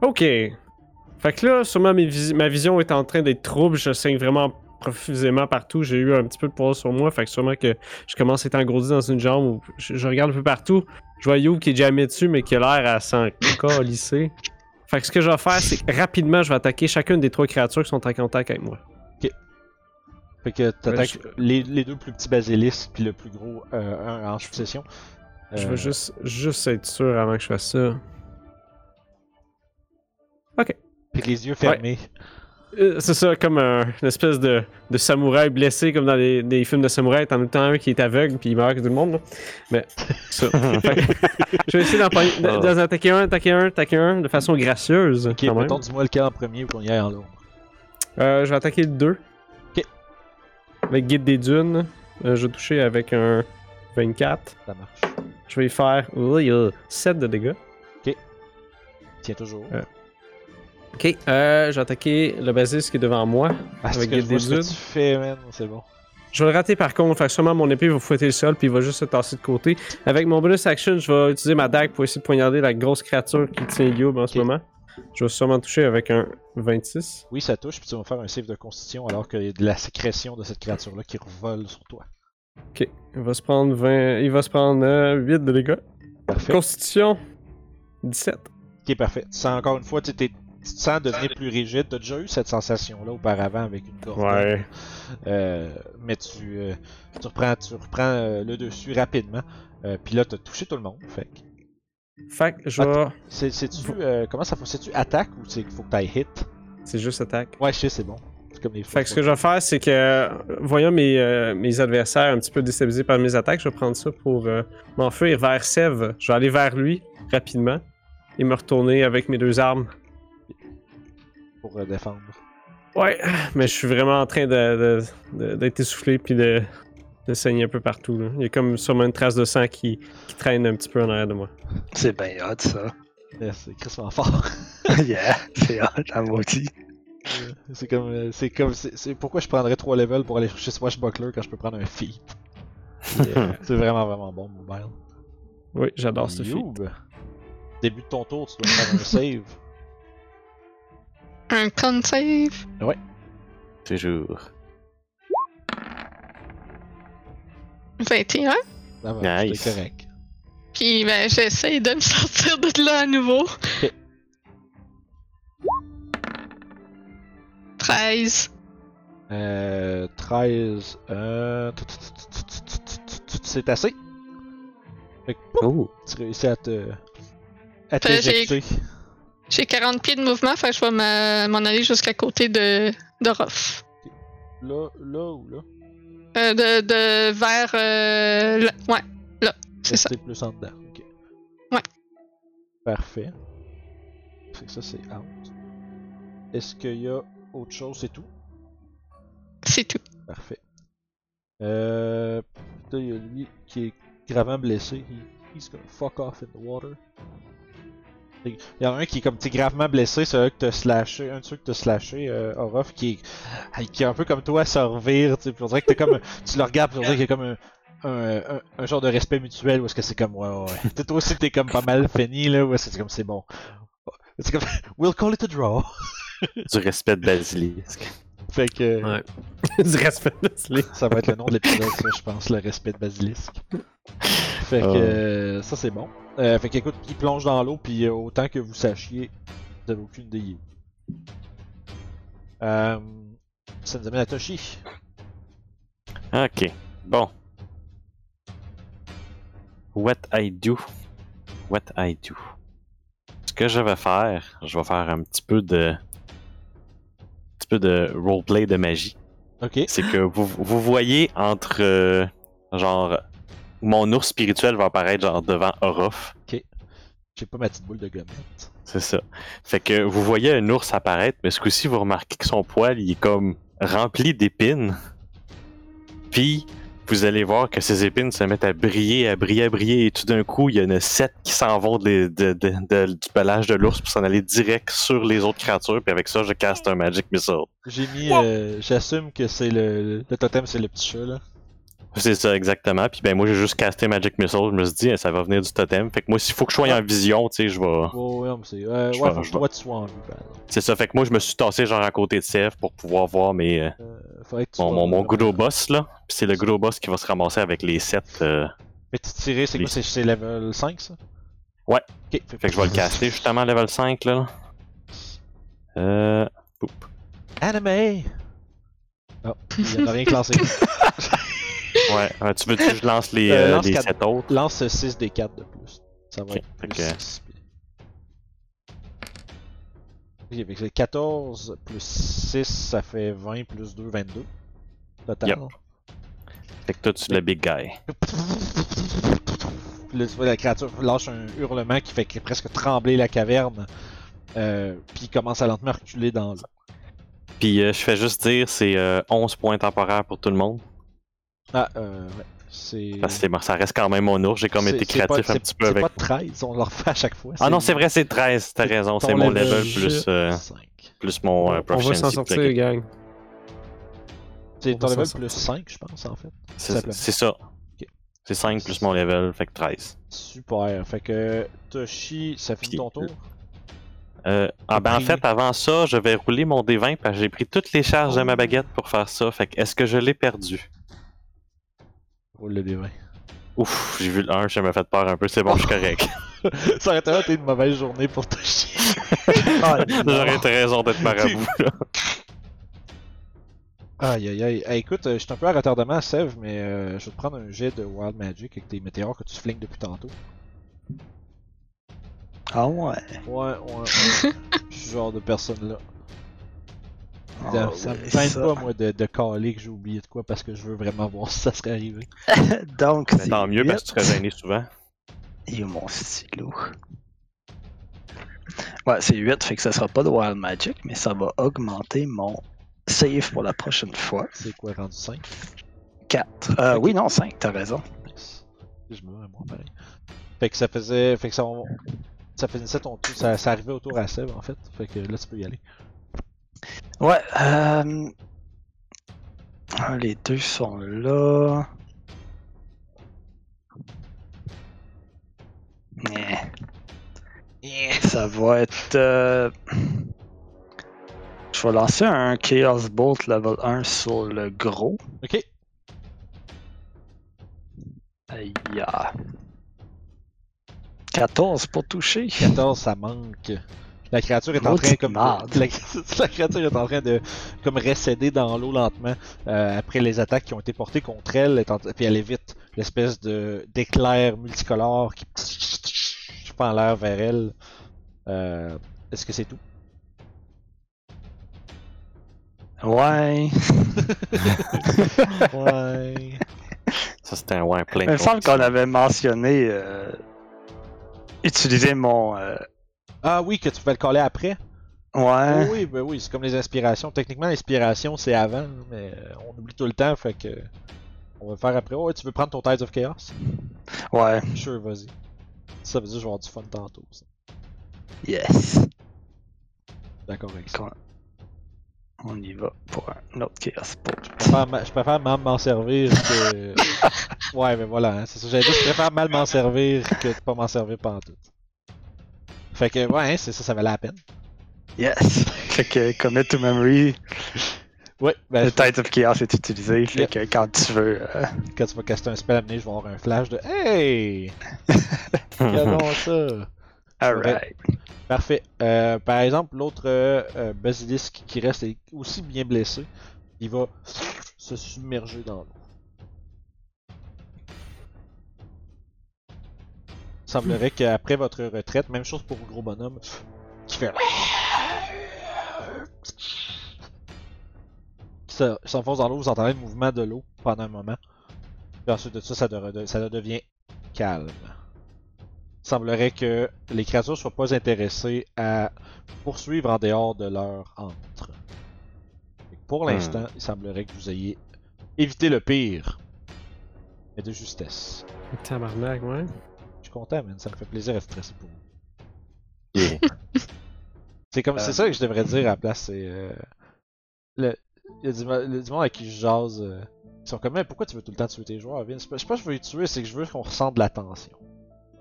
[SPEAKER 2] Ok. Fait que là, sûrement mes visi- ma vision est en train d'être trouble, je saigne vraiment profusément partout. J'ai eu un petit peu de poids sur moi, fait que sûrement que je commence à être engourdi dans une jambe où je, je regarde un peu partout. Je vois Youb qui est jamais dessus, mais qui a l'air à s'en lycée. Fait que ce que je vais faire, c'est que rapidement, je vais attaquer chacune des trois créatures qui sont en contact avec moi.
[SPEAKER 1] Fait que t'attaques
[SPEAKER 2] Ouais,
[SPEAKER 1] les, les deux plus petits basilisques puis le plus gros euh, un en succession.
[SPEAKER 2] Je
[SPEAKER 1] Euh,
[SPEAKER 2] veux juste, juste être sûr avant que je fasse ça.
[SPEAKER 1] Puis les yeux fermés.
[SPEAKER 2] Euh, C'est ça, comme un, une espèce de, de samouraï blessé, comme dans les, des films de samouraï. T'en as tout le temps un qui est aveugle puis il meurt que tout le monde. là. Mais ça. Fait que je vais essayer d'en pogner- d'en d'en attaquer un, attaquer un, attaquer un de façon gracieuse.
[SPEAKER 1] Ah. Ok,
[SPEAKER 2] quand même.
[SPEAKER 1] mettons, dis-moi lequel en premier ou qu'on y aille en l'autre.
[SPEAKER 2] Euh, je vais attaquer le 2.
[SPEAKER 1] Ok.
[SPEAKER 2] Avec Guide des Dunes, euh, je vais toucher avec un 24.
[SPEAKER 1] Ça marche.
[SPEAKER 2] Je vais y faire oui, euh, 7 de dégâts.
[SPEAKER 1] Tiens toujours.
[SPEAKER 2] Euh, Ok. Euh, je vais attaquer le basis qui est devant moi.
[SPEAKER 1] ah, c'est
[SPEAKER 2] avec
[SPEAKER 1] que je
[SPEAKER 2] des
[SPEAKER 1] vois ce que
[SPEAKER 2] dudes.
[SPEAKER 1] tu fais, man. C'est bon.
[SPEAKER 2] Je vais le rater par contre, fait que sûrement mon épée va fouetter le sol puis il va juste se tasser de côté. Avec mon bonus action, je vais utiliser ma dague pour essayer de poignarder la grosse créature qui tient Youb en ce
[SPEAKER 1] Ok.
[SPEAKER 2] moment. Je vais sûrement toucher avec un 26.
[SPEAKER 1] Oui, ça touche, puis tu vas me faire un save de constitution alors qu'il y a de la sécrétion de cette créature-là qui revole sur toi.
[SPEAKER 2] Ok, il va se prendre 20... il va se prendre euh, 8 de dégâts.
[SPEAKER 1] Parfait.
[SPEAKER 2] Constitution 17.
[SPEAKER 1] Ok, parfait. Tu sens encore une fois, tu t'es- tu te sens devenir plus rigide. T'as déjà eu cette sensation-là auparavant avec une corde. Euh, mais tu, euh, tu reprends, tu reprends euh, le dessus rapidement. Euh, puis là, t'as touché tout le monde. Fait que-
[SPEAKER 2] Fait que je vais.
[SPEAKER 1] c'est- C'est-tu. euh, comment ça fonctionne? C'est-tu attaque ou c'est qu'il faut que t'ailles hit?
[SPEAKER 2] C'est juste attaque.
[SPEAKER 1] Ouais, je sais, c'est bon. C'est comme les
[SPEAKER 2] Fait que ce que je vais faire, c'est que, euh, voyant mes, euh, mes adversaires un petit peu déstabilisés par mes attaques, je vais prendre ça pour euh, m'enfuir vers Sève. Je vais aller vers lui rapidement et me retourner avec mes deux armes.
[SPEAKER 1] Pour euh, défendre.
[SPEAKER 2] Ouais, mais je suis vraiment en train de- de- de- d'être essoufflé puis de, de saigner un peu partout. là. Il y a comme sûrement une trace de sang qui, qui traîne un petit peu en arrière de moi.
[SPEAKER 5] C'est bien hot, ça.
[SPEAKER 1] Euh, c'est crissement fort.
[SPEAKER 5] yeah, c'est hot, à maudit.
[SPEAKER 1] c'est comme. euh, c'est comme. c'est- C'est pourquoi je prendrais 3 levels pour aller chercher Swashbuckler quand je peux prendre un feat. c'est vraiment, vraiment bon, mobile.
[SPEAKER 2] euh, Oui, j'adore ce film.
[SPEAKER 1] Youb. Début de ton tour, tu dois faire un save.
[SPEAKER 3] Un con save.
[SPEAKER 4] Toujours.
[SPEAKER 3] 21.
[SPEAKER 1] Ça va,
[SPEAKER 4] Nice.
[SPEAKER 1] C'est correct.
[SPEAKER 3] Puis ben, j'essaie de me sortir de là à nouveau. 13.
[SPEAKER 1] Euh, 13. Euh... tut, tut, tut, tut, tut, tut, tut, tut, tut, C'est assez. Fait que pouf,
[SPEAKER 4] Oh.
[SPEAKER 1] tu réussis à te. à
[SPEAKER 3] Fait que j'ai-
[SPEAKER 1] t'éjecter.
[SPEAKER 3] J'ai 40 pieds de mouvement, fait que je vais m'a- m'en aller jusqu'à côté de, de Ruff.
[SPEAKER 1] Là, là ou là
[SPEAKER 3] Euh, de, de vers. euh, là. Ouais, là. C'est ça.
[SPEAKER 1] Rester plus en dedans. Ok.
[SPEAKER 3] Ouais.
[SPEAKER 1] Parfait. Fait que ça, c'est out. Est-ce qu'il y a autre chose C'est tout
[SPEAKER 3] C'est tout.
[SPEAKER 1] Parfait. Euh. Là, il y a lui qui est gravement blessé. He- he's gonna fuck off in the water. Il y en a un qui est comme t'es gravement blessé, celui que t'as slashé, un de ceux que t'as slashé, euh, Orof, qui est, qui est un peu comme toi à se revire, tu sais, puis on dirait que t'es comme, tu le regardes, puis on dirait qu'il y a comme un, un, un- un genre de respect mutuel, où est-ce que c'est comme, ouais, ouais, ouais. T'sais, toi aussi t'es comme pas mal fini, là, où est-ce que c'est comme, c'est bon. C'est comme, we'll call it a draw.
[SPEAKER 4] Du respect de basilisque.
[SPEAKER 1] Fait que,
[SPEAKER 2] Ouais. du respect de Leslie.
[SPEAKER 1] Ça va être le nom de l'épisode, ça, je pense, le respect de Basilisk. Fait que
[SPEAKER 4] Oh.
[SPEAKER 1] euh, ça, c'est bon. Euh, fait qu'écoute, il plonge dans l'eau, puis euh, autant que vous sachiez, vous n'avez aucune idée. Euh, ça nous amène à Toshi.
[SPEAKER 4] Ok. Bon. What I do. What I do. Ce que je vais faire, je vais faire un petit peu de. Un petit peu de roleplay de magie.
[SPEAKER 1] Ok.
[SPEAKER 4] c'est que vous, vous voyez entre euh, genre mon ours spirituel va apparaître genre devant Orof.
[SPEAKER 1] J'ai pas ma petite boule de gommette.
[SPEAKER 4] C'est ça. Fait que vous voyez un ours apparaître, mais ce coup-ci, vous remarquez que son poil, il est comme rempli d'épines. Puis, vous allez voir que ces épines se mettent à briller, à briller, à briller, et tout d'un coup, il y en a sept qui s'en vont de- de- de- de- du pelage de l'ours pour s'en aller direct sur les autres créatures, puis avec ça, je caste un Magic Missile.
[SPEAKER 1] J'ai mis. euh, J'assume que c'est le, le totem, c'est le petit chat, là.
[SPEAKER 4] C'est ça, exactement. Puis ben moi, j'ai juste casté Magic Missile. Je me suis dit, eh, ça va venir du totem. Fait que moi, s'il faut que je sois en vision, tu sais, je vais.
[SPEAKER 1] Oh, ouais, mais c'est. Euh,
[SPEAKER 4] Je
[SPEAKER 1] ouais,
[SPEAKER 4] vais-
[SPEAKER 1] faut
[SPEAKER 4] je
[SPEAKER 1] que
[SPEAKER 4] vais-
[SPEAKER 1] toi tu sois en vue. Ben,
[SPEAKER 4] C'est ça, fait que moi, je me suis tassé genre à côté de Sèvres pour pouvoir voir mes, euh,
[SPEAKER 1] euh, faudrait que tu
[SPEAKER 4] mon,
[SPEAKER 1] sois-
[SPEAKER 4] mon, mon gros boss, là. Puis c'est le gros boss qui va se ramasser avec les euh. 7.
[SPEAKER 1] Mais tu tiré, c'est quoi C'est c'est level 5 ça
[SPEAKER 4] Ouais.
[SPEAKER 1] Ok,
[SPEAKER 4] Fait que je vais le caster justement level 5, là. Euh. poup.
[SPEAKER 1] Anime Oh, il en a rien classé.
[SPEAKER 4] Ouais, euh, tu veux que je lance les,
[SPEAKER 1] Euh,
[SPEAKER 4] euh,
[SPEAKER 1] lance
[SPEAKER 4] les
[SPEAKER 1] quatre.
[SPEAKER 4] 7 autres?
[SPEAKER 1] Lance 6 des 4 de plus. Ça va
[SPEAKER 4] Ok,
[SPEAKER 1] être plus
[SPEAKER 4] ok.
[SPEAKER 1] 6. Ok, fait que c'est 14 plus 6, ça fait 20 plus 2, 22. Total.
[SPEAKER 4] Yep. Fait que toi, tu es le big guy.
[SPEAKER 1] Puis là, tu vois, la créature lâche un hurlement qui fait que- presque trembler la caverne. Euh, puis commence à lentement reculer dans l'eau.
[SPEAKER 4] Puis euh, je fais juste dire, c'est euh, 11 points temporaires pour tout le monde.
[SPEAKER 1] Ah, euh, ouais. C'est.
[SPEAKER 4] Parce que c'est- ça reste quand même mon ours. J'ai comme
[SPEAKER 1] c'est-
[SPEAKER 4] été
[SPEAKER 1] c'est pas-
[SPEAKER 4] créatif un
[SPEAKER 1] c'est-
[SPEAKER 4] petit peu
[SPEAKER 1] C'est
[SPEAKER 4] avec.
[SPEAKER 1] pas 13, on leur fait à chaque fois.
[SPEAKER 4] Ah non, c'est vrai, c'est 13, t'as
[SPEAKER 1] c'est
[SPEAKER 4] raison.
[SPEAKER 1] ton
[SPEAKER 4] C'est mon
[SPEAKER 1] level
[SPEAKER 4] level
[SPEAKER 1] shit.
[SPEAKER 4] plus, euh,
[SPEAKER 1] 5.
[SPEAKER 4] plus mon euh,
[SPEAKER 2] On va
[SPEAKER 4] proficiency.
[SPEAKER 2] s'en sortir, gang.
[SPEAKER 1] C'est
[SPEAKER 2] on
[SPEAKER 1] ton
[SPEAKER 2] va s'en
[SPEAKER 1] level
[SPEAKER 2] sortir.
[SPEAKER 1] plus 5, je pense, en fait.
[SPEAKER 4] C'est
[SPEAKER 1] simplement.
[SPEAKER 4] c'est ça. C'est 5 plus mon level, fait que 13.
[SPEAKER 1] Super. Fait que Toshi, ça finit
[SPEAKER 4] Puis-
[SPEAKER 1] ton tour.
[SPEAKER 4] Euh, ah, ben, en
[SPEAKER 1] pris-
[SPEAKER 4] fait, avant ça, je vais rouler mon D20 parce que j'ai pris toutes les charges de
[SPEAKER 1] Oh.
[SPEAKER 4] ma baguette pour faire ça. Fait que est-ce que je l'ai perdu?
[SPEAKER 1] Roule le D20.
[SPEAKER 4] Ouf, j'ai vu le 1, ça m'a fait peur un peu. C'est bon, je suis correct.
[SPEAKER 1] ça aurait tellement été une mauvaise journée pour Toshi. Ah,
[SPEAKER 4] J'aurais été raison d'être marabout. là.
[SPEAKER 1] Aïe aïe aïe. Eh, écoute, euh, je suis un peu à retardement, Sev, mais euh, je vais te prendre un jet de Wild Magic avec tes météores que tu flingues depuis tantôt.
[SPEAKER 5] Ah ouais.
[SPEAKER 1] Ouais, ouais, ouais. Je suis ce genre de personne là. Ça,
[SPEAKER 5] Ah
[SPEAKER 1] ça me
[SPEAKER 5] ouais,
[SPEAKER 1] peine
[SPEAKER 5] ça.
[SPEAKER 1] pas, moi, de, de caler que j'ai oublié de quoi parce que je veux vraiment voir si ça serait arrivé.
[SPEAKER 5] Donc,
[SPEAKER 4] Mais Tant mieux parce que tu serais gêné souvent.
[SPEAKER 5] Il est où mon stylo. Ouais, c'est 8, fait que ça sera pas de Wild Magic, mais ça va augmenter mon save pour la prochaine fois.
[SPEAKER 1] C'est quoi, rendu 5
[SPEAKER 5] 4. Euh, oui, non, 5, t'as raison.
[SPEAKER 1] Je me mets moi, pareil. Fait que ça faisait. Fait que ça, on- ça finissait ton tour. Ça, ça arrivait au tour à Sev, en fait. Fait que là, tu peux y aller.
[SPEAKER 5] Ouais, euh... ah, les deux sont là. Eh. Ça va être. euh, Je vais lancer un Chaos Bolt level 1 sur le gros.
[SPEAKER 1] Ok.
[SPEAKER 5] Aïe. ah. 14 pour toucher.
[SPEAKER 1] 14, ça manque. La créature est en train
[SPEAKER 5] Maudite
[SPEAKER 1] comme
[SPEAKER 5] marde.
[SPEAKER 1] de- la, la créature est en train de comme récéder dans l'eau lentement euh, après les attaques qui ont été portées contre elle étant- puis elle évite l'espèce de d'éclair multicolore qui pend en l'air vers elle. Euh, est-ce que c'est tout
[SPEAKER 5] Ouais.
[SPEAKER 1] Ouais.
[SPEAKER 4] Ça, c'était un ouais plein
[SPEAKER 5] Il me
[SPEAKER 4] de
[SPEAKER 5] semble qu'on
[SPEAKER 4] conditions.
[SPEAKER 5] avait mentionné euh, utiliser mon. euh,
[SPEAKER 1] ah oui, que tu peux le coller après
[SPEAKER 5] Ouais.
[SPEAKER 1] Oui, ben oui, c'est comme les inspirations. Techniquement, l'inspiration c'est avant, mais on oublie tout le temps fait que on va le faire après. Oh, Ouais, tu veux prendre ton Tides of Chaos
[SPEAKER 5] Ouais.
[SPEAKER 1] Sure, vas-y. Ça veut dire que je vais avoir du fun tantôt. ça.
[SPEAKER 5] Yes.
[SPEAKER 1] D'accord avec ça.
[SPEAKER 5] On y va pour un autre Chaos Bolt.
[SPEAKER 1] Je préfère ma- Je préfère mal m'en servir que. ouais, mais voilà, hein, c'est ça. J'avais dit, je préfère mal m'en servir que de pas m'en servir pantoute. Fait que, ouais, hein, c'est ça, ça valait la peine.
[SPEAKER 5] Yes. fait que commit to memory.
[SPEAKER 1] Ouais, ben,
[SPEAKER 5] Le
[SPEAKER 1] je-
[SPEAKER 5] Tide of Chaos est utilisé, fait que quand tu veux. euh,
[SPEAKER 1] quand tu vas caster un spell amené, je vais avoir un flash de Hey! Regardons ça!
[SPEAKER 5] Alright.
[SPEAKER 1] Parfait. Euh, par exemple, l'autre euh, euh, basilisque qui reste est aussi bien blessé. Il va se submerger dans l'eau. Il semblerait qu'après votre retraite, même chose pour le gros bonhomme, qui fait. qui se- s'enfonce dans l'eau, vous entendez le mouvement de l'eau pendant un moment. Puis ensuite de ça, ça, de- de- ça devient calme semblerait que les créatures soient pas intéressées à poursuivre en dehors de leur antre. Et Pour
[SPEAKER 4] Hmm.
[SPEAKER 1] l'instant, il semblerait que vous ayez évité le pire, mais de justesse.
[SPEAKER 2] Tabarnak, ouais.
[SPEAKER 1] Je suis content, man. Ça me fait plaisir à stresser pour vous.
[SPEAKER 4] Yeah.
[SPEAKER 1] C'est comme,
[SPEAKER 5] Euh.
[SPEAKER 1] c'est ça que je devrais dire à la place. C'est euh, le, il y a du, mo- le- du monde à qui je jase. euh, Ils sont comme, mais pourquoi tu veux tout le temps tuer tes joueurs, Vince? Je sais pas que je veux les tuer, c'est que je veux qu'on ressente de la tension.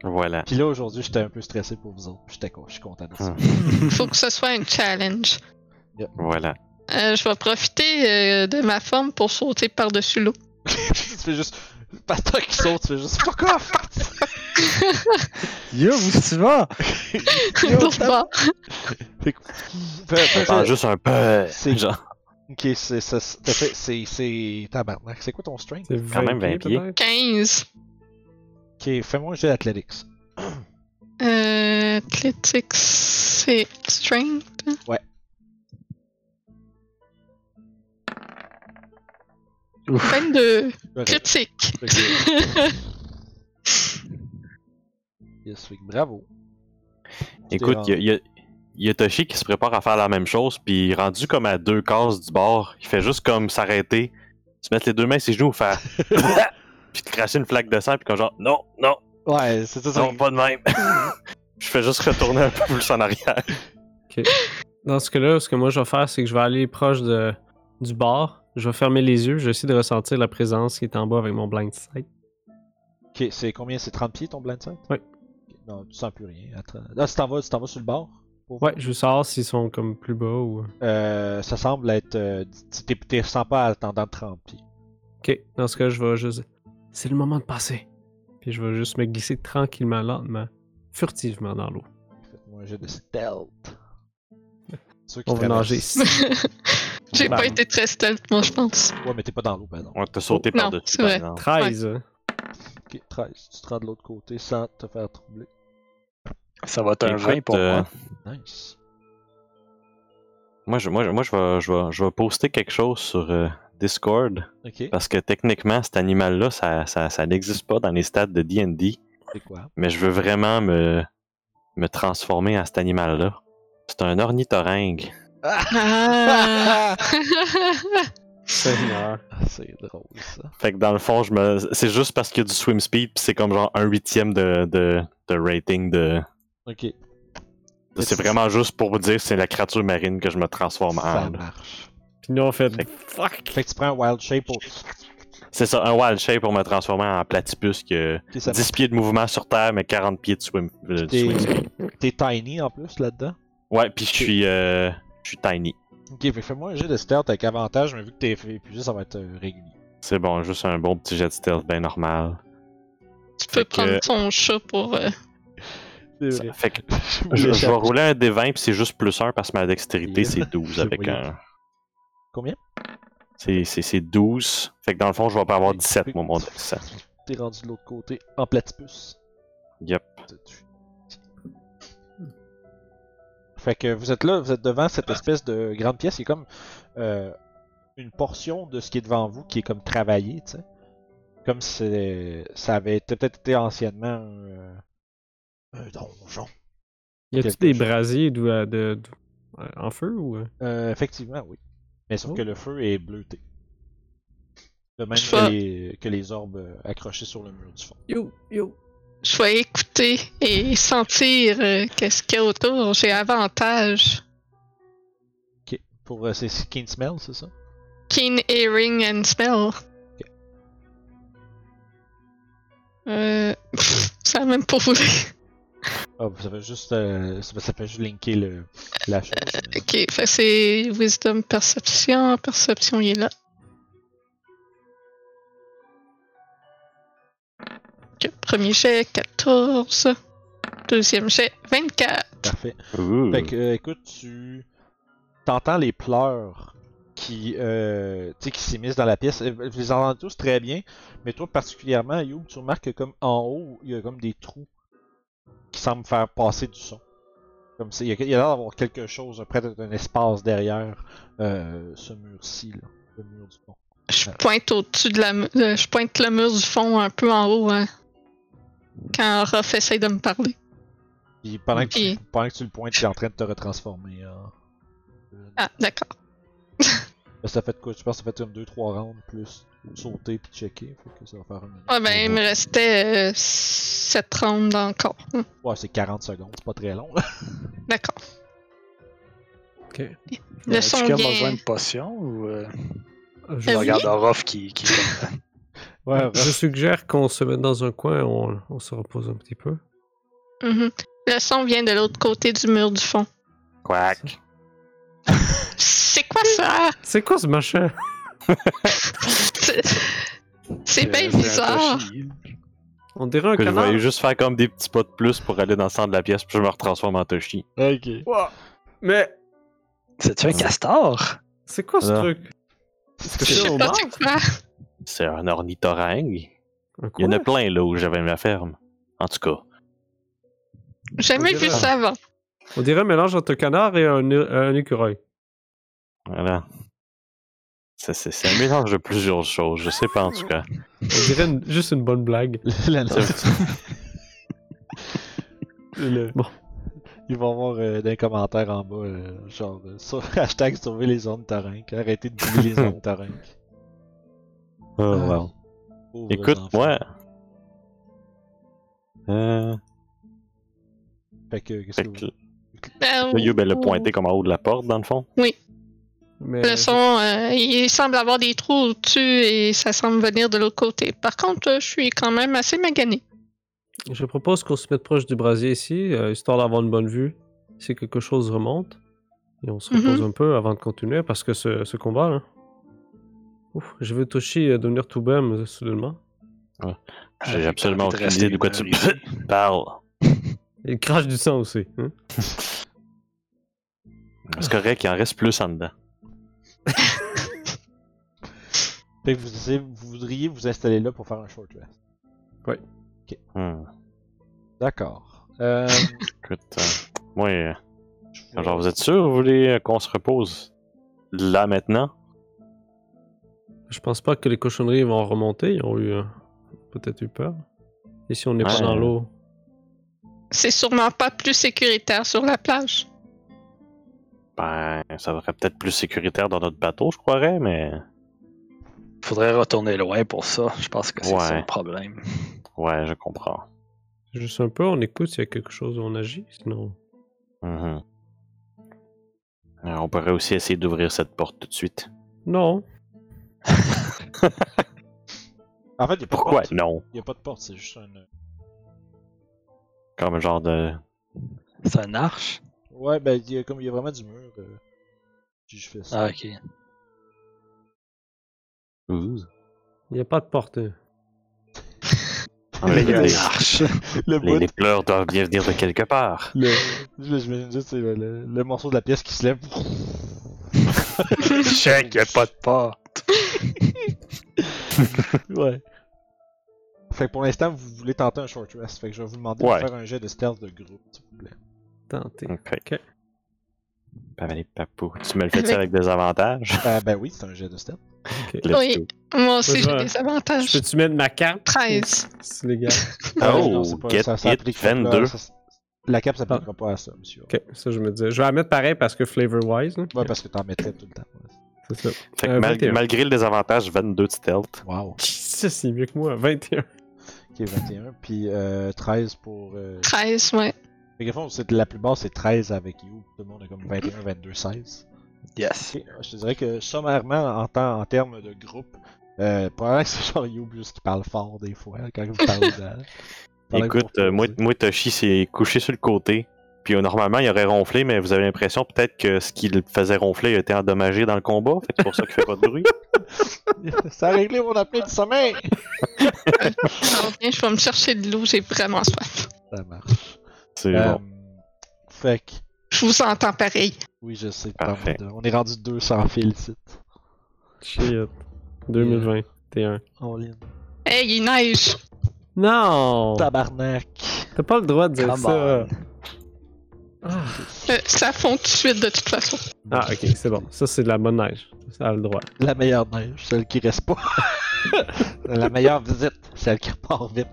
[SPEAKER 4] Voilà.
[SPEAKER 1] Puis là, aujourd'hui, j'étais un peu stressé pour vous autres. puis J'étais con- je suis content de ça.
[SPEAKER 5] Hum.
[SPEAKER 4] Hmm.
[SPEAKER 3] Faut que ce soit un challenge.
[SPEAKER 4] Voilà.
[SPEAKER 3] Euh, je vais profiter euh, de ma forme pour sauter par-dessus l'eau.
[SPEAKER 1] tu fais juste. Patin qui saute, tu fais juste fuck off!
[SPEAKER 5] Yo, où tu vas?
[SPEAKER 3] pour voir.
[SPEAKER 1] Fait que- fais- fais-
[SPEAKER 4] Prends juste un peu.
[SPEAKER 1] C'est-
[SPEAKER 4] Genre,
[SPEAKER 1] Ok, c'est. ça- t'as fait- C'est. C'est. Tabarnak. C'est quoi ton strength?
[SPEAKER 2] C'est
[SPEAKER 4] Quand même 20 pieds.
[SPEAKER 2] peut-être?
[SPEAKER 3] 15.
[SPEAKER 1] Ok, fais-moi un jet d'athletics.
[SPEAKER 3] Euh, Athletics, c'est strength.
[SPEAKER 5] Ouf.
[SPEAKER 3] 22.
[SPEAKER 1] Correct.
[SPEAKER 3] Critique.
[SPEAKER 1] Fait que- yes, fait que bravo.
[SPEAKER 4] écoute, il y a, y a Toshi qui se prépare à faire la même chose, puis rendu comme à deux cases du bord, il fait juste comme s'arrêter, se mettre les deux mains sur ses genoux, faire. puis te cracher une flaque de sang, puis comme genre, non, non,
[SPEAKER 1] Ouais, c'est ça. ça-
[SPEAKER 4] non, pas de même. Je fais juste retourner un peu plus en arrière.
[SPEAKER 2] Dans ce cas-là, ce que moi je vais faire, c'est que je vais aller proche de, du bar. Je vais fermer les yeux. Je vais essayer de ressentir la présence qui est en bas avec mon blind sight.
[SPEAKER 1] Ok, c'est combien? C'est 30 pieds ton blind sight?
[SPEAKER 2] Ouais.
[SPEAKER 1] Ok, Non, tu sens plus rien. Attends. Ah, Là, si t'en vas, tu t'en vas sur le bord? pour
[SPEAKER 2] Ouais, je veux savoir s'ils sont comme plus bas ou.
[SPEAKER 1] Euh, ça semble être. Euh, tu t'es- t'es ressens pas à tendance de 30 pieds.
[SPEAKER 2] Ok, dans ce cas, je vais juste. C'est le moment de passer. Puis je vais juste me glisser tranquillement, lentement, furtivement dans l'eau.
[SPEAKER 1] Faites-moi un jet de stealth. Ceux qui
[SPEAKER 2] On va
[SPEAKER 1] traversent-
[SPEAKER 2] nager.
[SPEAKER 3] J'ai
[SPEAKER 2] Bah.
[SPEAKER 3] pas été très stealth, moi, je pense.
[SPEAKER 1] Ouais, mais t'es pas dans l'eau, pardon.
[SPEAKER 4] On t'a sauté
[SPEAKER 3] Non,
[SPEAKER 4] par-dessus.
[SPEAKER 3] c'est vrai.
[SPEAKER 4] par exemple.
[SPEAKER 2] 13. hein.
[SPEAKER 1] Ok, 13. Tu te rends de l'autre côté sans te faire troubler.
[SPEAKER 5] Ça va être un
[SPEAKER 4] Écoute,
[SPEAKER 5] 20 pour
[SPEAKER 4] euh,
[SPEAKER 5] moi.
[SPEAKER 1] Nice.
[SPEAKER 4] Moi, je, moi, je- moi je, vais, je, vais, je vais poster quelque chose sur euh, Discord,
[SPEAKER 1] Ok,
[SPEAKER 4] parce que techniquement, cet animal-là, ça, ça, ça n'existe pas dans les stades de D&D.
[SPEAKER 1] c'est quoi?
[SPEAKER 4] mais je veux vraiment me, me transformer en cet animal-là. C'est un ornithorynque.
[SPEAKER 3] Ah.
[SPEAKER 2] Seigneur.
[SPEAKER 1] Ah, c'est drôle ça.
[SPEAKER 4] Fait que dans le fond, je me. C'est juste parce qu'il y a du swim speed, pis c'est comme genre un huitième de, de, de rating de.
[SPEAKER 1] Ok,
[SPEAKER 4] de- C'est vraiment juste pour vous dire c'est la créature marine que je me transforme
[SPEAKER 1] ça
[SPEAKER 4] en. là.
[SPEAKER 1] marche.
[SPEAKER 2] Puis nous, on fait.
[SPEAKER 4] Fait-
[SPEAKER 2] Fuck!
[SPEAKER 1] Fait que tu prends un wild shape pour.
[SPEAKER 4] C'est ça, un wild shape pour me transformer en platypus qui a
[SPEAKER 1] Ok, ça
[SPEAKER 4] 10 pieds de mouvement sur terre, mais 40 pieds de swim, euh, de swim speed.
[SPEAKER 1] T'es t'es tiny en plus là-dedans.
[SPEAKER 4] Ouais, puis je suis. euh, je suis tiny.
[SPEAKER 1] Ok, fait que fais-moi un jet de stealth avec avantage, mais vu que t'es fait épuisé, ça va être euh, régulier.
[SPEAKER 4] C'est bon, juste un bon petit jet de stealth bien normal.
[SPEAKER 3] tu peux
[SPEAKER 4] Fait que-
[SPEAKER 3] prendre ton chat pour. euh,
[SPEAKER 1] C'est
[SPEAKER 4] Ça- fait que Je, je vais rouler un D20 puis c'est juste plus 1 parce que ma dextérité
[SPEAKER 1] Yeah.
[SPEAKER 4] c'est 12
[SPEAKER 1] Je
[SPEAKER 4] avec
[SPEAKER 1] voyais.
[SPEAKER 4] un.
[SPEAKER 1] Combien?
[SPEAKER 4] C'est, c'est, c'est 12. Fait que dans le fond, je vais pas avoir 17 moi, mon
[SPEAKER 1] moment
[SPEAKER 4] dex.
[SPEAKER 1] T'es rendu de l'autre côté en platypus.
[SPEAKER 4] Yep.
[SPEAKER 1] Fait que vous êtes là, vous êtes devant cette espèce de grande pièce qui est comme euh, une portion de ce qui est devant vous qui est comme travaillée, tu sais. Comme si ça avait été- peut-être été anciennement un, euh, un donjon.
[SPEAKER 2] Y a-tu
[SPEAKER 1] Quelque
[SPEAKER 2] des
[SPEAKER 1] chose.
[SPEAKER 2] brasiers d'où- à- de- d'où- euh, en feu ou. euh?
[SPEAKER 1] Euh, effectivement, oui. Mais sauf
[SPEAKER 2] Oh.
[SPEAKER 1] que le feu est bleuté. De même
[SPEAKER 3] Je
[SPEAKER 1] que
[SPEAKER 3] vais-
[SPEAKER 1] les, que les orbes euh, accrochés sur le mur du fond.
[SPEAKER 2] Yo, yo!
[SPEAKER 3] Je vais écouter et sentir euh, qu'est-ce qu'il y a autour. J'ai avantage.
[SPEAKER 1] Ok. Pour euh, c'est skin smell, c'est ça?
[SPEAKER 3] Keen Earring and Smell. Euh, pff, ça a même pas voulu.
[SPEAKER 1] Ah, ça fait juste, euh, ça, ça fait juste linker le, la chose. mais-
[SPEAKER 3] Euh, Ok, fait que c'est Wisdom Perception. Perception, il est là. Ok, premier jet, 14. Deuxième jet, 24.
[SPEAKER 1] Parfait.
[SPEAKER 4] Ouh.
[SPEAKER 1] Fait que, euh, écoute, tu t'entends les pleurs qui, euh, tu sais, qui s'immiscent dans la pièce. Euh, Vous les entendez tous très bien, mais toi particulièrement, Youb, tu remarques que comme en haut, il y a comme des trous qui semblent faire passer du son. Comme ça, il y a il y a l'air d'avoir quelque chose, près d'un espace derrière euh, ce mur-ci, là, le mur du fond.
[SPEAKER 3] Je pointe au-dessus de la mu- euh, Je pointe le mur du fond un peu en haut hein, quand Ruff essaye de me parler.
[SPEAKER 1] Puis pendant que, tu,
[SPEAKER 3] Et-
[SPEAKER 1] pendant que tu le pointes, tu es en train de te retransformer. en-
[SPEAKER 3] Ah, d'accord.
[SPEAKER 1] Ben, ça fait de quoi Tu penses que ça fait comme 2-3 rounds plus sauter puis checker. Fait que ça va faire un minute.
[SPEAKER 3] Ah ben, il me restait euh, cette ronde encore. Hum,
[SPEAKER 1] Ouais, c'est 40 secondes, c'est pas très long.
[SPEAKER 3] D'accord.
[SPEAKER 2] Ok.
[SPEAKER 3] Le
[SPEAKER 5] Est-ce
[SPEAKER 3] son
[SPEAKER 5] qu'il y a
[SPEAKER 3] vient-
[SPEAKER 5] besoin de potion ou. euh, Je
[SPEAKER 3] Euh,
[SPEAKER 5] regarde Orof qui, qui
[SPEAKER 1] Ouais,
[SPEAKER 2] Ah, Je suggère qu'on se mette dans un coin, on, on se repose un petit peu.
[SPEAKER 3] Mhm. Le son vient de l'autre côté du mur du fond.
[SPEAKER 4] Quack.
[SPEAKER 3] C'est quoi ça?
[SPEAKER 2] C'est quoi ce machin
[SPEAKER 3] C'est- C'est bien
[SPEAKER 5] Euh, un
[SPEAKER 3] bizarre.
[SPEAKER 5] toshi.
[SPEAKER 2] On dirait un
[SPEAKER 4] Que je vais
[SPEAKER 2] canard.
[SPEAKER 4] aller juste faire comme des petits pas de plus pour aller dans le centre de la pièce, puis je me retransforme en Toshi.
[SPEAKER 1] ok.
[SPEAKER 2] Ouah, Mais
[SPEAKER 5] C'est-tu un castor?
[SPEAKER 2] c'est quoi ce
[SPEAKER 4] Ah.
[SPEAKER 2] truc Est-ce que
[SPEAKER 3] Je
[SPEAKER 2] c'est
[SPEAKER 3] sais
[SPEAKER 2] un
[SPEAKER 3] pas
[SPEAKER 2] homard
[SPEAKER 3] c'est quoi.
[SPEAKER 4] C'est un ornithorynque.
[SPEAKER 2] Un
[SPEAKER 4] Il y en a
[SPEAKER 2] quoi?
[SPEAKER 4] plein là où j'avais ma ferme. En tout cas,
[SPEAKER 3] Jamais
[SPEAKER 2] On
[SPEAKER 3] vu
[SPEAKER 2] dirait-
[SPEAKER 3] ça avant.
[SPEAKER 2] On dirait un mélange entre un canard et un, é- un écureuil.
[SPEAKER 4] voilà. C'est- C'est c'est un mélange de plusieurs choses, je sais pas en tout cas.
[SPEAKER 2] On dirait une- juste une bonne blague.
[SPEAKER 1] La- la-
[SPEAKER 4] C'est-
[SPEAKER 1] le-
[SPEAKER 2] Bon.
[SPEAKER 1] Ils vont voir euh, dans les commentaires en bas, euh, genre, euh, sur, hashtag sauver les zones torrents. Arrêtez de bouler les zones torrents.
[SPEAKER 4] Oh, wow. Écoute, moi. Euh,
[SPEAKER 1] Fait que, qu'est-ce
[SPEAKER 4] fait
[SPEAKER 1] que
[SPEAKER 4] que
[SPEAKER 1] vous...
[SPEAKER 4] là,
[SPEAKER 3] Ben,
[SPEAKER 4] Yub, elle l'a pointé comme en haut de la porte, dans le fond.
[SPEAKER 2] Mais
[SPEAKER 3] Le son, euh, il semble avoir des trous au-dessus et ça semble venir de l'autre côté. Par contre, euh, je suis quand même assez maganée.
[SPEAKER 2] Je propose qu'on se mette proche du brasier ici, euh, histoire d'avoir une bonne vue. Si quelque chose remonte, et on se
[SPEAKER 3] Mhm.
[SPEAKER 2] repose un peu avant de continuer, parce que ce, ce combat, là... Ouf, je veux Toshi euh, devenir tout bem euh, soudainement.
[SPEAKER 4] J'ai
[SPEAKER 5] Avec
[SPEAKER 4] absolument
[SPEAKER 5] envie
[SPEAKER 4] aucune idée de quoi
[SPEAKER 5] rester
[SPEAKER 4] tu
[SPEAKER 5] une heure ici.
[SPEAKER 4] parles.
[SPEAKER 2] Il crache du sang aussi. hein.
[SPEAKER 4] C'est correct, il en reste plus en dedans.
[SPEAKER 1] Fait que vous, essayez- vous voudriez vous installer là pour faire un short rest.
[SPEAKER 4] Hmm.
[SPEAKER 1] D'accord. Euh,
[SPEAKER 4] Écoute, euh, moi, euh,
[SPEAKER 1] je vous-
[SPEAKER 4] genre, vous êtes sûr, vous voulez euh, qu'on se repose là maintenant?
[SPEAKER 2] Je pense pas que les cochonneries vont remonter, ils ont eu... euh, peut-être eu peur. Et si on n'est pas
[SPEAKER 4] Ouais.
[SPEAKER 2] dans l'eau...
[SPEAKER 3] C'est sûrement pas plus sécuritaire sur la plage.
[SPEAKER 4] Ben, ça serait peut-être plus sécuritaire dans notre bateau, je croirais, mais.
[SPEAKER 5] Faudrait retourner loin pour ça. Je pense que c'est
[SPEAKER 4] Ouais.
[SPEAKER 5] ça le problème.
[SPEAKER 4] Ouais, je comprends.
[SPEAKER 2] Juste un peu, on écoute s'il y a quelque chose, on agit, sinon...
[SPEAKER 4] Mhm. Alors, on pourrait aussi essayer d'ouvrir cette porte tout de suite.
[SPEAKER 2] Non,
[SPEAKER 1] En fait, il n'y a pas de
[SPEAKER 4] Pourquoi
[SPEAKER 1] porte.
[SPEAKER 4] non?
[SPEAKER 1] Il y a pas de porte, c'est juste un... euh,
[SPEAKER 4] Comme un genre de.
[SPEAKER 5] C'est un arche?
[SPEAKER 1] Ouais, ben, il y a, comme, il y a vraiment du mur. euh, puis je fais ça.
[SPEAKER 5] Ah, ok.
[SPEAKER 2] il n'y a pas de porte. hein.
[SPEAKER 4] Ah, mais
[SPEAKER 5] il y a
[SPEAKER 4] les,
[SPEAKER 5] une arche.
[SPEAKER 1] le
[SPEAKER 4] les-
[SPEAKER 1] bout...
[SPEAKER 4] les pleurs doivent bien venir de quelque part.
[SPEAKER 1] Le... je- J'imagine juste, c'est le, le- le morceau de la pièce qui se lève.
[SPEAKER 5] Check, il a pas de pas.
[SPEAKER 1] ouais. Fait que pour l'instant, vous voulez tenter un short rest. Fait que je vais vous demander
[SPEAKER 4] Ouais.
[SPEAKER 1] de faire un jet de stealth de groupe, s'il vous plaît.
[SPEAKER 2] Tentez.
[SPEAKER 4] Ok.
[SPEAKER 2] Ok.
[SPEAKER 4] Ben, allez, papou. Tu me le fais avec des avantages?
[SPEAKER 1] Euh, ben oui, c'est un jet de stealth.
[SPEAKER 4] Let's
[SPEAKER 3] Oui.
[SPEAKER 4] go.
[SPEAKER 3] Moi aussi,
[SPEAKER 2] Ouais,
[SPEAKER 3] j'ai
[SPEAKER 2] ouais.
[SPEAKER 3] des
[SPEAKER 2] Je
[SPEAKER 3] avantages.
[SPEAKER 2] Peux-tu mettre ma carte?
[SPEAKER 3] 13.
[SPEAKER 2] C'est légal.
[SPEAKER 1] oui,
[SPEAKER 4] Oh,
[SPEAKER 1] c'est pas-
[SPEAKER 4] get
[SPEAKER 1] ça- ça
[SPEAKER 4] it,
[SPEAKER 1] applique pas,
[SPEAKER 4] 22.
[SPEAKER 1] ça- la cape s'appliquera pas à ça, monsieur.
[SPEAKER 2] Ok, ça je me disais. Je vais la mettre pareil parce que flavor-wise, hein,
[SPEAKER 1] Ouais, parce que t'en mettrais tout le temps. ouais.
[SPEAKER 2] c'est ça.
[SPEAKER 4] Fait que
[SPEAKER 2] Euh,
[SPEAKER 4] mal-
[SPEAKER 2] 21.
[SPEAKER 4] malgré le désavantage, 22 de stealth.
[SPEAKER 1] Wow.
[SPEAKER 2] Ça, c'est mieux que moi. 21.
[SPEAKER 1] Ok, 21. Puis euh, 13 pour. Euh...
[SPEAKER 3] 13, ouais.
[SPEAKER 1] Fait que, au fond, c'est- la plus basse, c'est 13 avec You. Tout le monde est comme 21, 22, 16.
[SPEAKER 5] Yes.
[SPEAKER 1] Ok, euh, Je te dirais que sommairement, en, temps- en termes de groupe, euh, probablement que c'est genre Yobius qui parle fort des fois hein, quand vous parlez de. Pendant que vous
[SPEAKER 4] Écoute, euh, moi,
[SPEAKER 1] reposez.
[SPEAKER 4] moi, Toshi s'est couché sur le côté. Puis euh, normalement, il aurait ronflé, mais vous avez l'impression peut-être que ce qui le faisait ronfler a été endommagé dans le combat. Fait que c'est pour ça qu'il fait pas de bruit.
[SPEAKER 1] Euh, Ça a réglé mon apnée du sommeil!
[SPEAKER 3] Alors, viens, je vais me chercher de l'eau, j'ai vraiment soif.
[SPEAKER 1] Ça marche.
[SPEAKER 4] C'est
[SPEAKER 1] Euh,
[SPEAKER 4] bon.
[SPEAKER 1] fait que,
[SPEAKER 3] Je vous entends pareil.
[SPEAKER 1] oui, je sais.
[SPEAKER 4] Parfait.
[SPEAKER 1] pardon, On est rendu 200 fils ici.
[SPEAKER 2] Shit. 2021.
[SPEAKER 1] On ligne.
[SPEAKER 3] Hey, il neige.
[SPEAKER 2] Non!
[SPEAKER 1] Tabarnak!
[SPEAKER 2] T'as pas le droit de dire
[SPEAKER 5] Come
[SPEAKER 2] ça.
[SPEAKER 5] on.
[SPEAKER 2] Ah.
[SPEAKER 3] Euh, ça fond tout de suite de toute façon.
[SPEAKER 2] Ah, ok, c'est bon. Ça, c'est de la bonne neige. Ça a le droit.
[SPEAKER 1] La meilleure neige, celle qui reste pas. la meilleure visite, celle qui repart vite.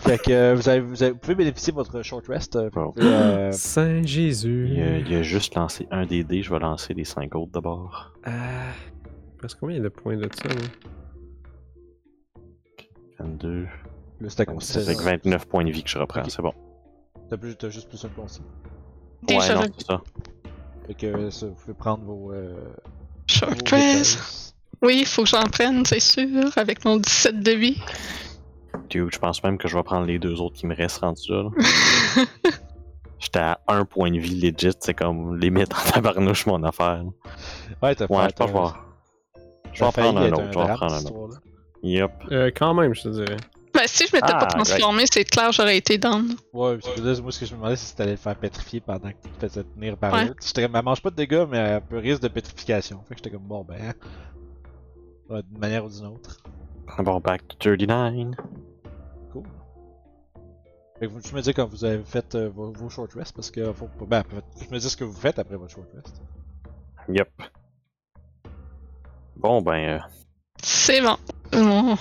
[SPEAKER 1] Fait que euh, vous, avez, vous, avez- vous pouvez bénéficier de votre short rest. euh,
[SPEAKER 4] Bon.
[SPEAKER 1] et, euh,
[SPEAKER 2] Saint Jésus.
[SPEAKER 4] Il a, il a juste lancé un des dés, je vais lancer les cinq autres d'abord.
[SPEAKER 2] Ah. Parce combien il y a de points de ça, là?
[SPEAKER 4] 22.
[SPEAKER 1] le stack
[SPEAKER 4] Donc,
[SPEAKER 1] aussi,
[SPEAKER 4] c'est
[SPEAKER 1] c'est-
[SPEAKER 4] avec 29 points de vie que je reprends,
[SPEAKER 1] Ok.
[SPEAKER 4] c'est bon.
[SPEAKER 1] T'as plus- t'as juste plus un conseil.
[SPEAKER 4] ouais,
[SPEAKER 3] Déjà,
[SPEAKER 4] non, c'est ça.
[SPEAKER 1] Fait que euh, ça, vous pouvez prendre vos, euh, vos
[SPEAKER 4] Oh,
[SPEAKER 3] short
[SPEAKER 1] détails.
[SPEAKER 3] dress. Oui, il faut que j'en prenne, c'est sûr, avec mon 17 de vie.
[SPEAKER 4] Dude, je pense même que je vais prendre les deux autres qui me restent rendus là. là. J'étais à un point de vie legit, c'est comme limite en tabarnouche mon affaire. là.
[SPEAKER 1] Ouais, t'as fait-
[SPEAKER 4] Ouais, je pense que je vais- je vais
[SPEAKER 1] t'as
[SPEAKER 4] en prendre
[SPEAKER 1] failli
[SPEAKER 4] un
[SPEAKER 1] être
[SPEAKER 4] autre, je vais en
[SPEAKER 1] drape,
[SPEAKER 4] prendre un
[SPEAKER 1] cette
[SPEAKER 4] autre.
[SPEAKER 1] histoire-là.
[SPEAKER 4] Yep.
[SPEAKER 2] Euh, quand même, je te dirais.
[SPEAKER 3] Ben, si je m'étais
[SPEAKER 4] Ah,
[SPEAKER 3] pas transformé, c'est clair, j'aurais été down.
[SPEAKER 1] Ouais, parce que là, moi, ce que je me demandais, c'est si t'allais le faire pétrifier pendant que tu te faisais tenir par
[SPEAKER 3] Ouais.
[SPEAKER 1] l'autre. J'étais comme, elle mange pas de dégâts, mais elle peut risque de pétrification. Fait que j'étais comme, bon, ben. ouais, d'une manière ou d'une autre.
[SPEAKER 4] Bon, back to 39.
[SPEAKER 1] Cool. Fait que vous je me dis quand vous avez fait euh, vos, vos short rests, parce que. Faut, pas- ben, je me dis ce que vous faites après votre short rest.
[SPEAKER 4] Yep. Bon, ben, euh,
[SPEAKER 3] C'est bon. Bon.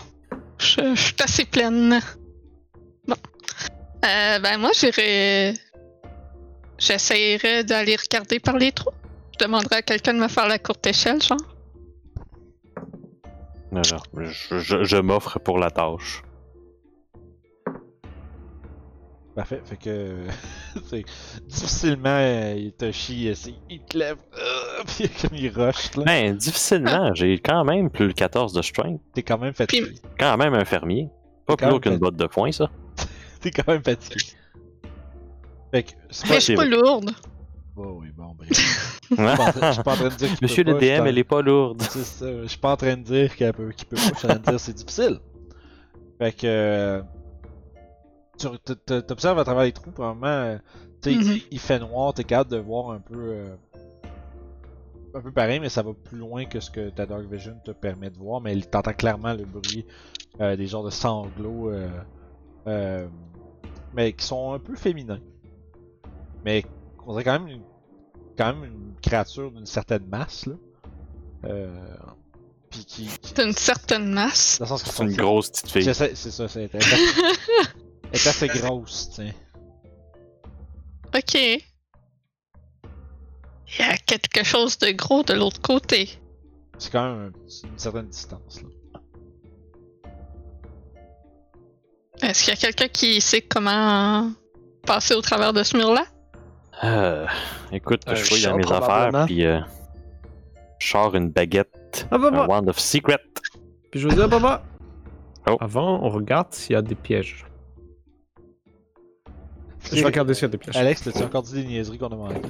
[SPEAKER 3] Je, je suis assez pleine. Bon. Euh, ben, moi, j'irai. J'essayerai d'aller regarder par les trous. Je demanderai à quelqu'un de me faire la courte échelle, genre.
[SPEAKER 4] alors, euh, je, je- je m'offre pour la tâche.
[SPEAKER 1] Parfait, fait que. c'est difficilement, euh, il te chie, c'est- il te lève, euh, puis comme il rush, là.
[SPEAKER 4] Ben,
[SPEAKER 1] Ah.
[SPEAKER 4] difficilement, j'ai quand même plus le 14 de strength.
[SPEAKER 1] T'es quand même fatigué.
[SPEAKER 4] Quand même un fermier. Pas
[SPEAKER 1] Quand
[SPEAKER 4] plus haut qu'une
[SPEAKER 1] même.
[SPEAKER 4] botte de foin, ça.
[SPEAKER 1] T'es quand même fatigué. Fait que. c'est
[SPEAKER 3] Mais
[SPEAKER 1] pas-
[SPEAKER 3] je suis
[SPEAKER 4] c'est
[SPEAKER 3] pas lourde.
[SPEAKER 1] Oh, oui, bon, ben. Je suis pas en train de dire qu'il
[SPEAKER 4] Monsieur
[SPEAKER 1] peut
[SPEAKER 4] le
[SPEAKER 1] pas, je suis
[SPEAKER 4] DM,
[SPEAKER 1] en-
[SPEAKER 4] elle est pas lourde.
[SPEAKER 1] C'est ça, Je suis pas en train de dire qu'il peut, qu'il peut pas, je suis en train de dire c'est difficile. Fait que. euh, Tu t- t- t'observes à travers les trous, probablement. euh, Tu sais, il-
[SPEAKER 3] Mhm.
[SPEAKER 1] il fait noir, t'es capable de voir un peu. euh, un peu pareil, mais ça va plus loin que ce que ta Dark Vision te permet de voir. Mais il- t'entends clairement le bruit euh, des genres de sanglots. euh, euh, mais qui sont un peu féminins. Mais on dirait quand même une, quand même une créature d'une certaine masse, là. Euh, puis qui, qui-
[SPEAKER 3] D'une certaine masse.
[SPEAKER 1] Dans le sens que
[SPEAKER 4] C'est une grosse petite fille.
[SPEAKER 1] C'est ça, c'est ça, c'est elle est assez- elle est assez grosse, tiens.
[SPEAKER 3] Ok. Il y a quelque chose de gros de l'autre côté.
[SPEAKER 1] C'est quand même un petit- une certaine distance, là.
[SPEAKER 3] Est-ce qu'il y a quelqu'un qui sait comment passer au travers de ce mur-là?
[SPEAKER 4] Euh, écoute,
[SPEAKER 5] Un
[SPEAKER 4] je fouille
[SPEAKER 5] chat,
[SPEAKER 4] dans mes affaires,
[SPEAKER 5] probablement.
[SPEAKER 4] puis euh, je sors une baguette.
[SPEAKER 2] Ah, bah,
[SPEAKER 4] Un
[SPEAKER 2] bah.
[SPEAKER 4] wand of secret.
[SPEAKER 2] Puis je veux dire, papa.
[SPEAKER 4] Oh.
[SPEAKER 2] Avant, on regarde s'il y a des pièges. Je vais regarder s'il y a des pièges.
[SPEAKER 1] Alex, t'as-tu encore dit des niaiseries qu'on a manquées?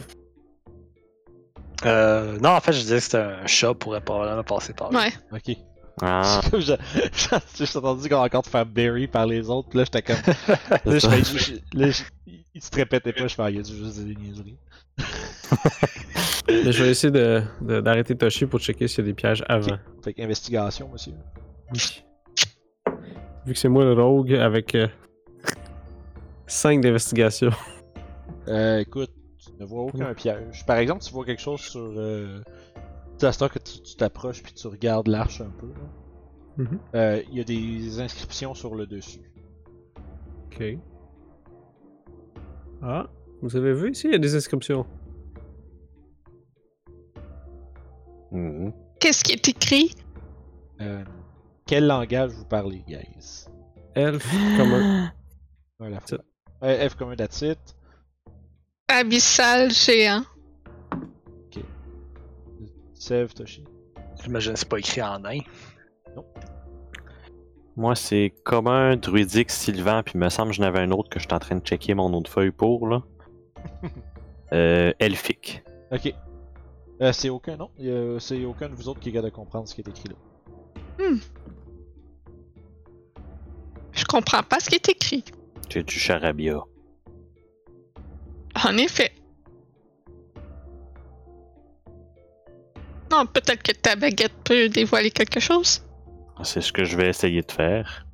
[SPEAKER 5] Euh, non, en fait, je disais que c'était un chat pourrait probablement passer par là.
[SPEAKER 3] Ouais.
[SPEAKER 1] Ok.
[SPEAKER 4] Ah,
[SPEAKER 1] C'est comme je- je- J'ai entendu qu'on a encore te faire berry par les autres, puis là, j'étais comme. Là, je, je, là, je- il- il se répétait pas, je fais, ah, il a dû juste des niaiseries.
[SPEAKER 2] Mais je vais essayer de- de- d'arrêter Toshi pour checker s'il y a des pièges
[SPEAKER 1] Ok.
[SPEAKER 2] avant.
[SPEAKER 1] Fait qu'investigation, monsieur.
[SPEAKER 2] Vu que c'est moi le rogue avec 5 d'investigation.
[SPEAKER 1] Euh, écoute, tu ne vois aucun piège. Par exemple, tu vois quelque chose sur. Euh, tu sais, à cette heure que tu tu t'approches puis tu regardes l'arche un peu. là. Euh, Il
[SPEAKER 2] Mhm.
[SPEAKER 1] y a des inscriptions sur le dessus.
[SPEAKER 2] Ok. Ah, vous avez vu ici, il y a des inscriptions.
[SPEAKER 4] mhm.
[SPEAKER 3] Qu'est-ce qui est écrit?
[SPEAKER 1] Euh, quel langage vous parlez, guys
[SPEAKER 2] Elf, commun.
[SPEAKER 1] Un à la fois. Euh, F comme un that's it.
[SPEAKER 3] Abyssal géant.
[SPEAKER 1] Sev, Toshi.
[SPEAKER 5] J'imagine que c'est pas écrit en nain.
[SPEAKER 4] Moi, c'est commun, druidique, sylvan, puis me semble que j'en avais un autre que je suis en train de checker mon autre feuille pour, là. euh, elfique.
[SPEAKER 1] Ok. Euh, c'est aucun, non Il y a- C'est aucun de vous autres qui est capable de comprendre ce qui est écrit là.
[SPEAKER 3] Je comprends pas ce qui est écrit.
[SPEAKER 4] J'ai du charabia.
[SPEAKER 3] En effet. Non, peut-être que ta baguette peut dévoiler quelque chose.
[SPEAKER 4] C'est ce que je vais essayer de faire.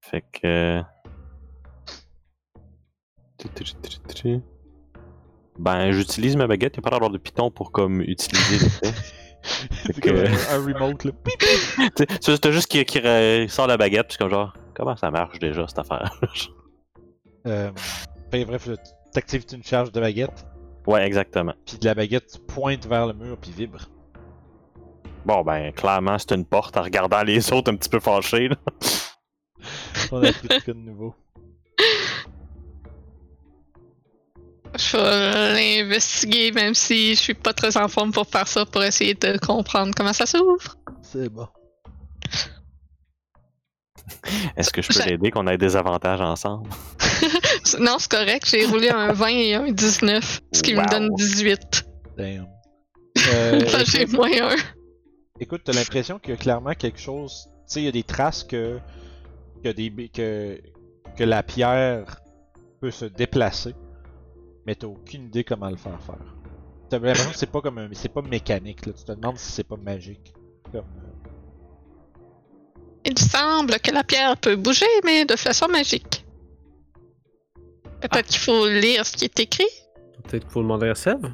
[SPEAKER 4] Fait que. Ben, j'utilise ma baguette, il n'y a pas d'avoir de python pour comme utiliser l'effet.
[SPEAKER 1] c'est
[SPEAKER 4] que-
[SPEAKER 1] comme un, un remote là. Pip!
[SPEAKER 4] T'sais, C'est c'est juste qu'il qu'il re- sort la baguette, puis comme genre, comment ça marche déjà cette affaire?
[SPEAKER 1] Euh, fait, bref, là, t'actives une charge de baguette,
[SPEAKER 4] ouais, exactement.
[SPEAKER 1] puis de la baguette tu pointes vers le mur puis vibre.
[SPEAKER 4] Bon, ben, clairement, c'est une porte en regardant les autres un petit peu fâchés. là.
[SPEAKER 1] On a appris de quoi de nouveau.
[SPEAKER 3] Je vais l'investiguer, même si je suis pas très en forme pour faire ça, pour essayer de comprendre comment ça s'ouvre.
[SPEAKER 1] C'est bon.
[SPEAKER 4] Est-ce que je peux
[SPEAKER 3] Ça-
[SPEAKER 4] l'aider qu'on ait des avantages ensemble?
[SPEAKER 3] Non, c'est correct, j'ai roulé un 20 et un 19, ce qui
[SPEAKER 4] Wow.
[SPEAKER 3] me donne 18.
[SPEAKER 1] Damn. Euh,
[SPEAKER 3] Enfin,
[SPEAKER 1] écoute-
[SPEAKER 3] j'ai moins un.
[SPEAKER 1] Écoute, t'as l'impression qu'il y a clairement quelque chose. Tu sais, il y a des traces que. Que, des, bi- que, que la pierre peut se déplacer, mais t'as aucune idée comment le faire faire. T'as l'impression que c'est pas comme un- c'est pas mécanique, là. Tu te demandes si c'est pas magique. Comme, euh,
[SPEAKER 3] Il semble que la pierre peut bouger, mais de façon magique. Peut-être qu'il faut lire ce qui est écrit.
[SPEAKER 2] Peut-être qu'il faut demander à Sèvres.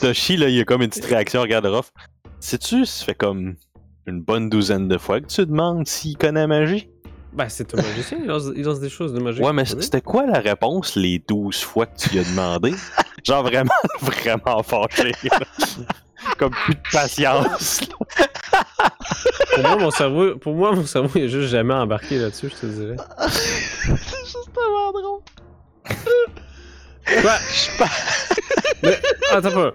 [SPEAKER 4] Toshi, là, il y a comme une petite réaction, regarde Ruff. Sais-tu, ça fait comme une bonne douzaine de fois que tu demandes s'il connaît la magie?
[SPEAKER 2] Bah, c'est un magicien, il lance, il lance des choses de magie.
[SPEAKER 4] Ouais, mais c'était quoi la réponse les 12 fois que tu lui as demandé? Genre vraiment, vraiment fâché. là. comme plus de patience. là.
[SPEAKER 2] pour, moi, mon cerveau, pour moi, mon cerveau, il est juste jamais embarqué là-dessus, je te dirais.
[SPEAKER 1] c'est juste tellement drôle.
[SPEAKER 5] Je, pa-
[SPEAKER 4] Ah,
[SPEAKER 2] Attends un peu.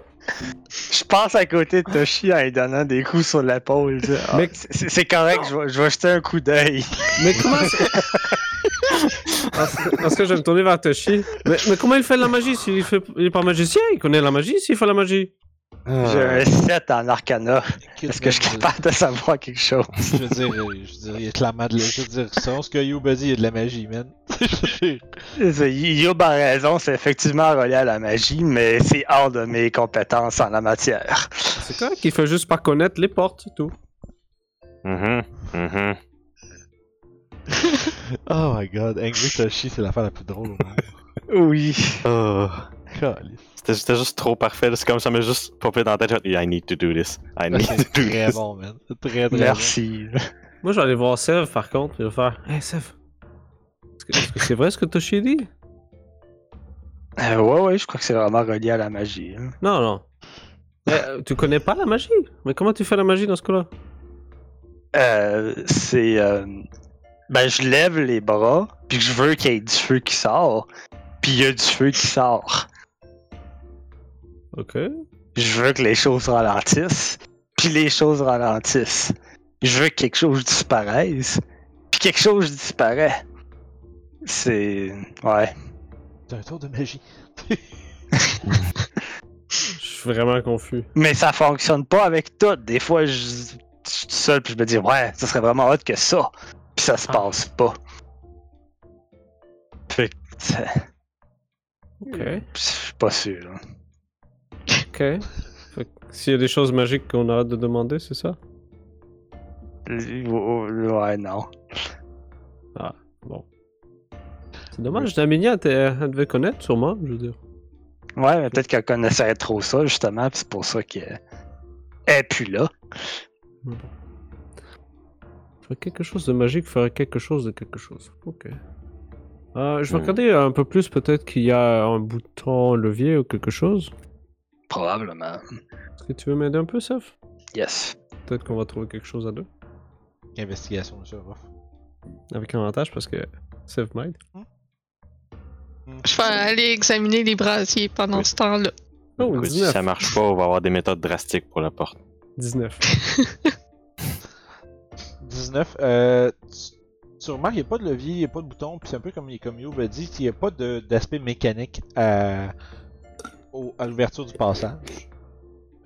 [SPEAKER 5] je passe à côté de Toshi en lui donnant des coups sur l'épaule. je dis, Ah,
[SPEAKER 2] Mais-
[SPEAKER 5] c'est c'est correct, je vais, je vais jeter un coup d'œil.
[SPEAKER 2] Mais comment. Parce que- Parce que je vais me tourner vers Toshi. Mais, mais comment il fait de la magie S'il fait... il est pas magicien, il connaît la magie s'il fait la magie.
[SPEAKER 5] J'ai un 7 en arcana.
[SPEAKER 1] Écoute,
[SPEAKER 5] Est-ce que je suis
[SPEAKER 1] même,
[SPEAKER 5] capable de savoir quelque chose?
[SPEAKER 1] Je veux dire, euh, je veux dire, il y a clairement de la. Je veux dire, selon ce que Yubadi, il y a de la magie, man.
[SPEAKER 5] C'est- Yob a raison, c'est effectivement relié à la magie, mais c'est hors de mes compétences en la matière.
[SPEAKER 2] C'est quoi qu'il fait juste par connaître les portes, c'est tout.
[SPEAKER 1] Mm-hmm,
[SPEAKER 4] Mhm, mhm.
[SPEAKER 1] oh my god, Angry Toshi, c'est l'affaire la plus drôle au monde.
[SPEAKER 5] Oui.
[SPEAKER 1] Calice.
[SPEAKER 4] Oh. C'était c'était juste trop parfait. là. C'est comme ça m'a juste popé dans la tête. j'ai fait, I need to do this. I need to
[SPEAKER 1] C'est
[SPEAKER 4] do
[SPEAKER 1] très
[SPEAKER 4] this.
[SPEAKER 1] bon, man. C'est Très, très bon.
[SPEAKER 5] Merci.
[SPEAKER 2] Moi, j'allais voir Sev par contre, puis je vais faire Hé, Sev, est-ce que- est-ce que c'est vrai ce que Toshi dit
[SPEAKER 5] Euh, ouais, ouais, je crois que c'est vraiment relié à la magie. hein.
[SPEAKER 2] Non, non. Mais, euh, tu connais pas la magie Mais comment tu fais la magie dans ce cas-là
[SPEAKER 5] Euh, c'est. euh, ben, je lève les bras, puis je veux qu'il y ait du feu qui sort, puis il y a du feu qui sort.
[SPEAKER 2] Ok.
[SPEAKER 5] Je veux que les choses ralentissent, puis les choses ralentissent. Je veux que quelque chose disparaisse, puis quelque chose disparaît. C'est. Ouais.
[SPEAKER 1] C'est un tour de magie.
[SPEAKER 2] Je suis vraiment confus.
[SPEAKER 5] Mais ça fonctionne pas avec tout. Des fois, je, je suis tout seul, puis je me dis, ouais, ça serait vraiment hot que ça. Puis ça se
[SPEAKER 2] Ah.
[SPEAKER 5] passe pas. Fait que, c'est-
[SPEAKER 2] Ok.
[SPEAKER 5] je suis pas sûr. hein.
[SPEAKER 2] Ok. Fait que S'il y a des choses magiques qu'on arrête de demander, c'est ça
[SPEAKER 5] Ouais, non.
[SPEAKER 2] C'est dommage, Daminia, t'es- elle devait connaître sûrement, je veux dire.
[SPEAKER 5] Ouais, mais peut-être qu'elle connaissait trop ça, justement, puis c'est pour ça qu'elle est plus là.
[SPEAKER 2] Faire quelque chose de magique, faire quelque chose de quelque chose. Ok. Euh, je vais
[SPEAKER 4] Hmm.
[SPEAKER 2] regarder un peu plus, peut-être qu'il y a un bouton levier ou quelque chose.
[SPEAKER 5] Probablement.
[SPEAKER 2] Est-ce que tu veux m'aider un peu, Saf
[SPEAKER 5] Yes.
[SPEAKER 2] Peut-être qu'on va trouver quelque chose à deux.
[SPEAKER 1] Investigation, monsieur Ruff.
[SPEAKER 2] Avec un avantage parce que Saf m'aide.
[SPEAKER 3] Je vais aller examiner les brasiers pendant
[SPEAKER 4] Oui.
[SPEAKER 3] ce temps-là.
[SPEAKER 2] Oh,
[SPEAKER 4] Écoute, si
[SPEAKER 2] 19.
[SPEAKER 4] ça marche pas, on va avoir des méthodes drastiques pour la porte.
[SPEAKER 2] 19.
[SPEAKER 1] 19. Euh, tu, tu remarques, il n'y a pas de levier, il n'y a pas de bouton, puis c'est un peu comme, comme Youb a dit, il n'y a pas de- d'aspect mécanique à, au- à l'ouverture du passage.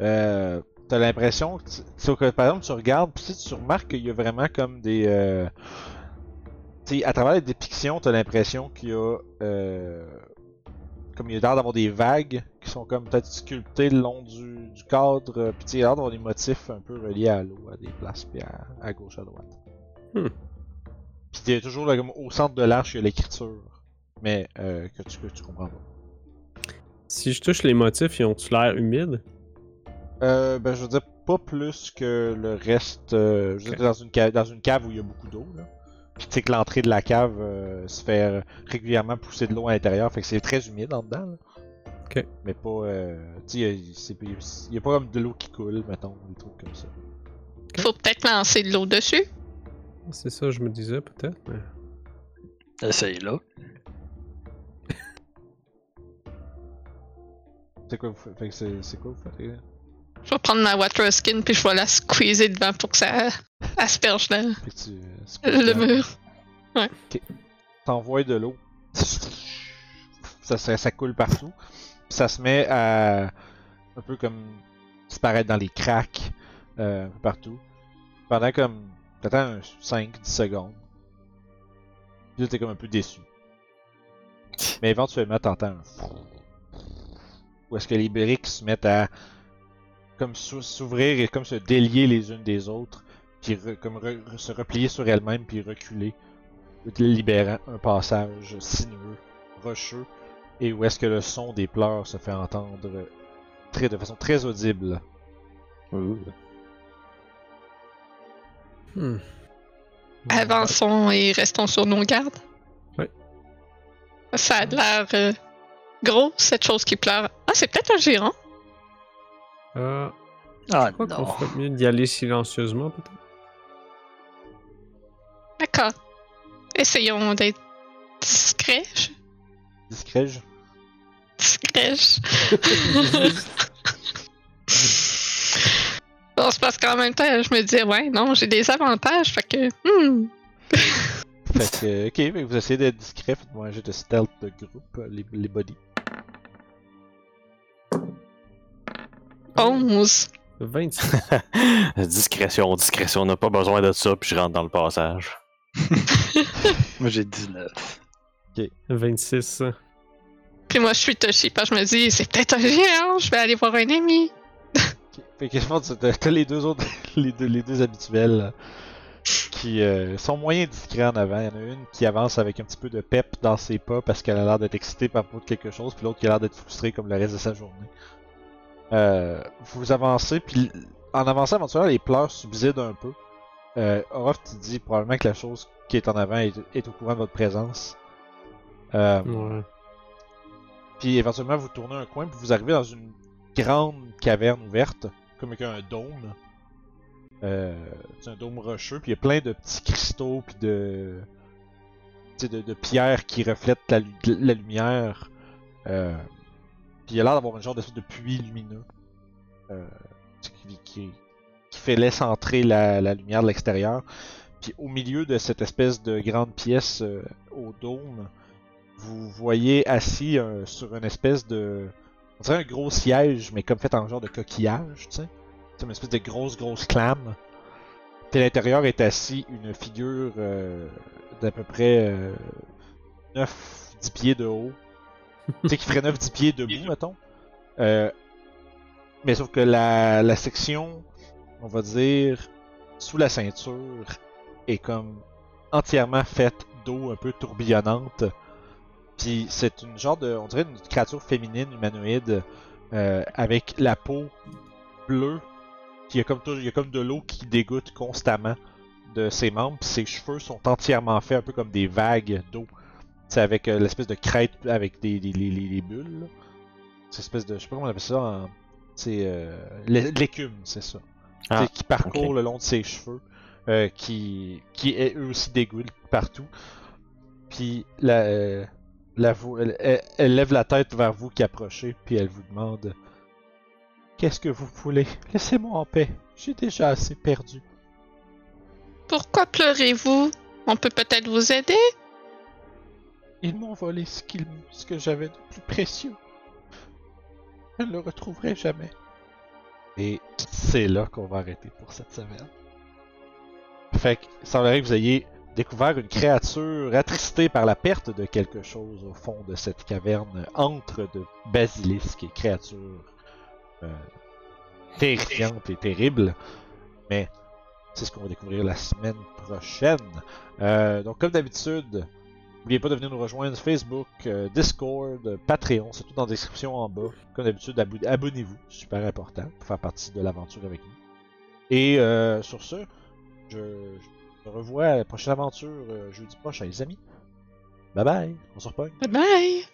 [SPEAKER 1] Euh, t'as l'impression que, tu- tu- que, par exemple, tu regardes, puis si tu remarques qu'il y a vraiment comme des. Euh, tu sais, à travers les dépictions, t'as l'impression qu'il y a. euh, comme il y a l'air d'avoir des vagues qui sont comme peut-être sculptées le long du, du cadre, euh, puis tu sais, il y a l'air d'avoir des motifs un peu reliés à l'eau, à des places, puis à, à gauche, à droite.
[SPEAKER 2] Hmm.
[SPEAKER 1] Puis il y a toujours là, comme, au centre de l'arche, il y a l'écriture, mais euh, que, tu, que tu comprends pas.
[SPEAKER 2] Si je touche les motifs, ils ont-tu l'air humides
[SPEAKER 1] Euh, ben, je veux dire, pas plus que le reste, euh, je veux
[SPEAKER 2] Ok.
[SPEAKER 1] dire, dans une, cave, dans une cave où il y a beaucoup d'eau, là. Puis tu sais que l'entrée de la cave euh, se fait régulièrement pousser de l'eau à l'intérieur, fait que c'est très humide en dedans, là.
[SPEAKER 2] Ok.
[SPEAKER 1] Mais pas, euh, tu sais, il y a- c'est- il y a pas comme de l'eau qui coule, mettons, des trucs comme ça.
[SPEAKER 3] Faut peut-être lancer de l'eau dessus.
[SPEAKER 2] C'est ça, je me disais peut-être. mais-
[SPEAKER 5] Essaye-là.
[SPEAKER 1] C'est quoi vous faites? Fait que c'est c'est quoi vous faites, les gars?
[SPEAKER 3] Je vais prendre ma water skin puis je vais la squeezer devant pour que ça asperge le,
[SPEAKER 1] Fait que tu, euh,
[SPEAKER 3] le
[SPEAKER 1] squeezes la-
[SPEAKER 3] mur.
[SPEAKER 1] t'envoies de l'eau. Ça, ça, ça coule partout. Puis Ça se met à un peu comme disparaître dans les cracks euh, un peu partout. Pendant comme t'attends 5-10 secondes. Puis là t'es comme un peu déçu. Mais éventuellement t'entends un frou- Où est-ce que les briques se mettent à comme s'ou- s'ouvrir et comme se délier les unes des autres. Puis re- comme re- re- se replier sur elles-mêmes puis reculer libérant un passage sinueux, rocheux, et où est-ce que le son des pleurs se fait entendre euh, très, de façon très audible.
[SPEAKER 2] Hmm.
[SPEAKER 3] Avançons et restons sur nos gardes.
[SPEAKER 2] Oui.
[SPEAKER 3] Ça a l'air euh, gros, cette chose qui pleure. Ah, c'est peut-être un géant.
[SPEAKER 2] Euh,
[SPEAKER 5] Ah
[SPEAKER 2] je crois qu'on
[SPEAKER 5] non.
[SPEAKER 2] ferait mieux d'y aller silencieusement, peut-être.
[SPEAKER 3] D'accord. Essayons d'être discrets. je-
[SPEAKER 1] Discret, je-
[SPEAKER 3] Discrets. je- bon, c'est parce qu'en même temps, je me dis, ouais, non, j'ai des avantages, fait que. hmm,
[SPEAKER 1] Fait que, ok, fait que vous essayez d'être discret, faites-moi un jeu de stealth de groupe, les, les bodies.
[SPEAKER 3] 11.
[SPEAKER 2] 26.
[SPEAKER 4] discrétion, discrétion, on n'a pas besoin de ça, puis je rentre dans le passage.
[SPEAKER 5] Moi j'ai 19.
[SPEAKER 2] 26.
[SPEAKER 3] Puis moi, je suis touchée, parce que je me dis, c'est peut-être un géant, je vais aller voir un ami.
[SPEAKER 1] Ok, Fait que je pense que t'as- t'as les deux autres, les deux, les deux habituels là, qui euh, sont moyens discrets en avant. Il y en a une qui avance avec un petit peu de pep dans ses pas parce qu'elle a l'air d'être excitée par propos de quelque chose, puis l'autre qui a l'air d'être frustrée comme le reste de sa journée. Euh, vous avancez, puis l- en avançant éventuellement, les pleurs subsident un peu. Euh, Orof, tu dis probablement que la chose qui est en avant est, est au courant de votre présence. Euh,
[SPEAKER 2] Ouais.
[SPEAKER 1] puis éventuellement, vous tournez un coin, puis vous arrivez dans une grande caverne ouverte, comme avec un dôme. Euh, c'est un dôme rocheux, puis il y a plein de petits cristaux, puis de, tu sais, de, de pierres qui reflètent la, lu- la lumière. Euh, puis il y a l'air d'avoir une genre de, de puits lumineux euh, qui, qui, qui fait laisse entrer la, la lumière de l'extérieur. Puis au milieu de cette espèce de grande pièce euh, au dôme, vous voyez assis euh, sur une espèce de. On dirait un gros siège, mais comme fait en genre de coquillage, tu sais. C'est une espèce de grosse, grosse clame. Puis à l'intérieur est assis une figure euh, d'à peu près 9-10 pieds de haut. tu sais, qui ferait 9-10 pieds debout, mettons. Euh, mais sauf que la, la section, on va dire, sous la ceinture, est comme entièrement faite d'eau un peu tourbillonnante. Puis c'est une genre de, on dirait une créature féminine humanoïde euh, avec la peau bleue. Puis il y a comme tout- il y a comme de l'eau qui dégoutte constamment de ses membres. Puis ses cheveux sont entièrement faits un peu comme des vagues d'eau. C'est avec euh, l'espèce de crête avec des, des- les- les- les bulles. là. C'est espèce de, je sais pas comment on appelle ça. en- C'est euh, l'é- l'écume, c'est ça.
[SPEAKER 4] Ah,
[SPEAKER 1] C'est- qui parcourt
[SPEAKER 4] ok.
[SPEAKER 1] le long de ses cheveux, euh, qui qui est eux aussi dégoulent partout. Puis la, euh, la vo- elle, elle- elle lève la tête vers vous qui approchez, puis elle vous demande Qu'est-ce que vous voulez Laissez-moi en paix, j'ai déjà assez perdu.
[SPEAKER 3] Pourquoi pleurez-vous? On peut peut-être vous aider?
[SPEAKER 1] Ils m'ont volé ce, qu'ils- ce que j'avais de plus précieux. Je ne le retrouverai jamais. Et c'est là qu'on va arrêter pour cette semaine. Fait que, il semblerait que vous ayez découvert une créature attristée par la perte de quelque chose au fond de cette caverne entre de basilisques et créatures euh, terrifiantes et terribles. Mais c'est ce qu'on va découvrir la semaine prochaine. Euh, donc, comme d'habitude, N'oubliez pas de venir nous rejoindre Facebook, euh, Discord, euh, Patreon, c'est tout dans la description en bas. Comme d'habitude, abou- abonnez-vous, c'est super important pour faire partie de l'aventure avec nous. Et euh, sur ce, je, je me revois à la prochaine aventure euh, jeudi prochain, les amis. Bye bye, on se repogne.
[SPEAKER 3] Bye bye!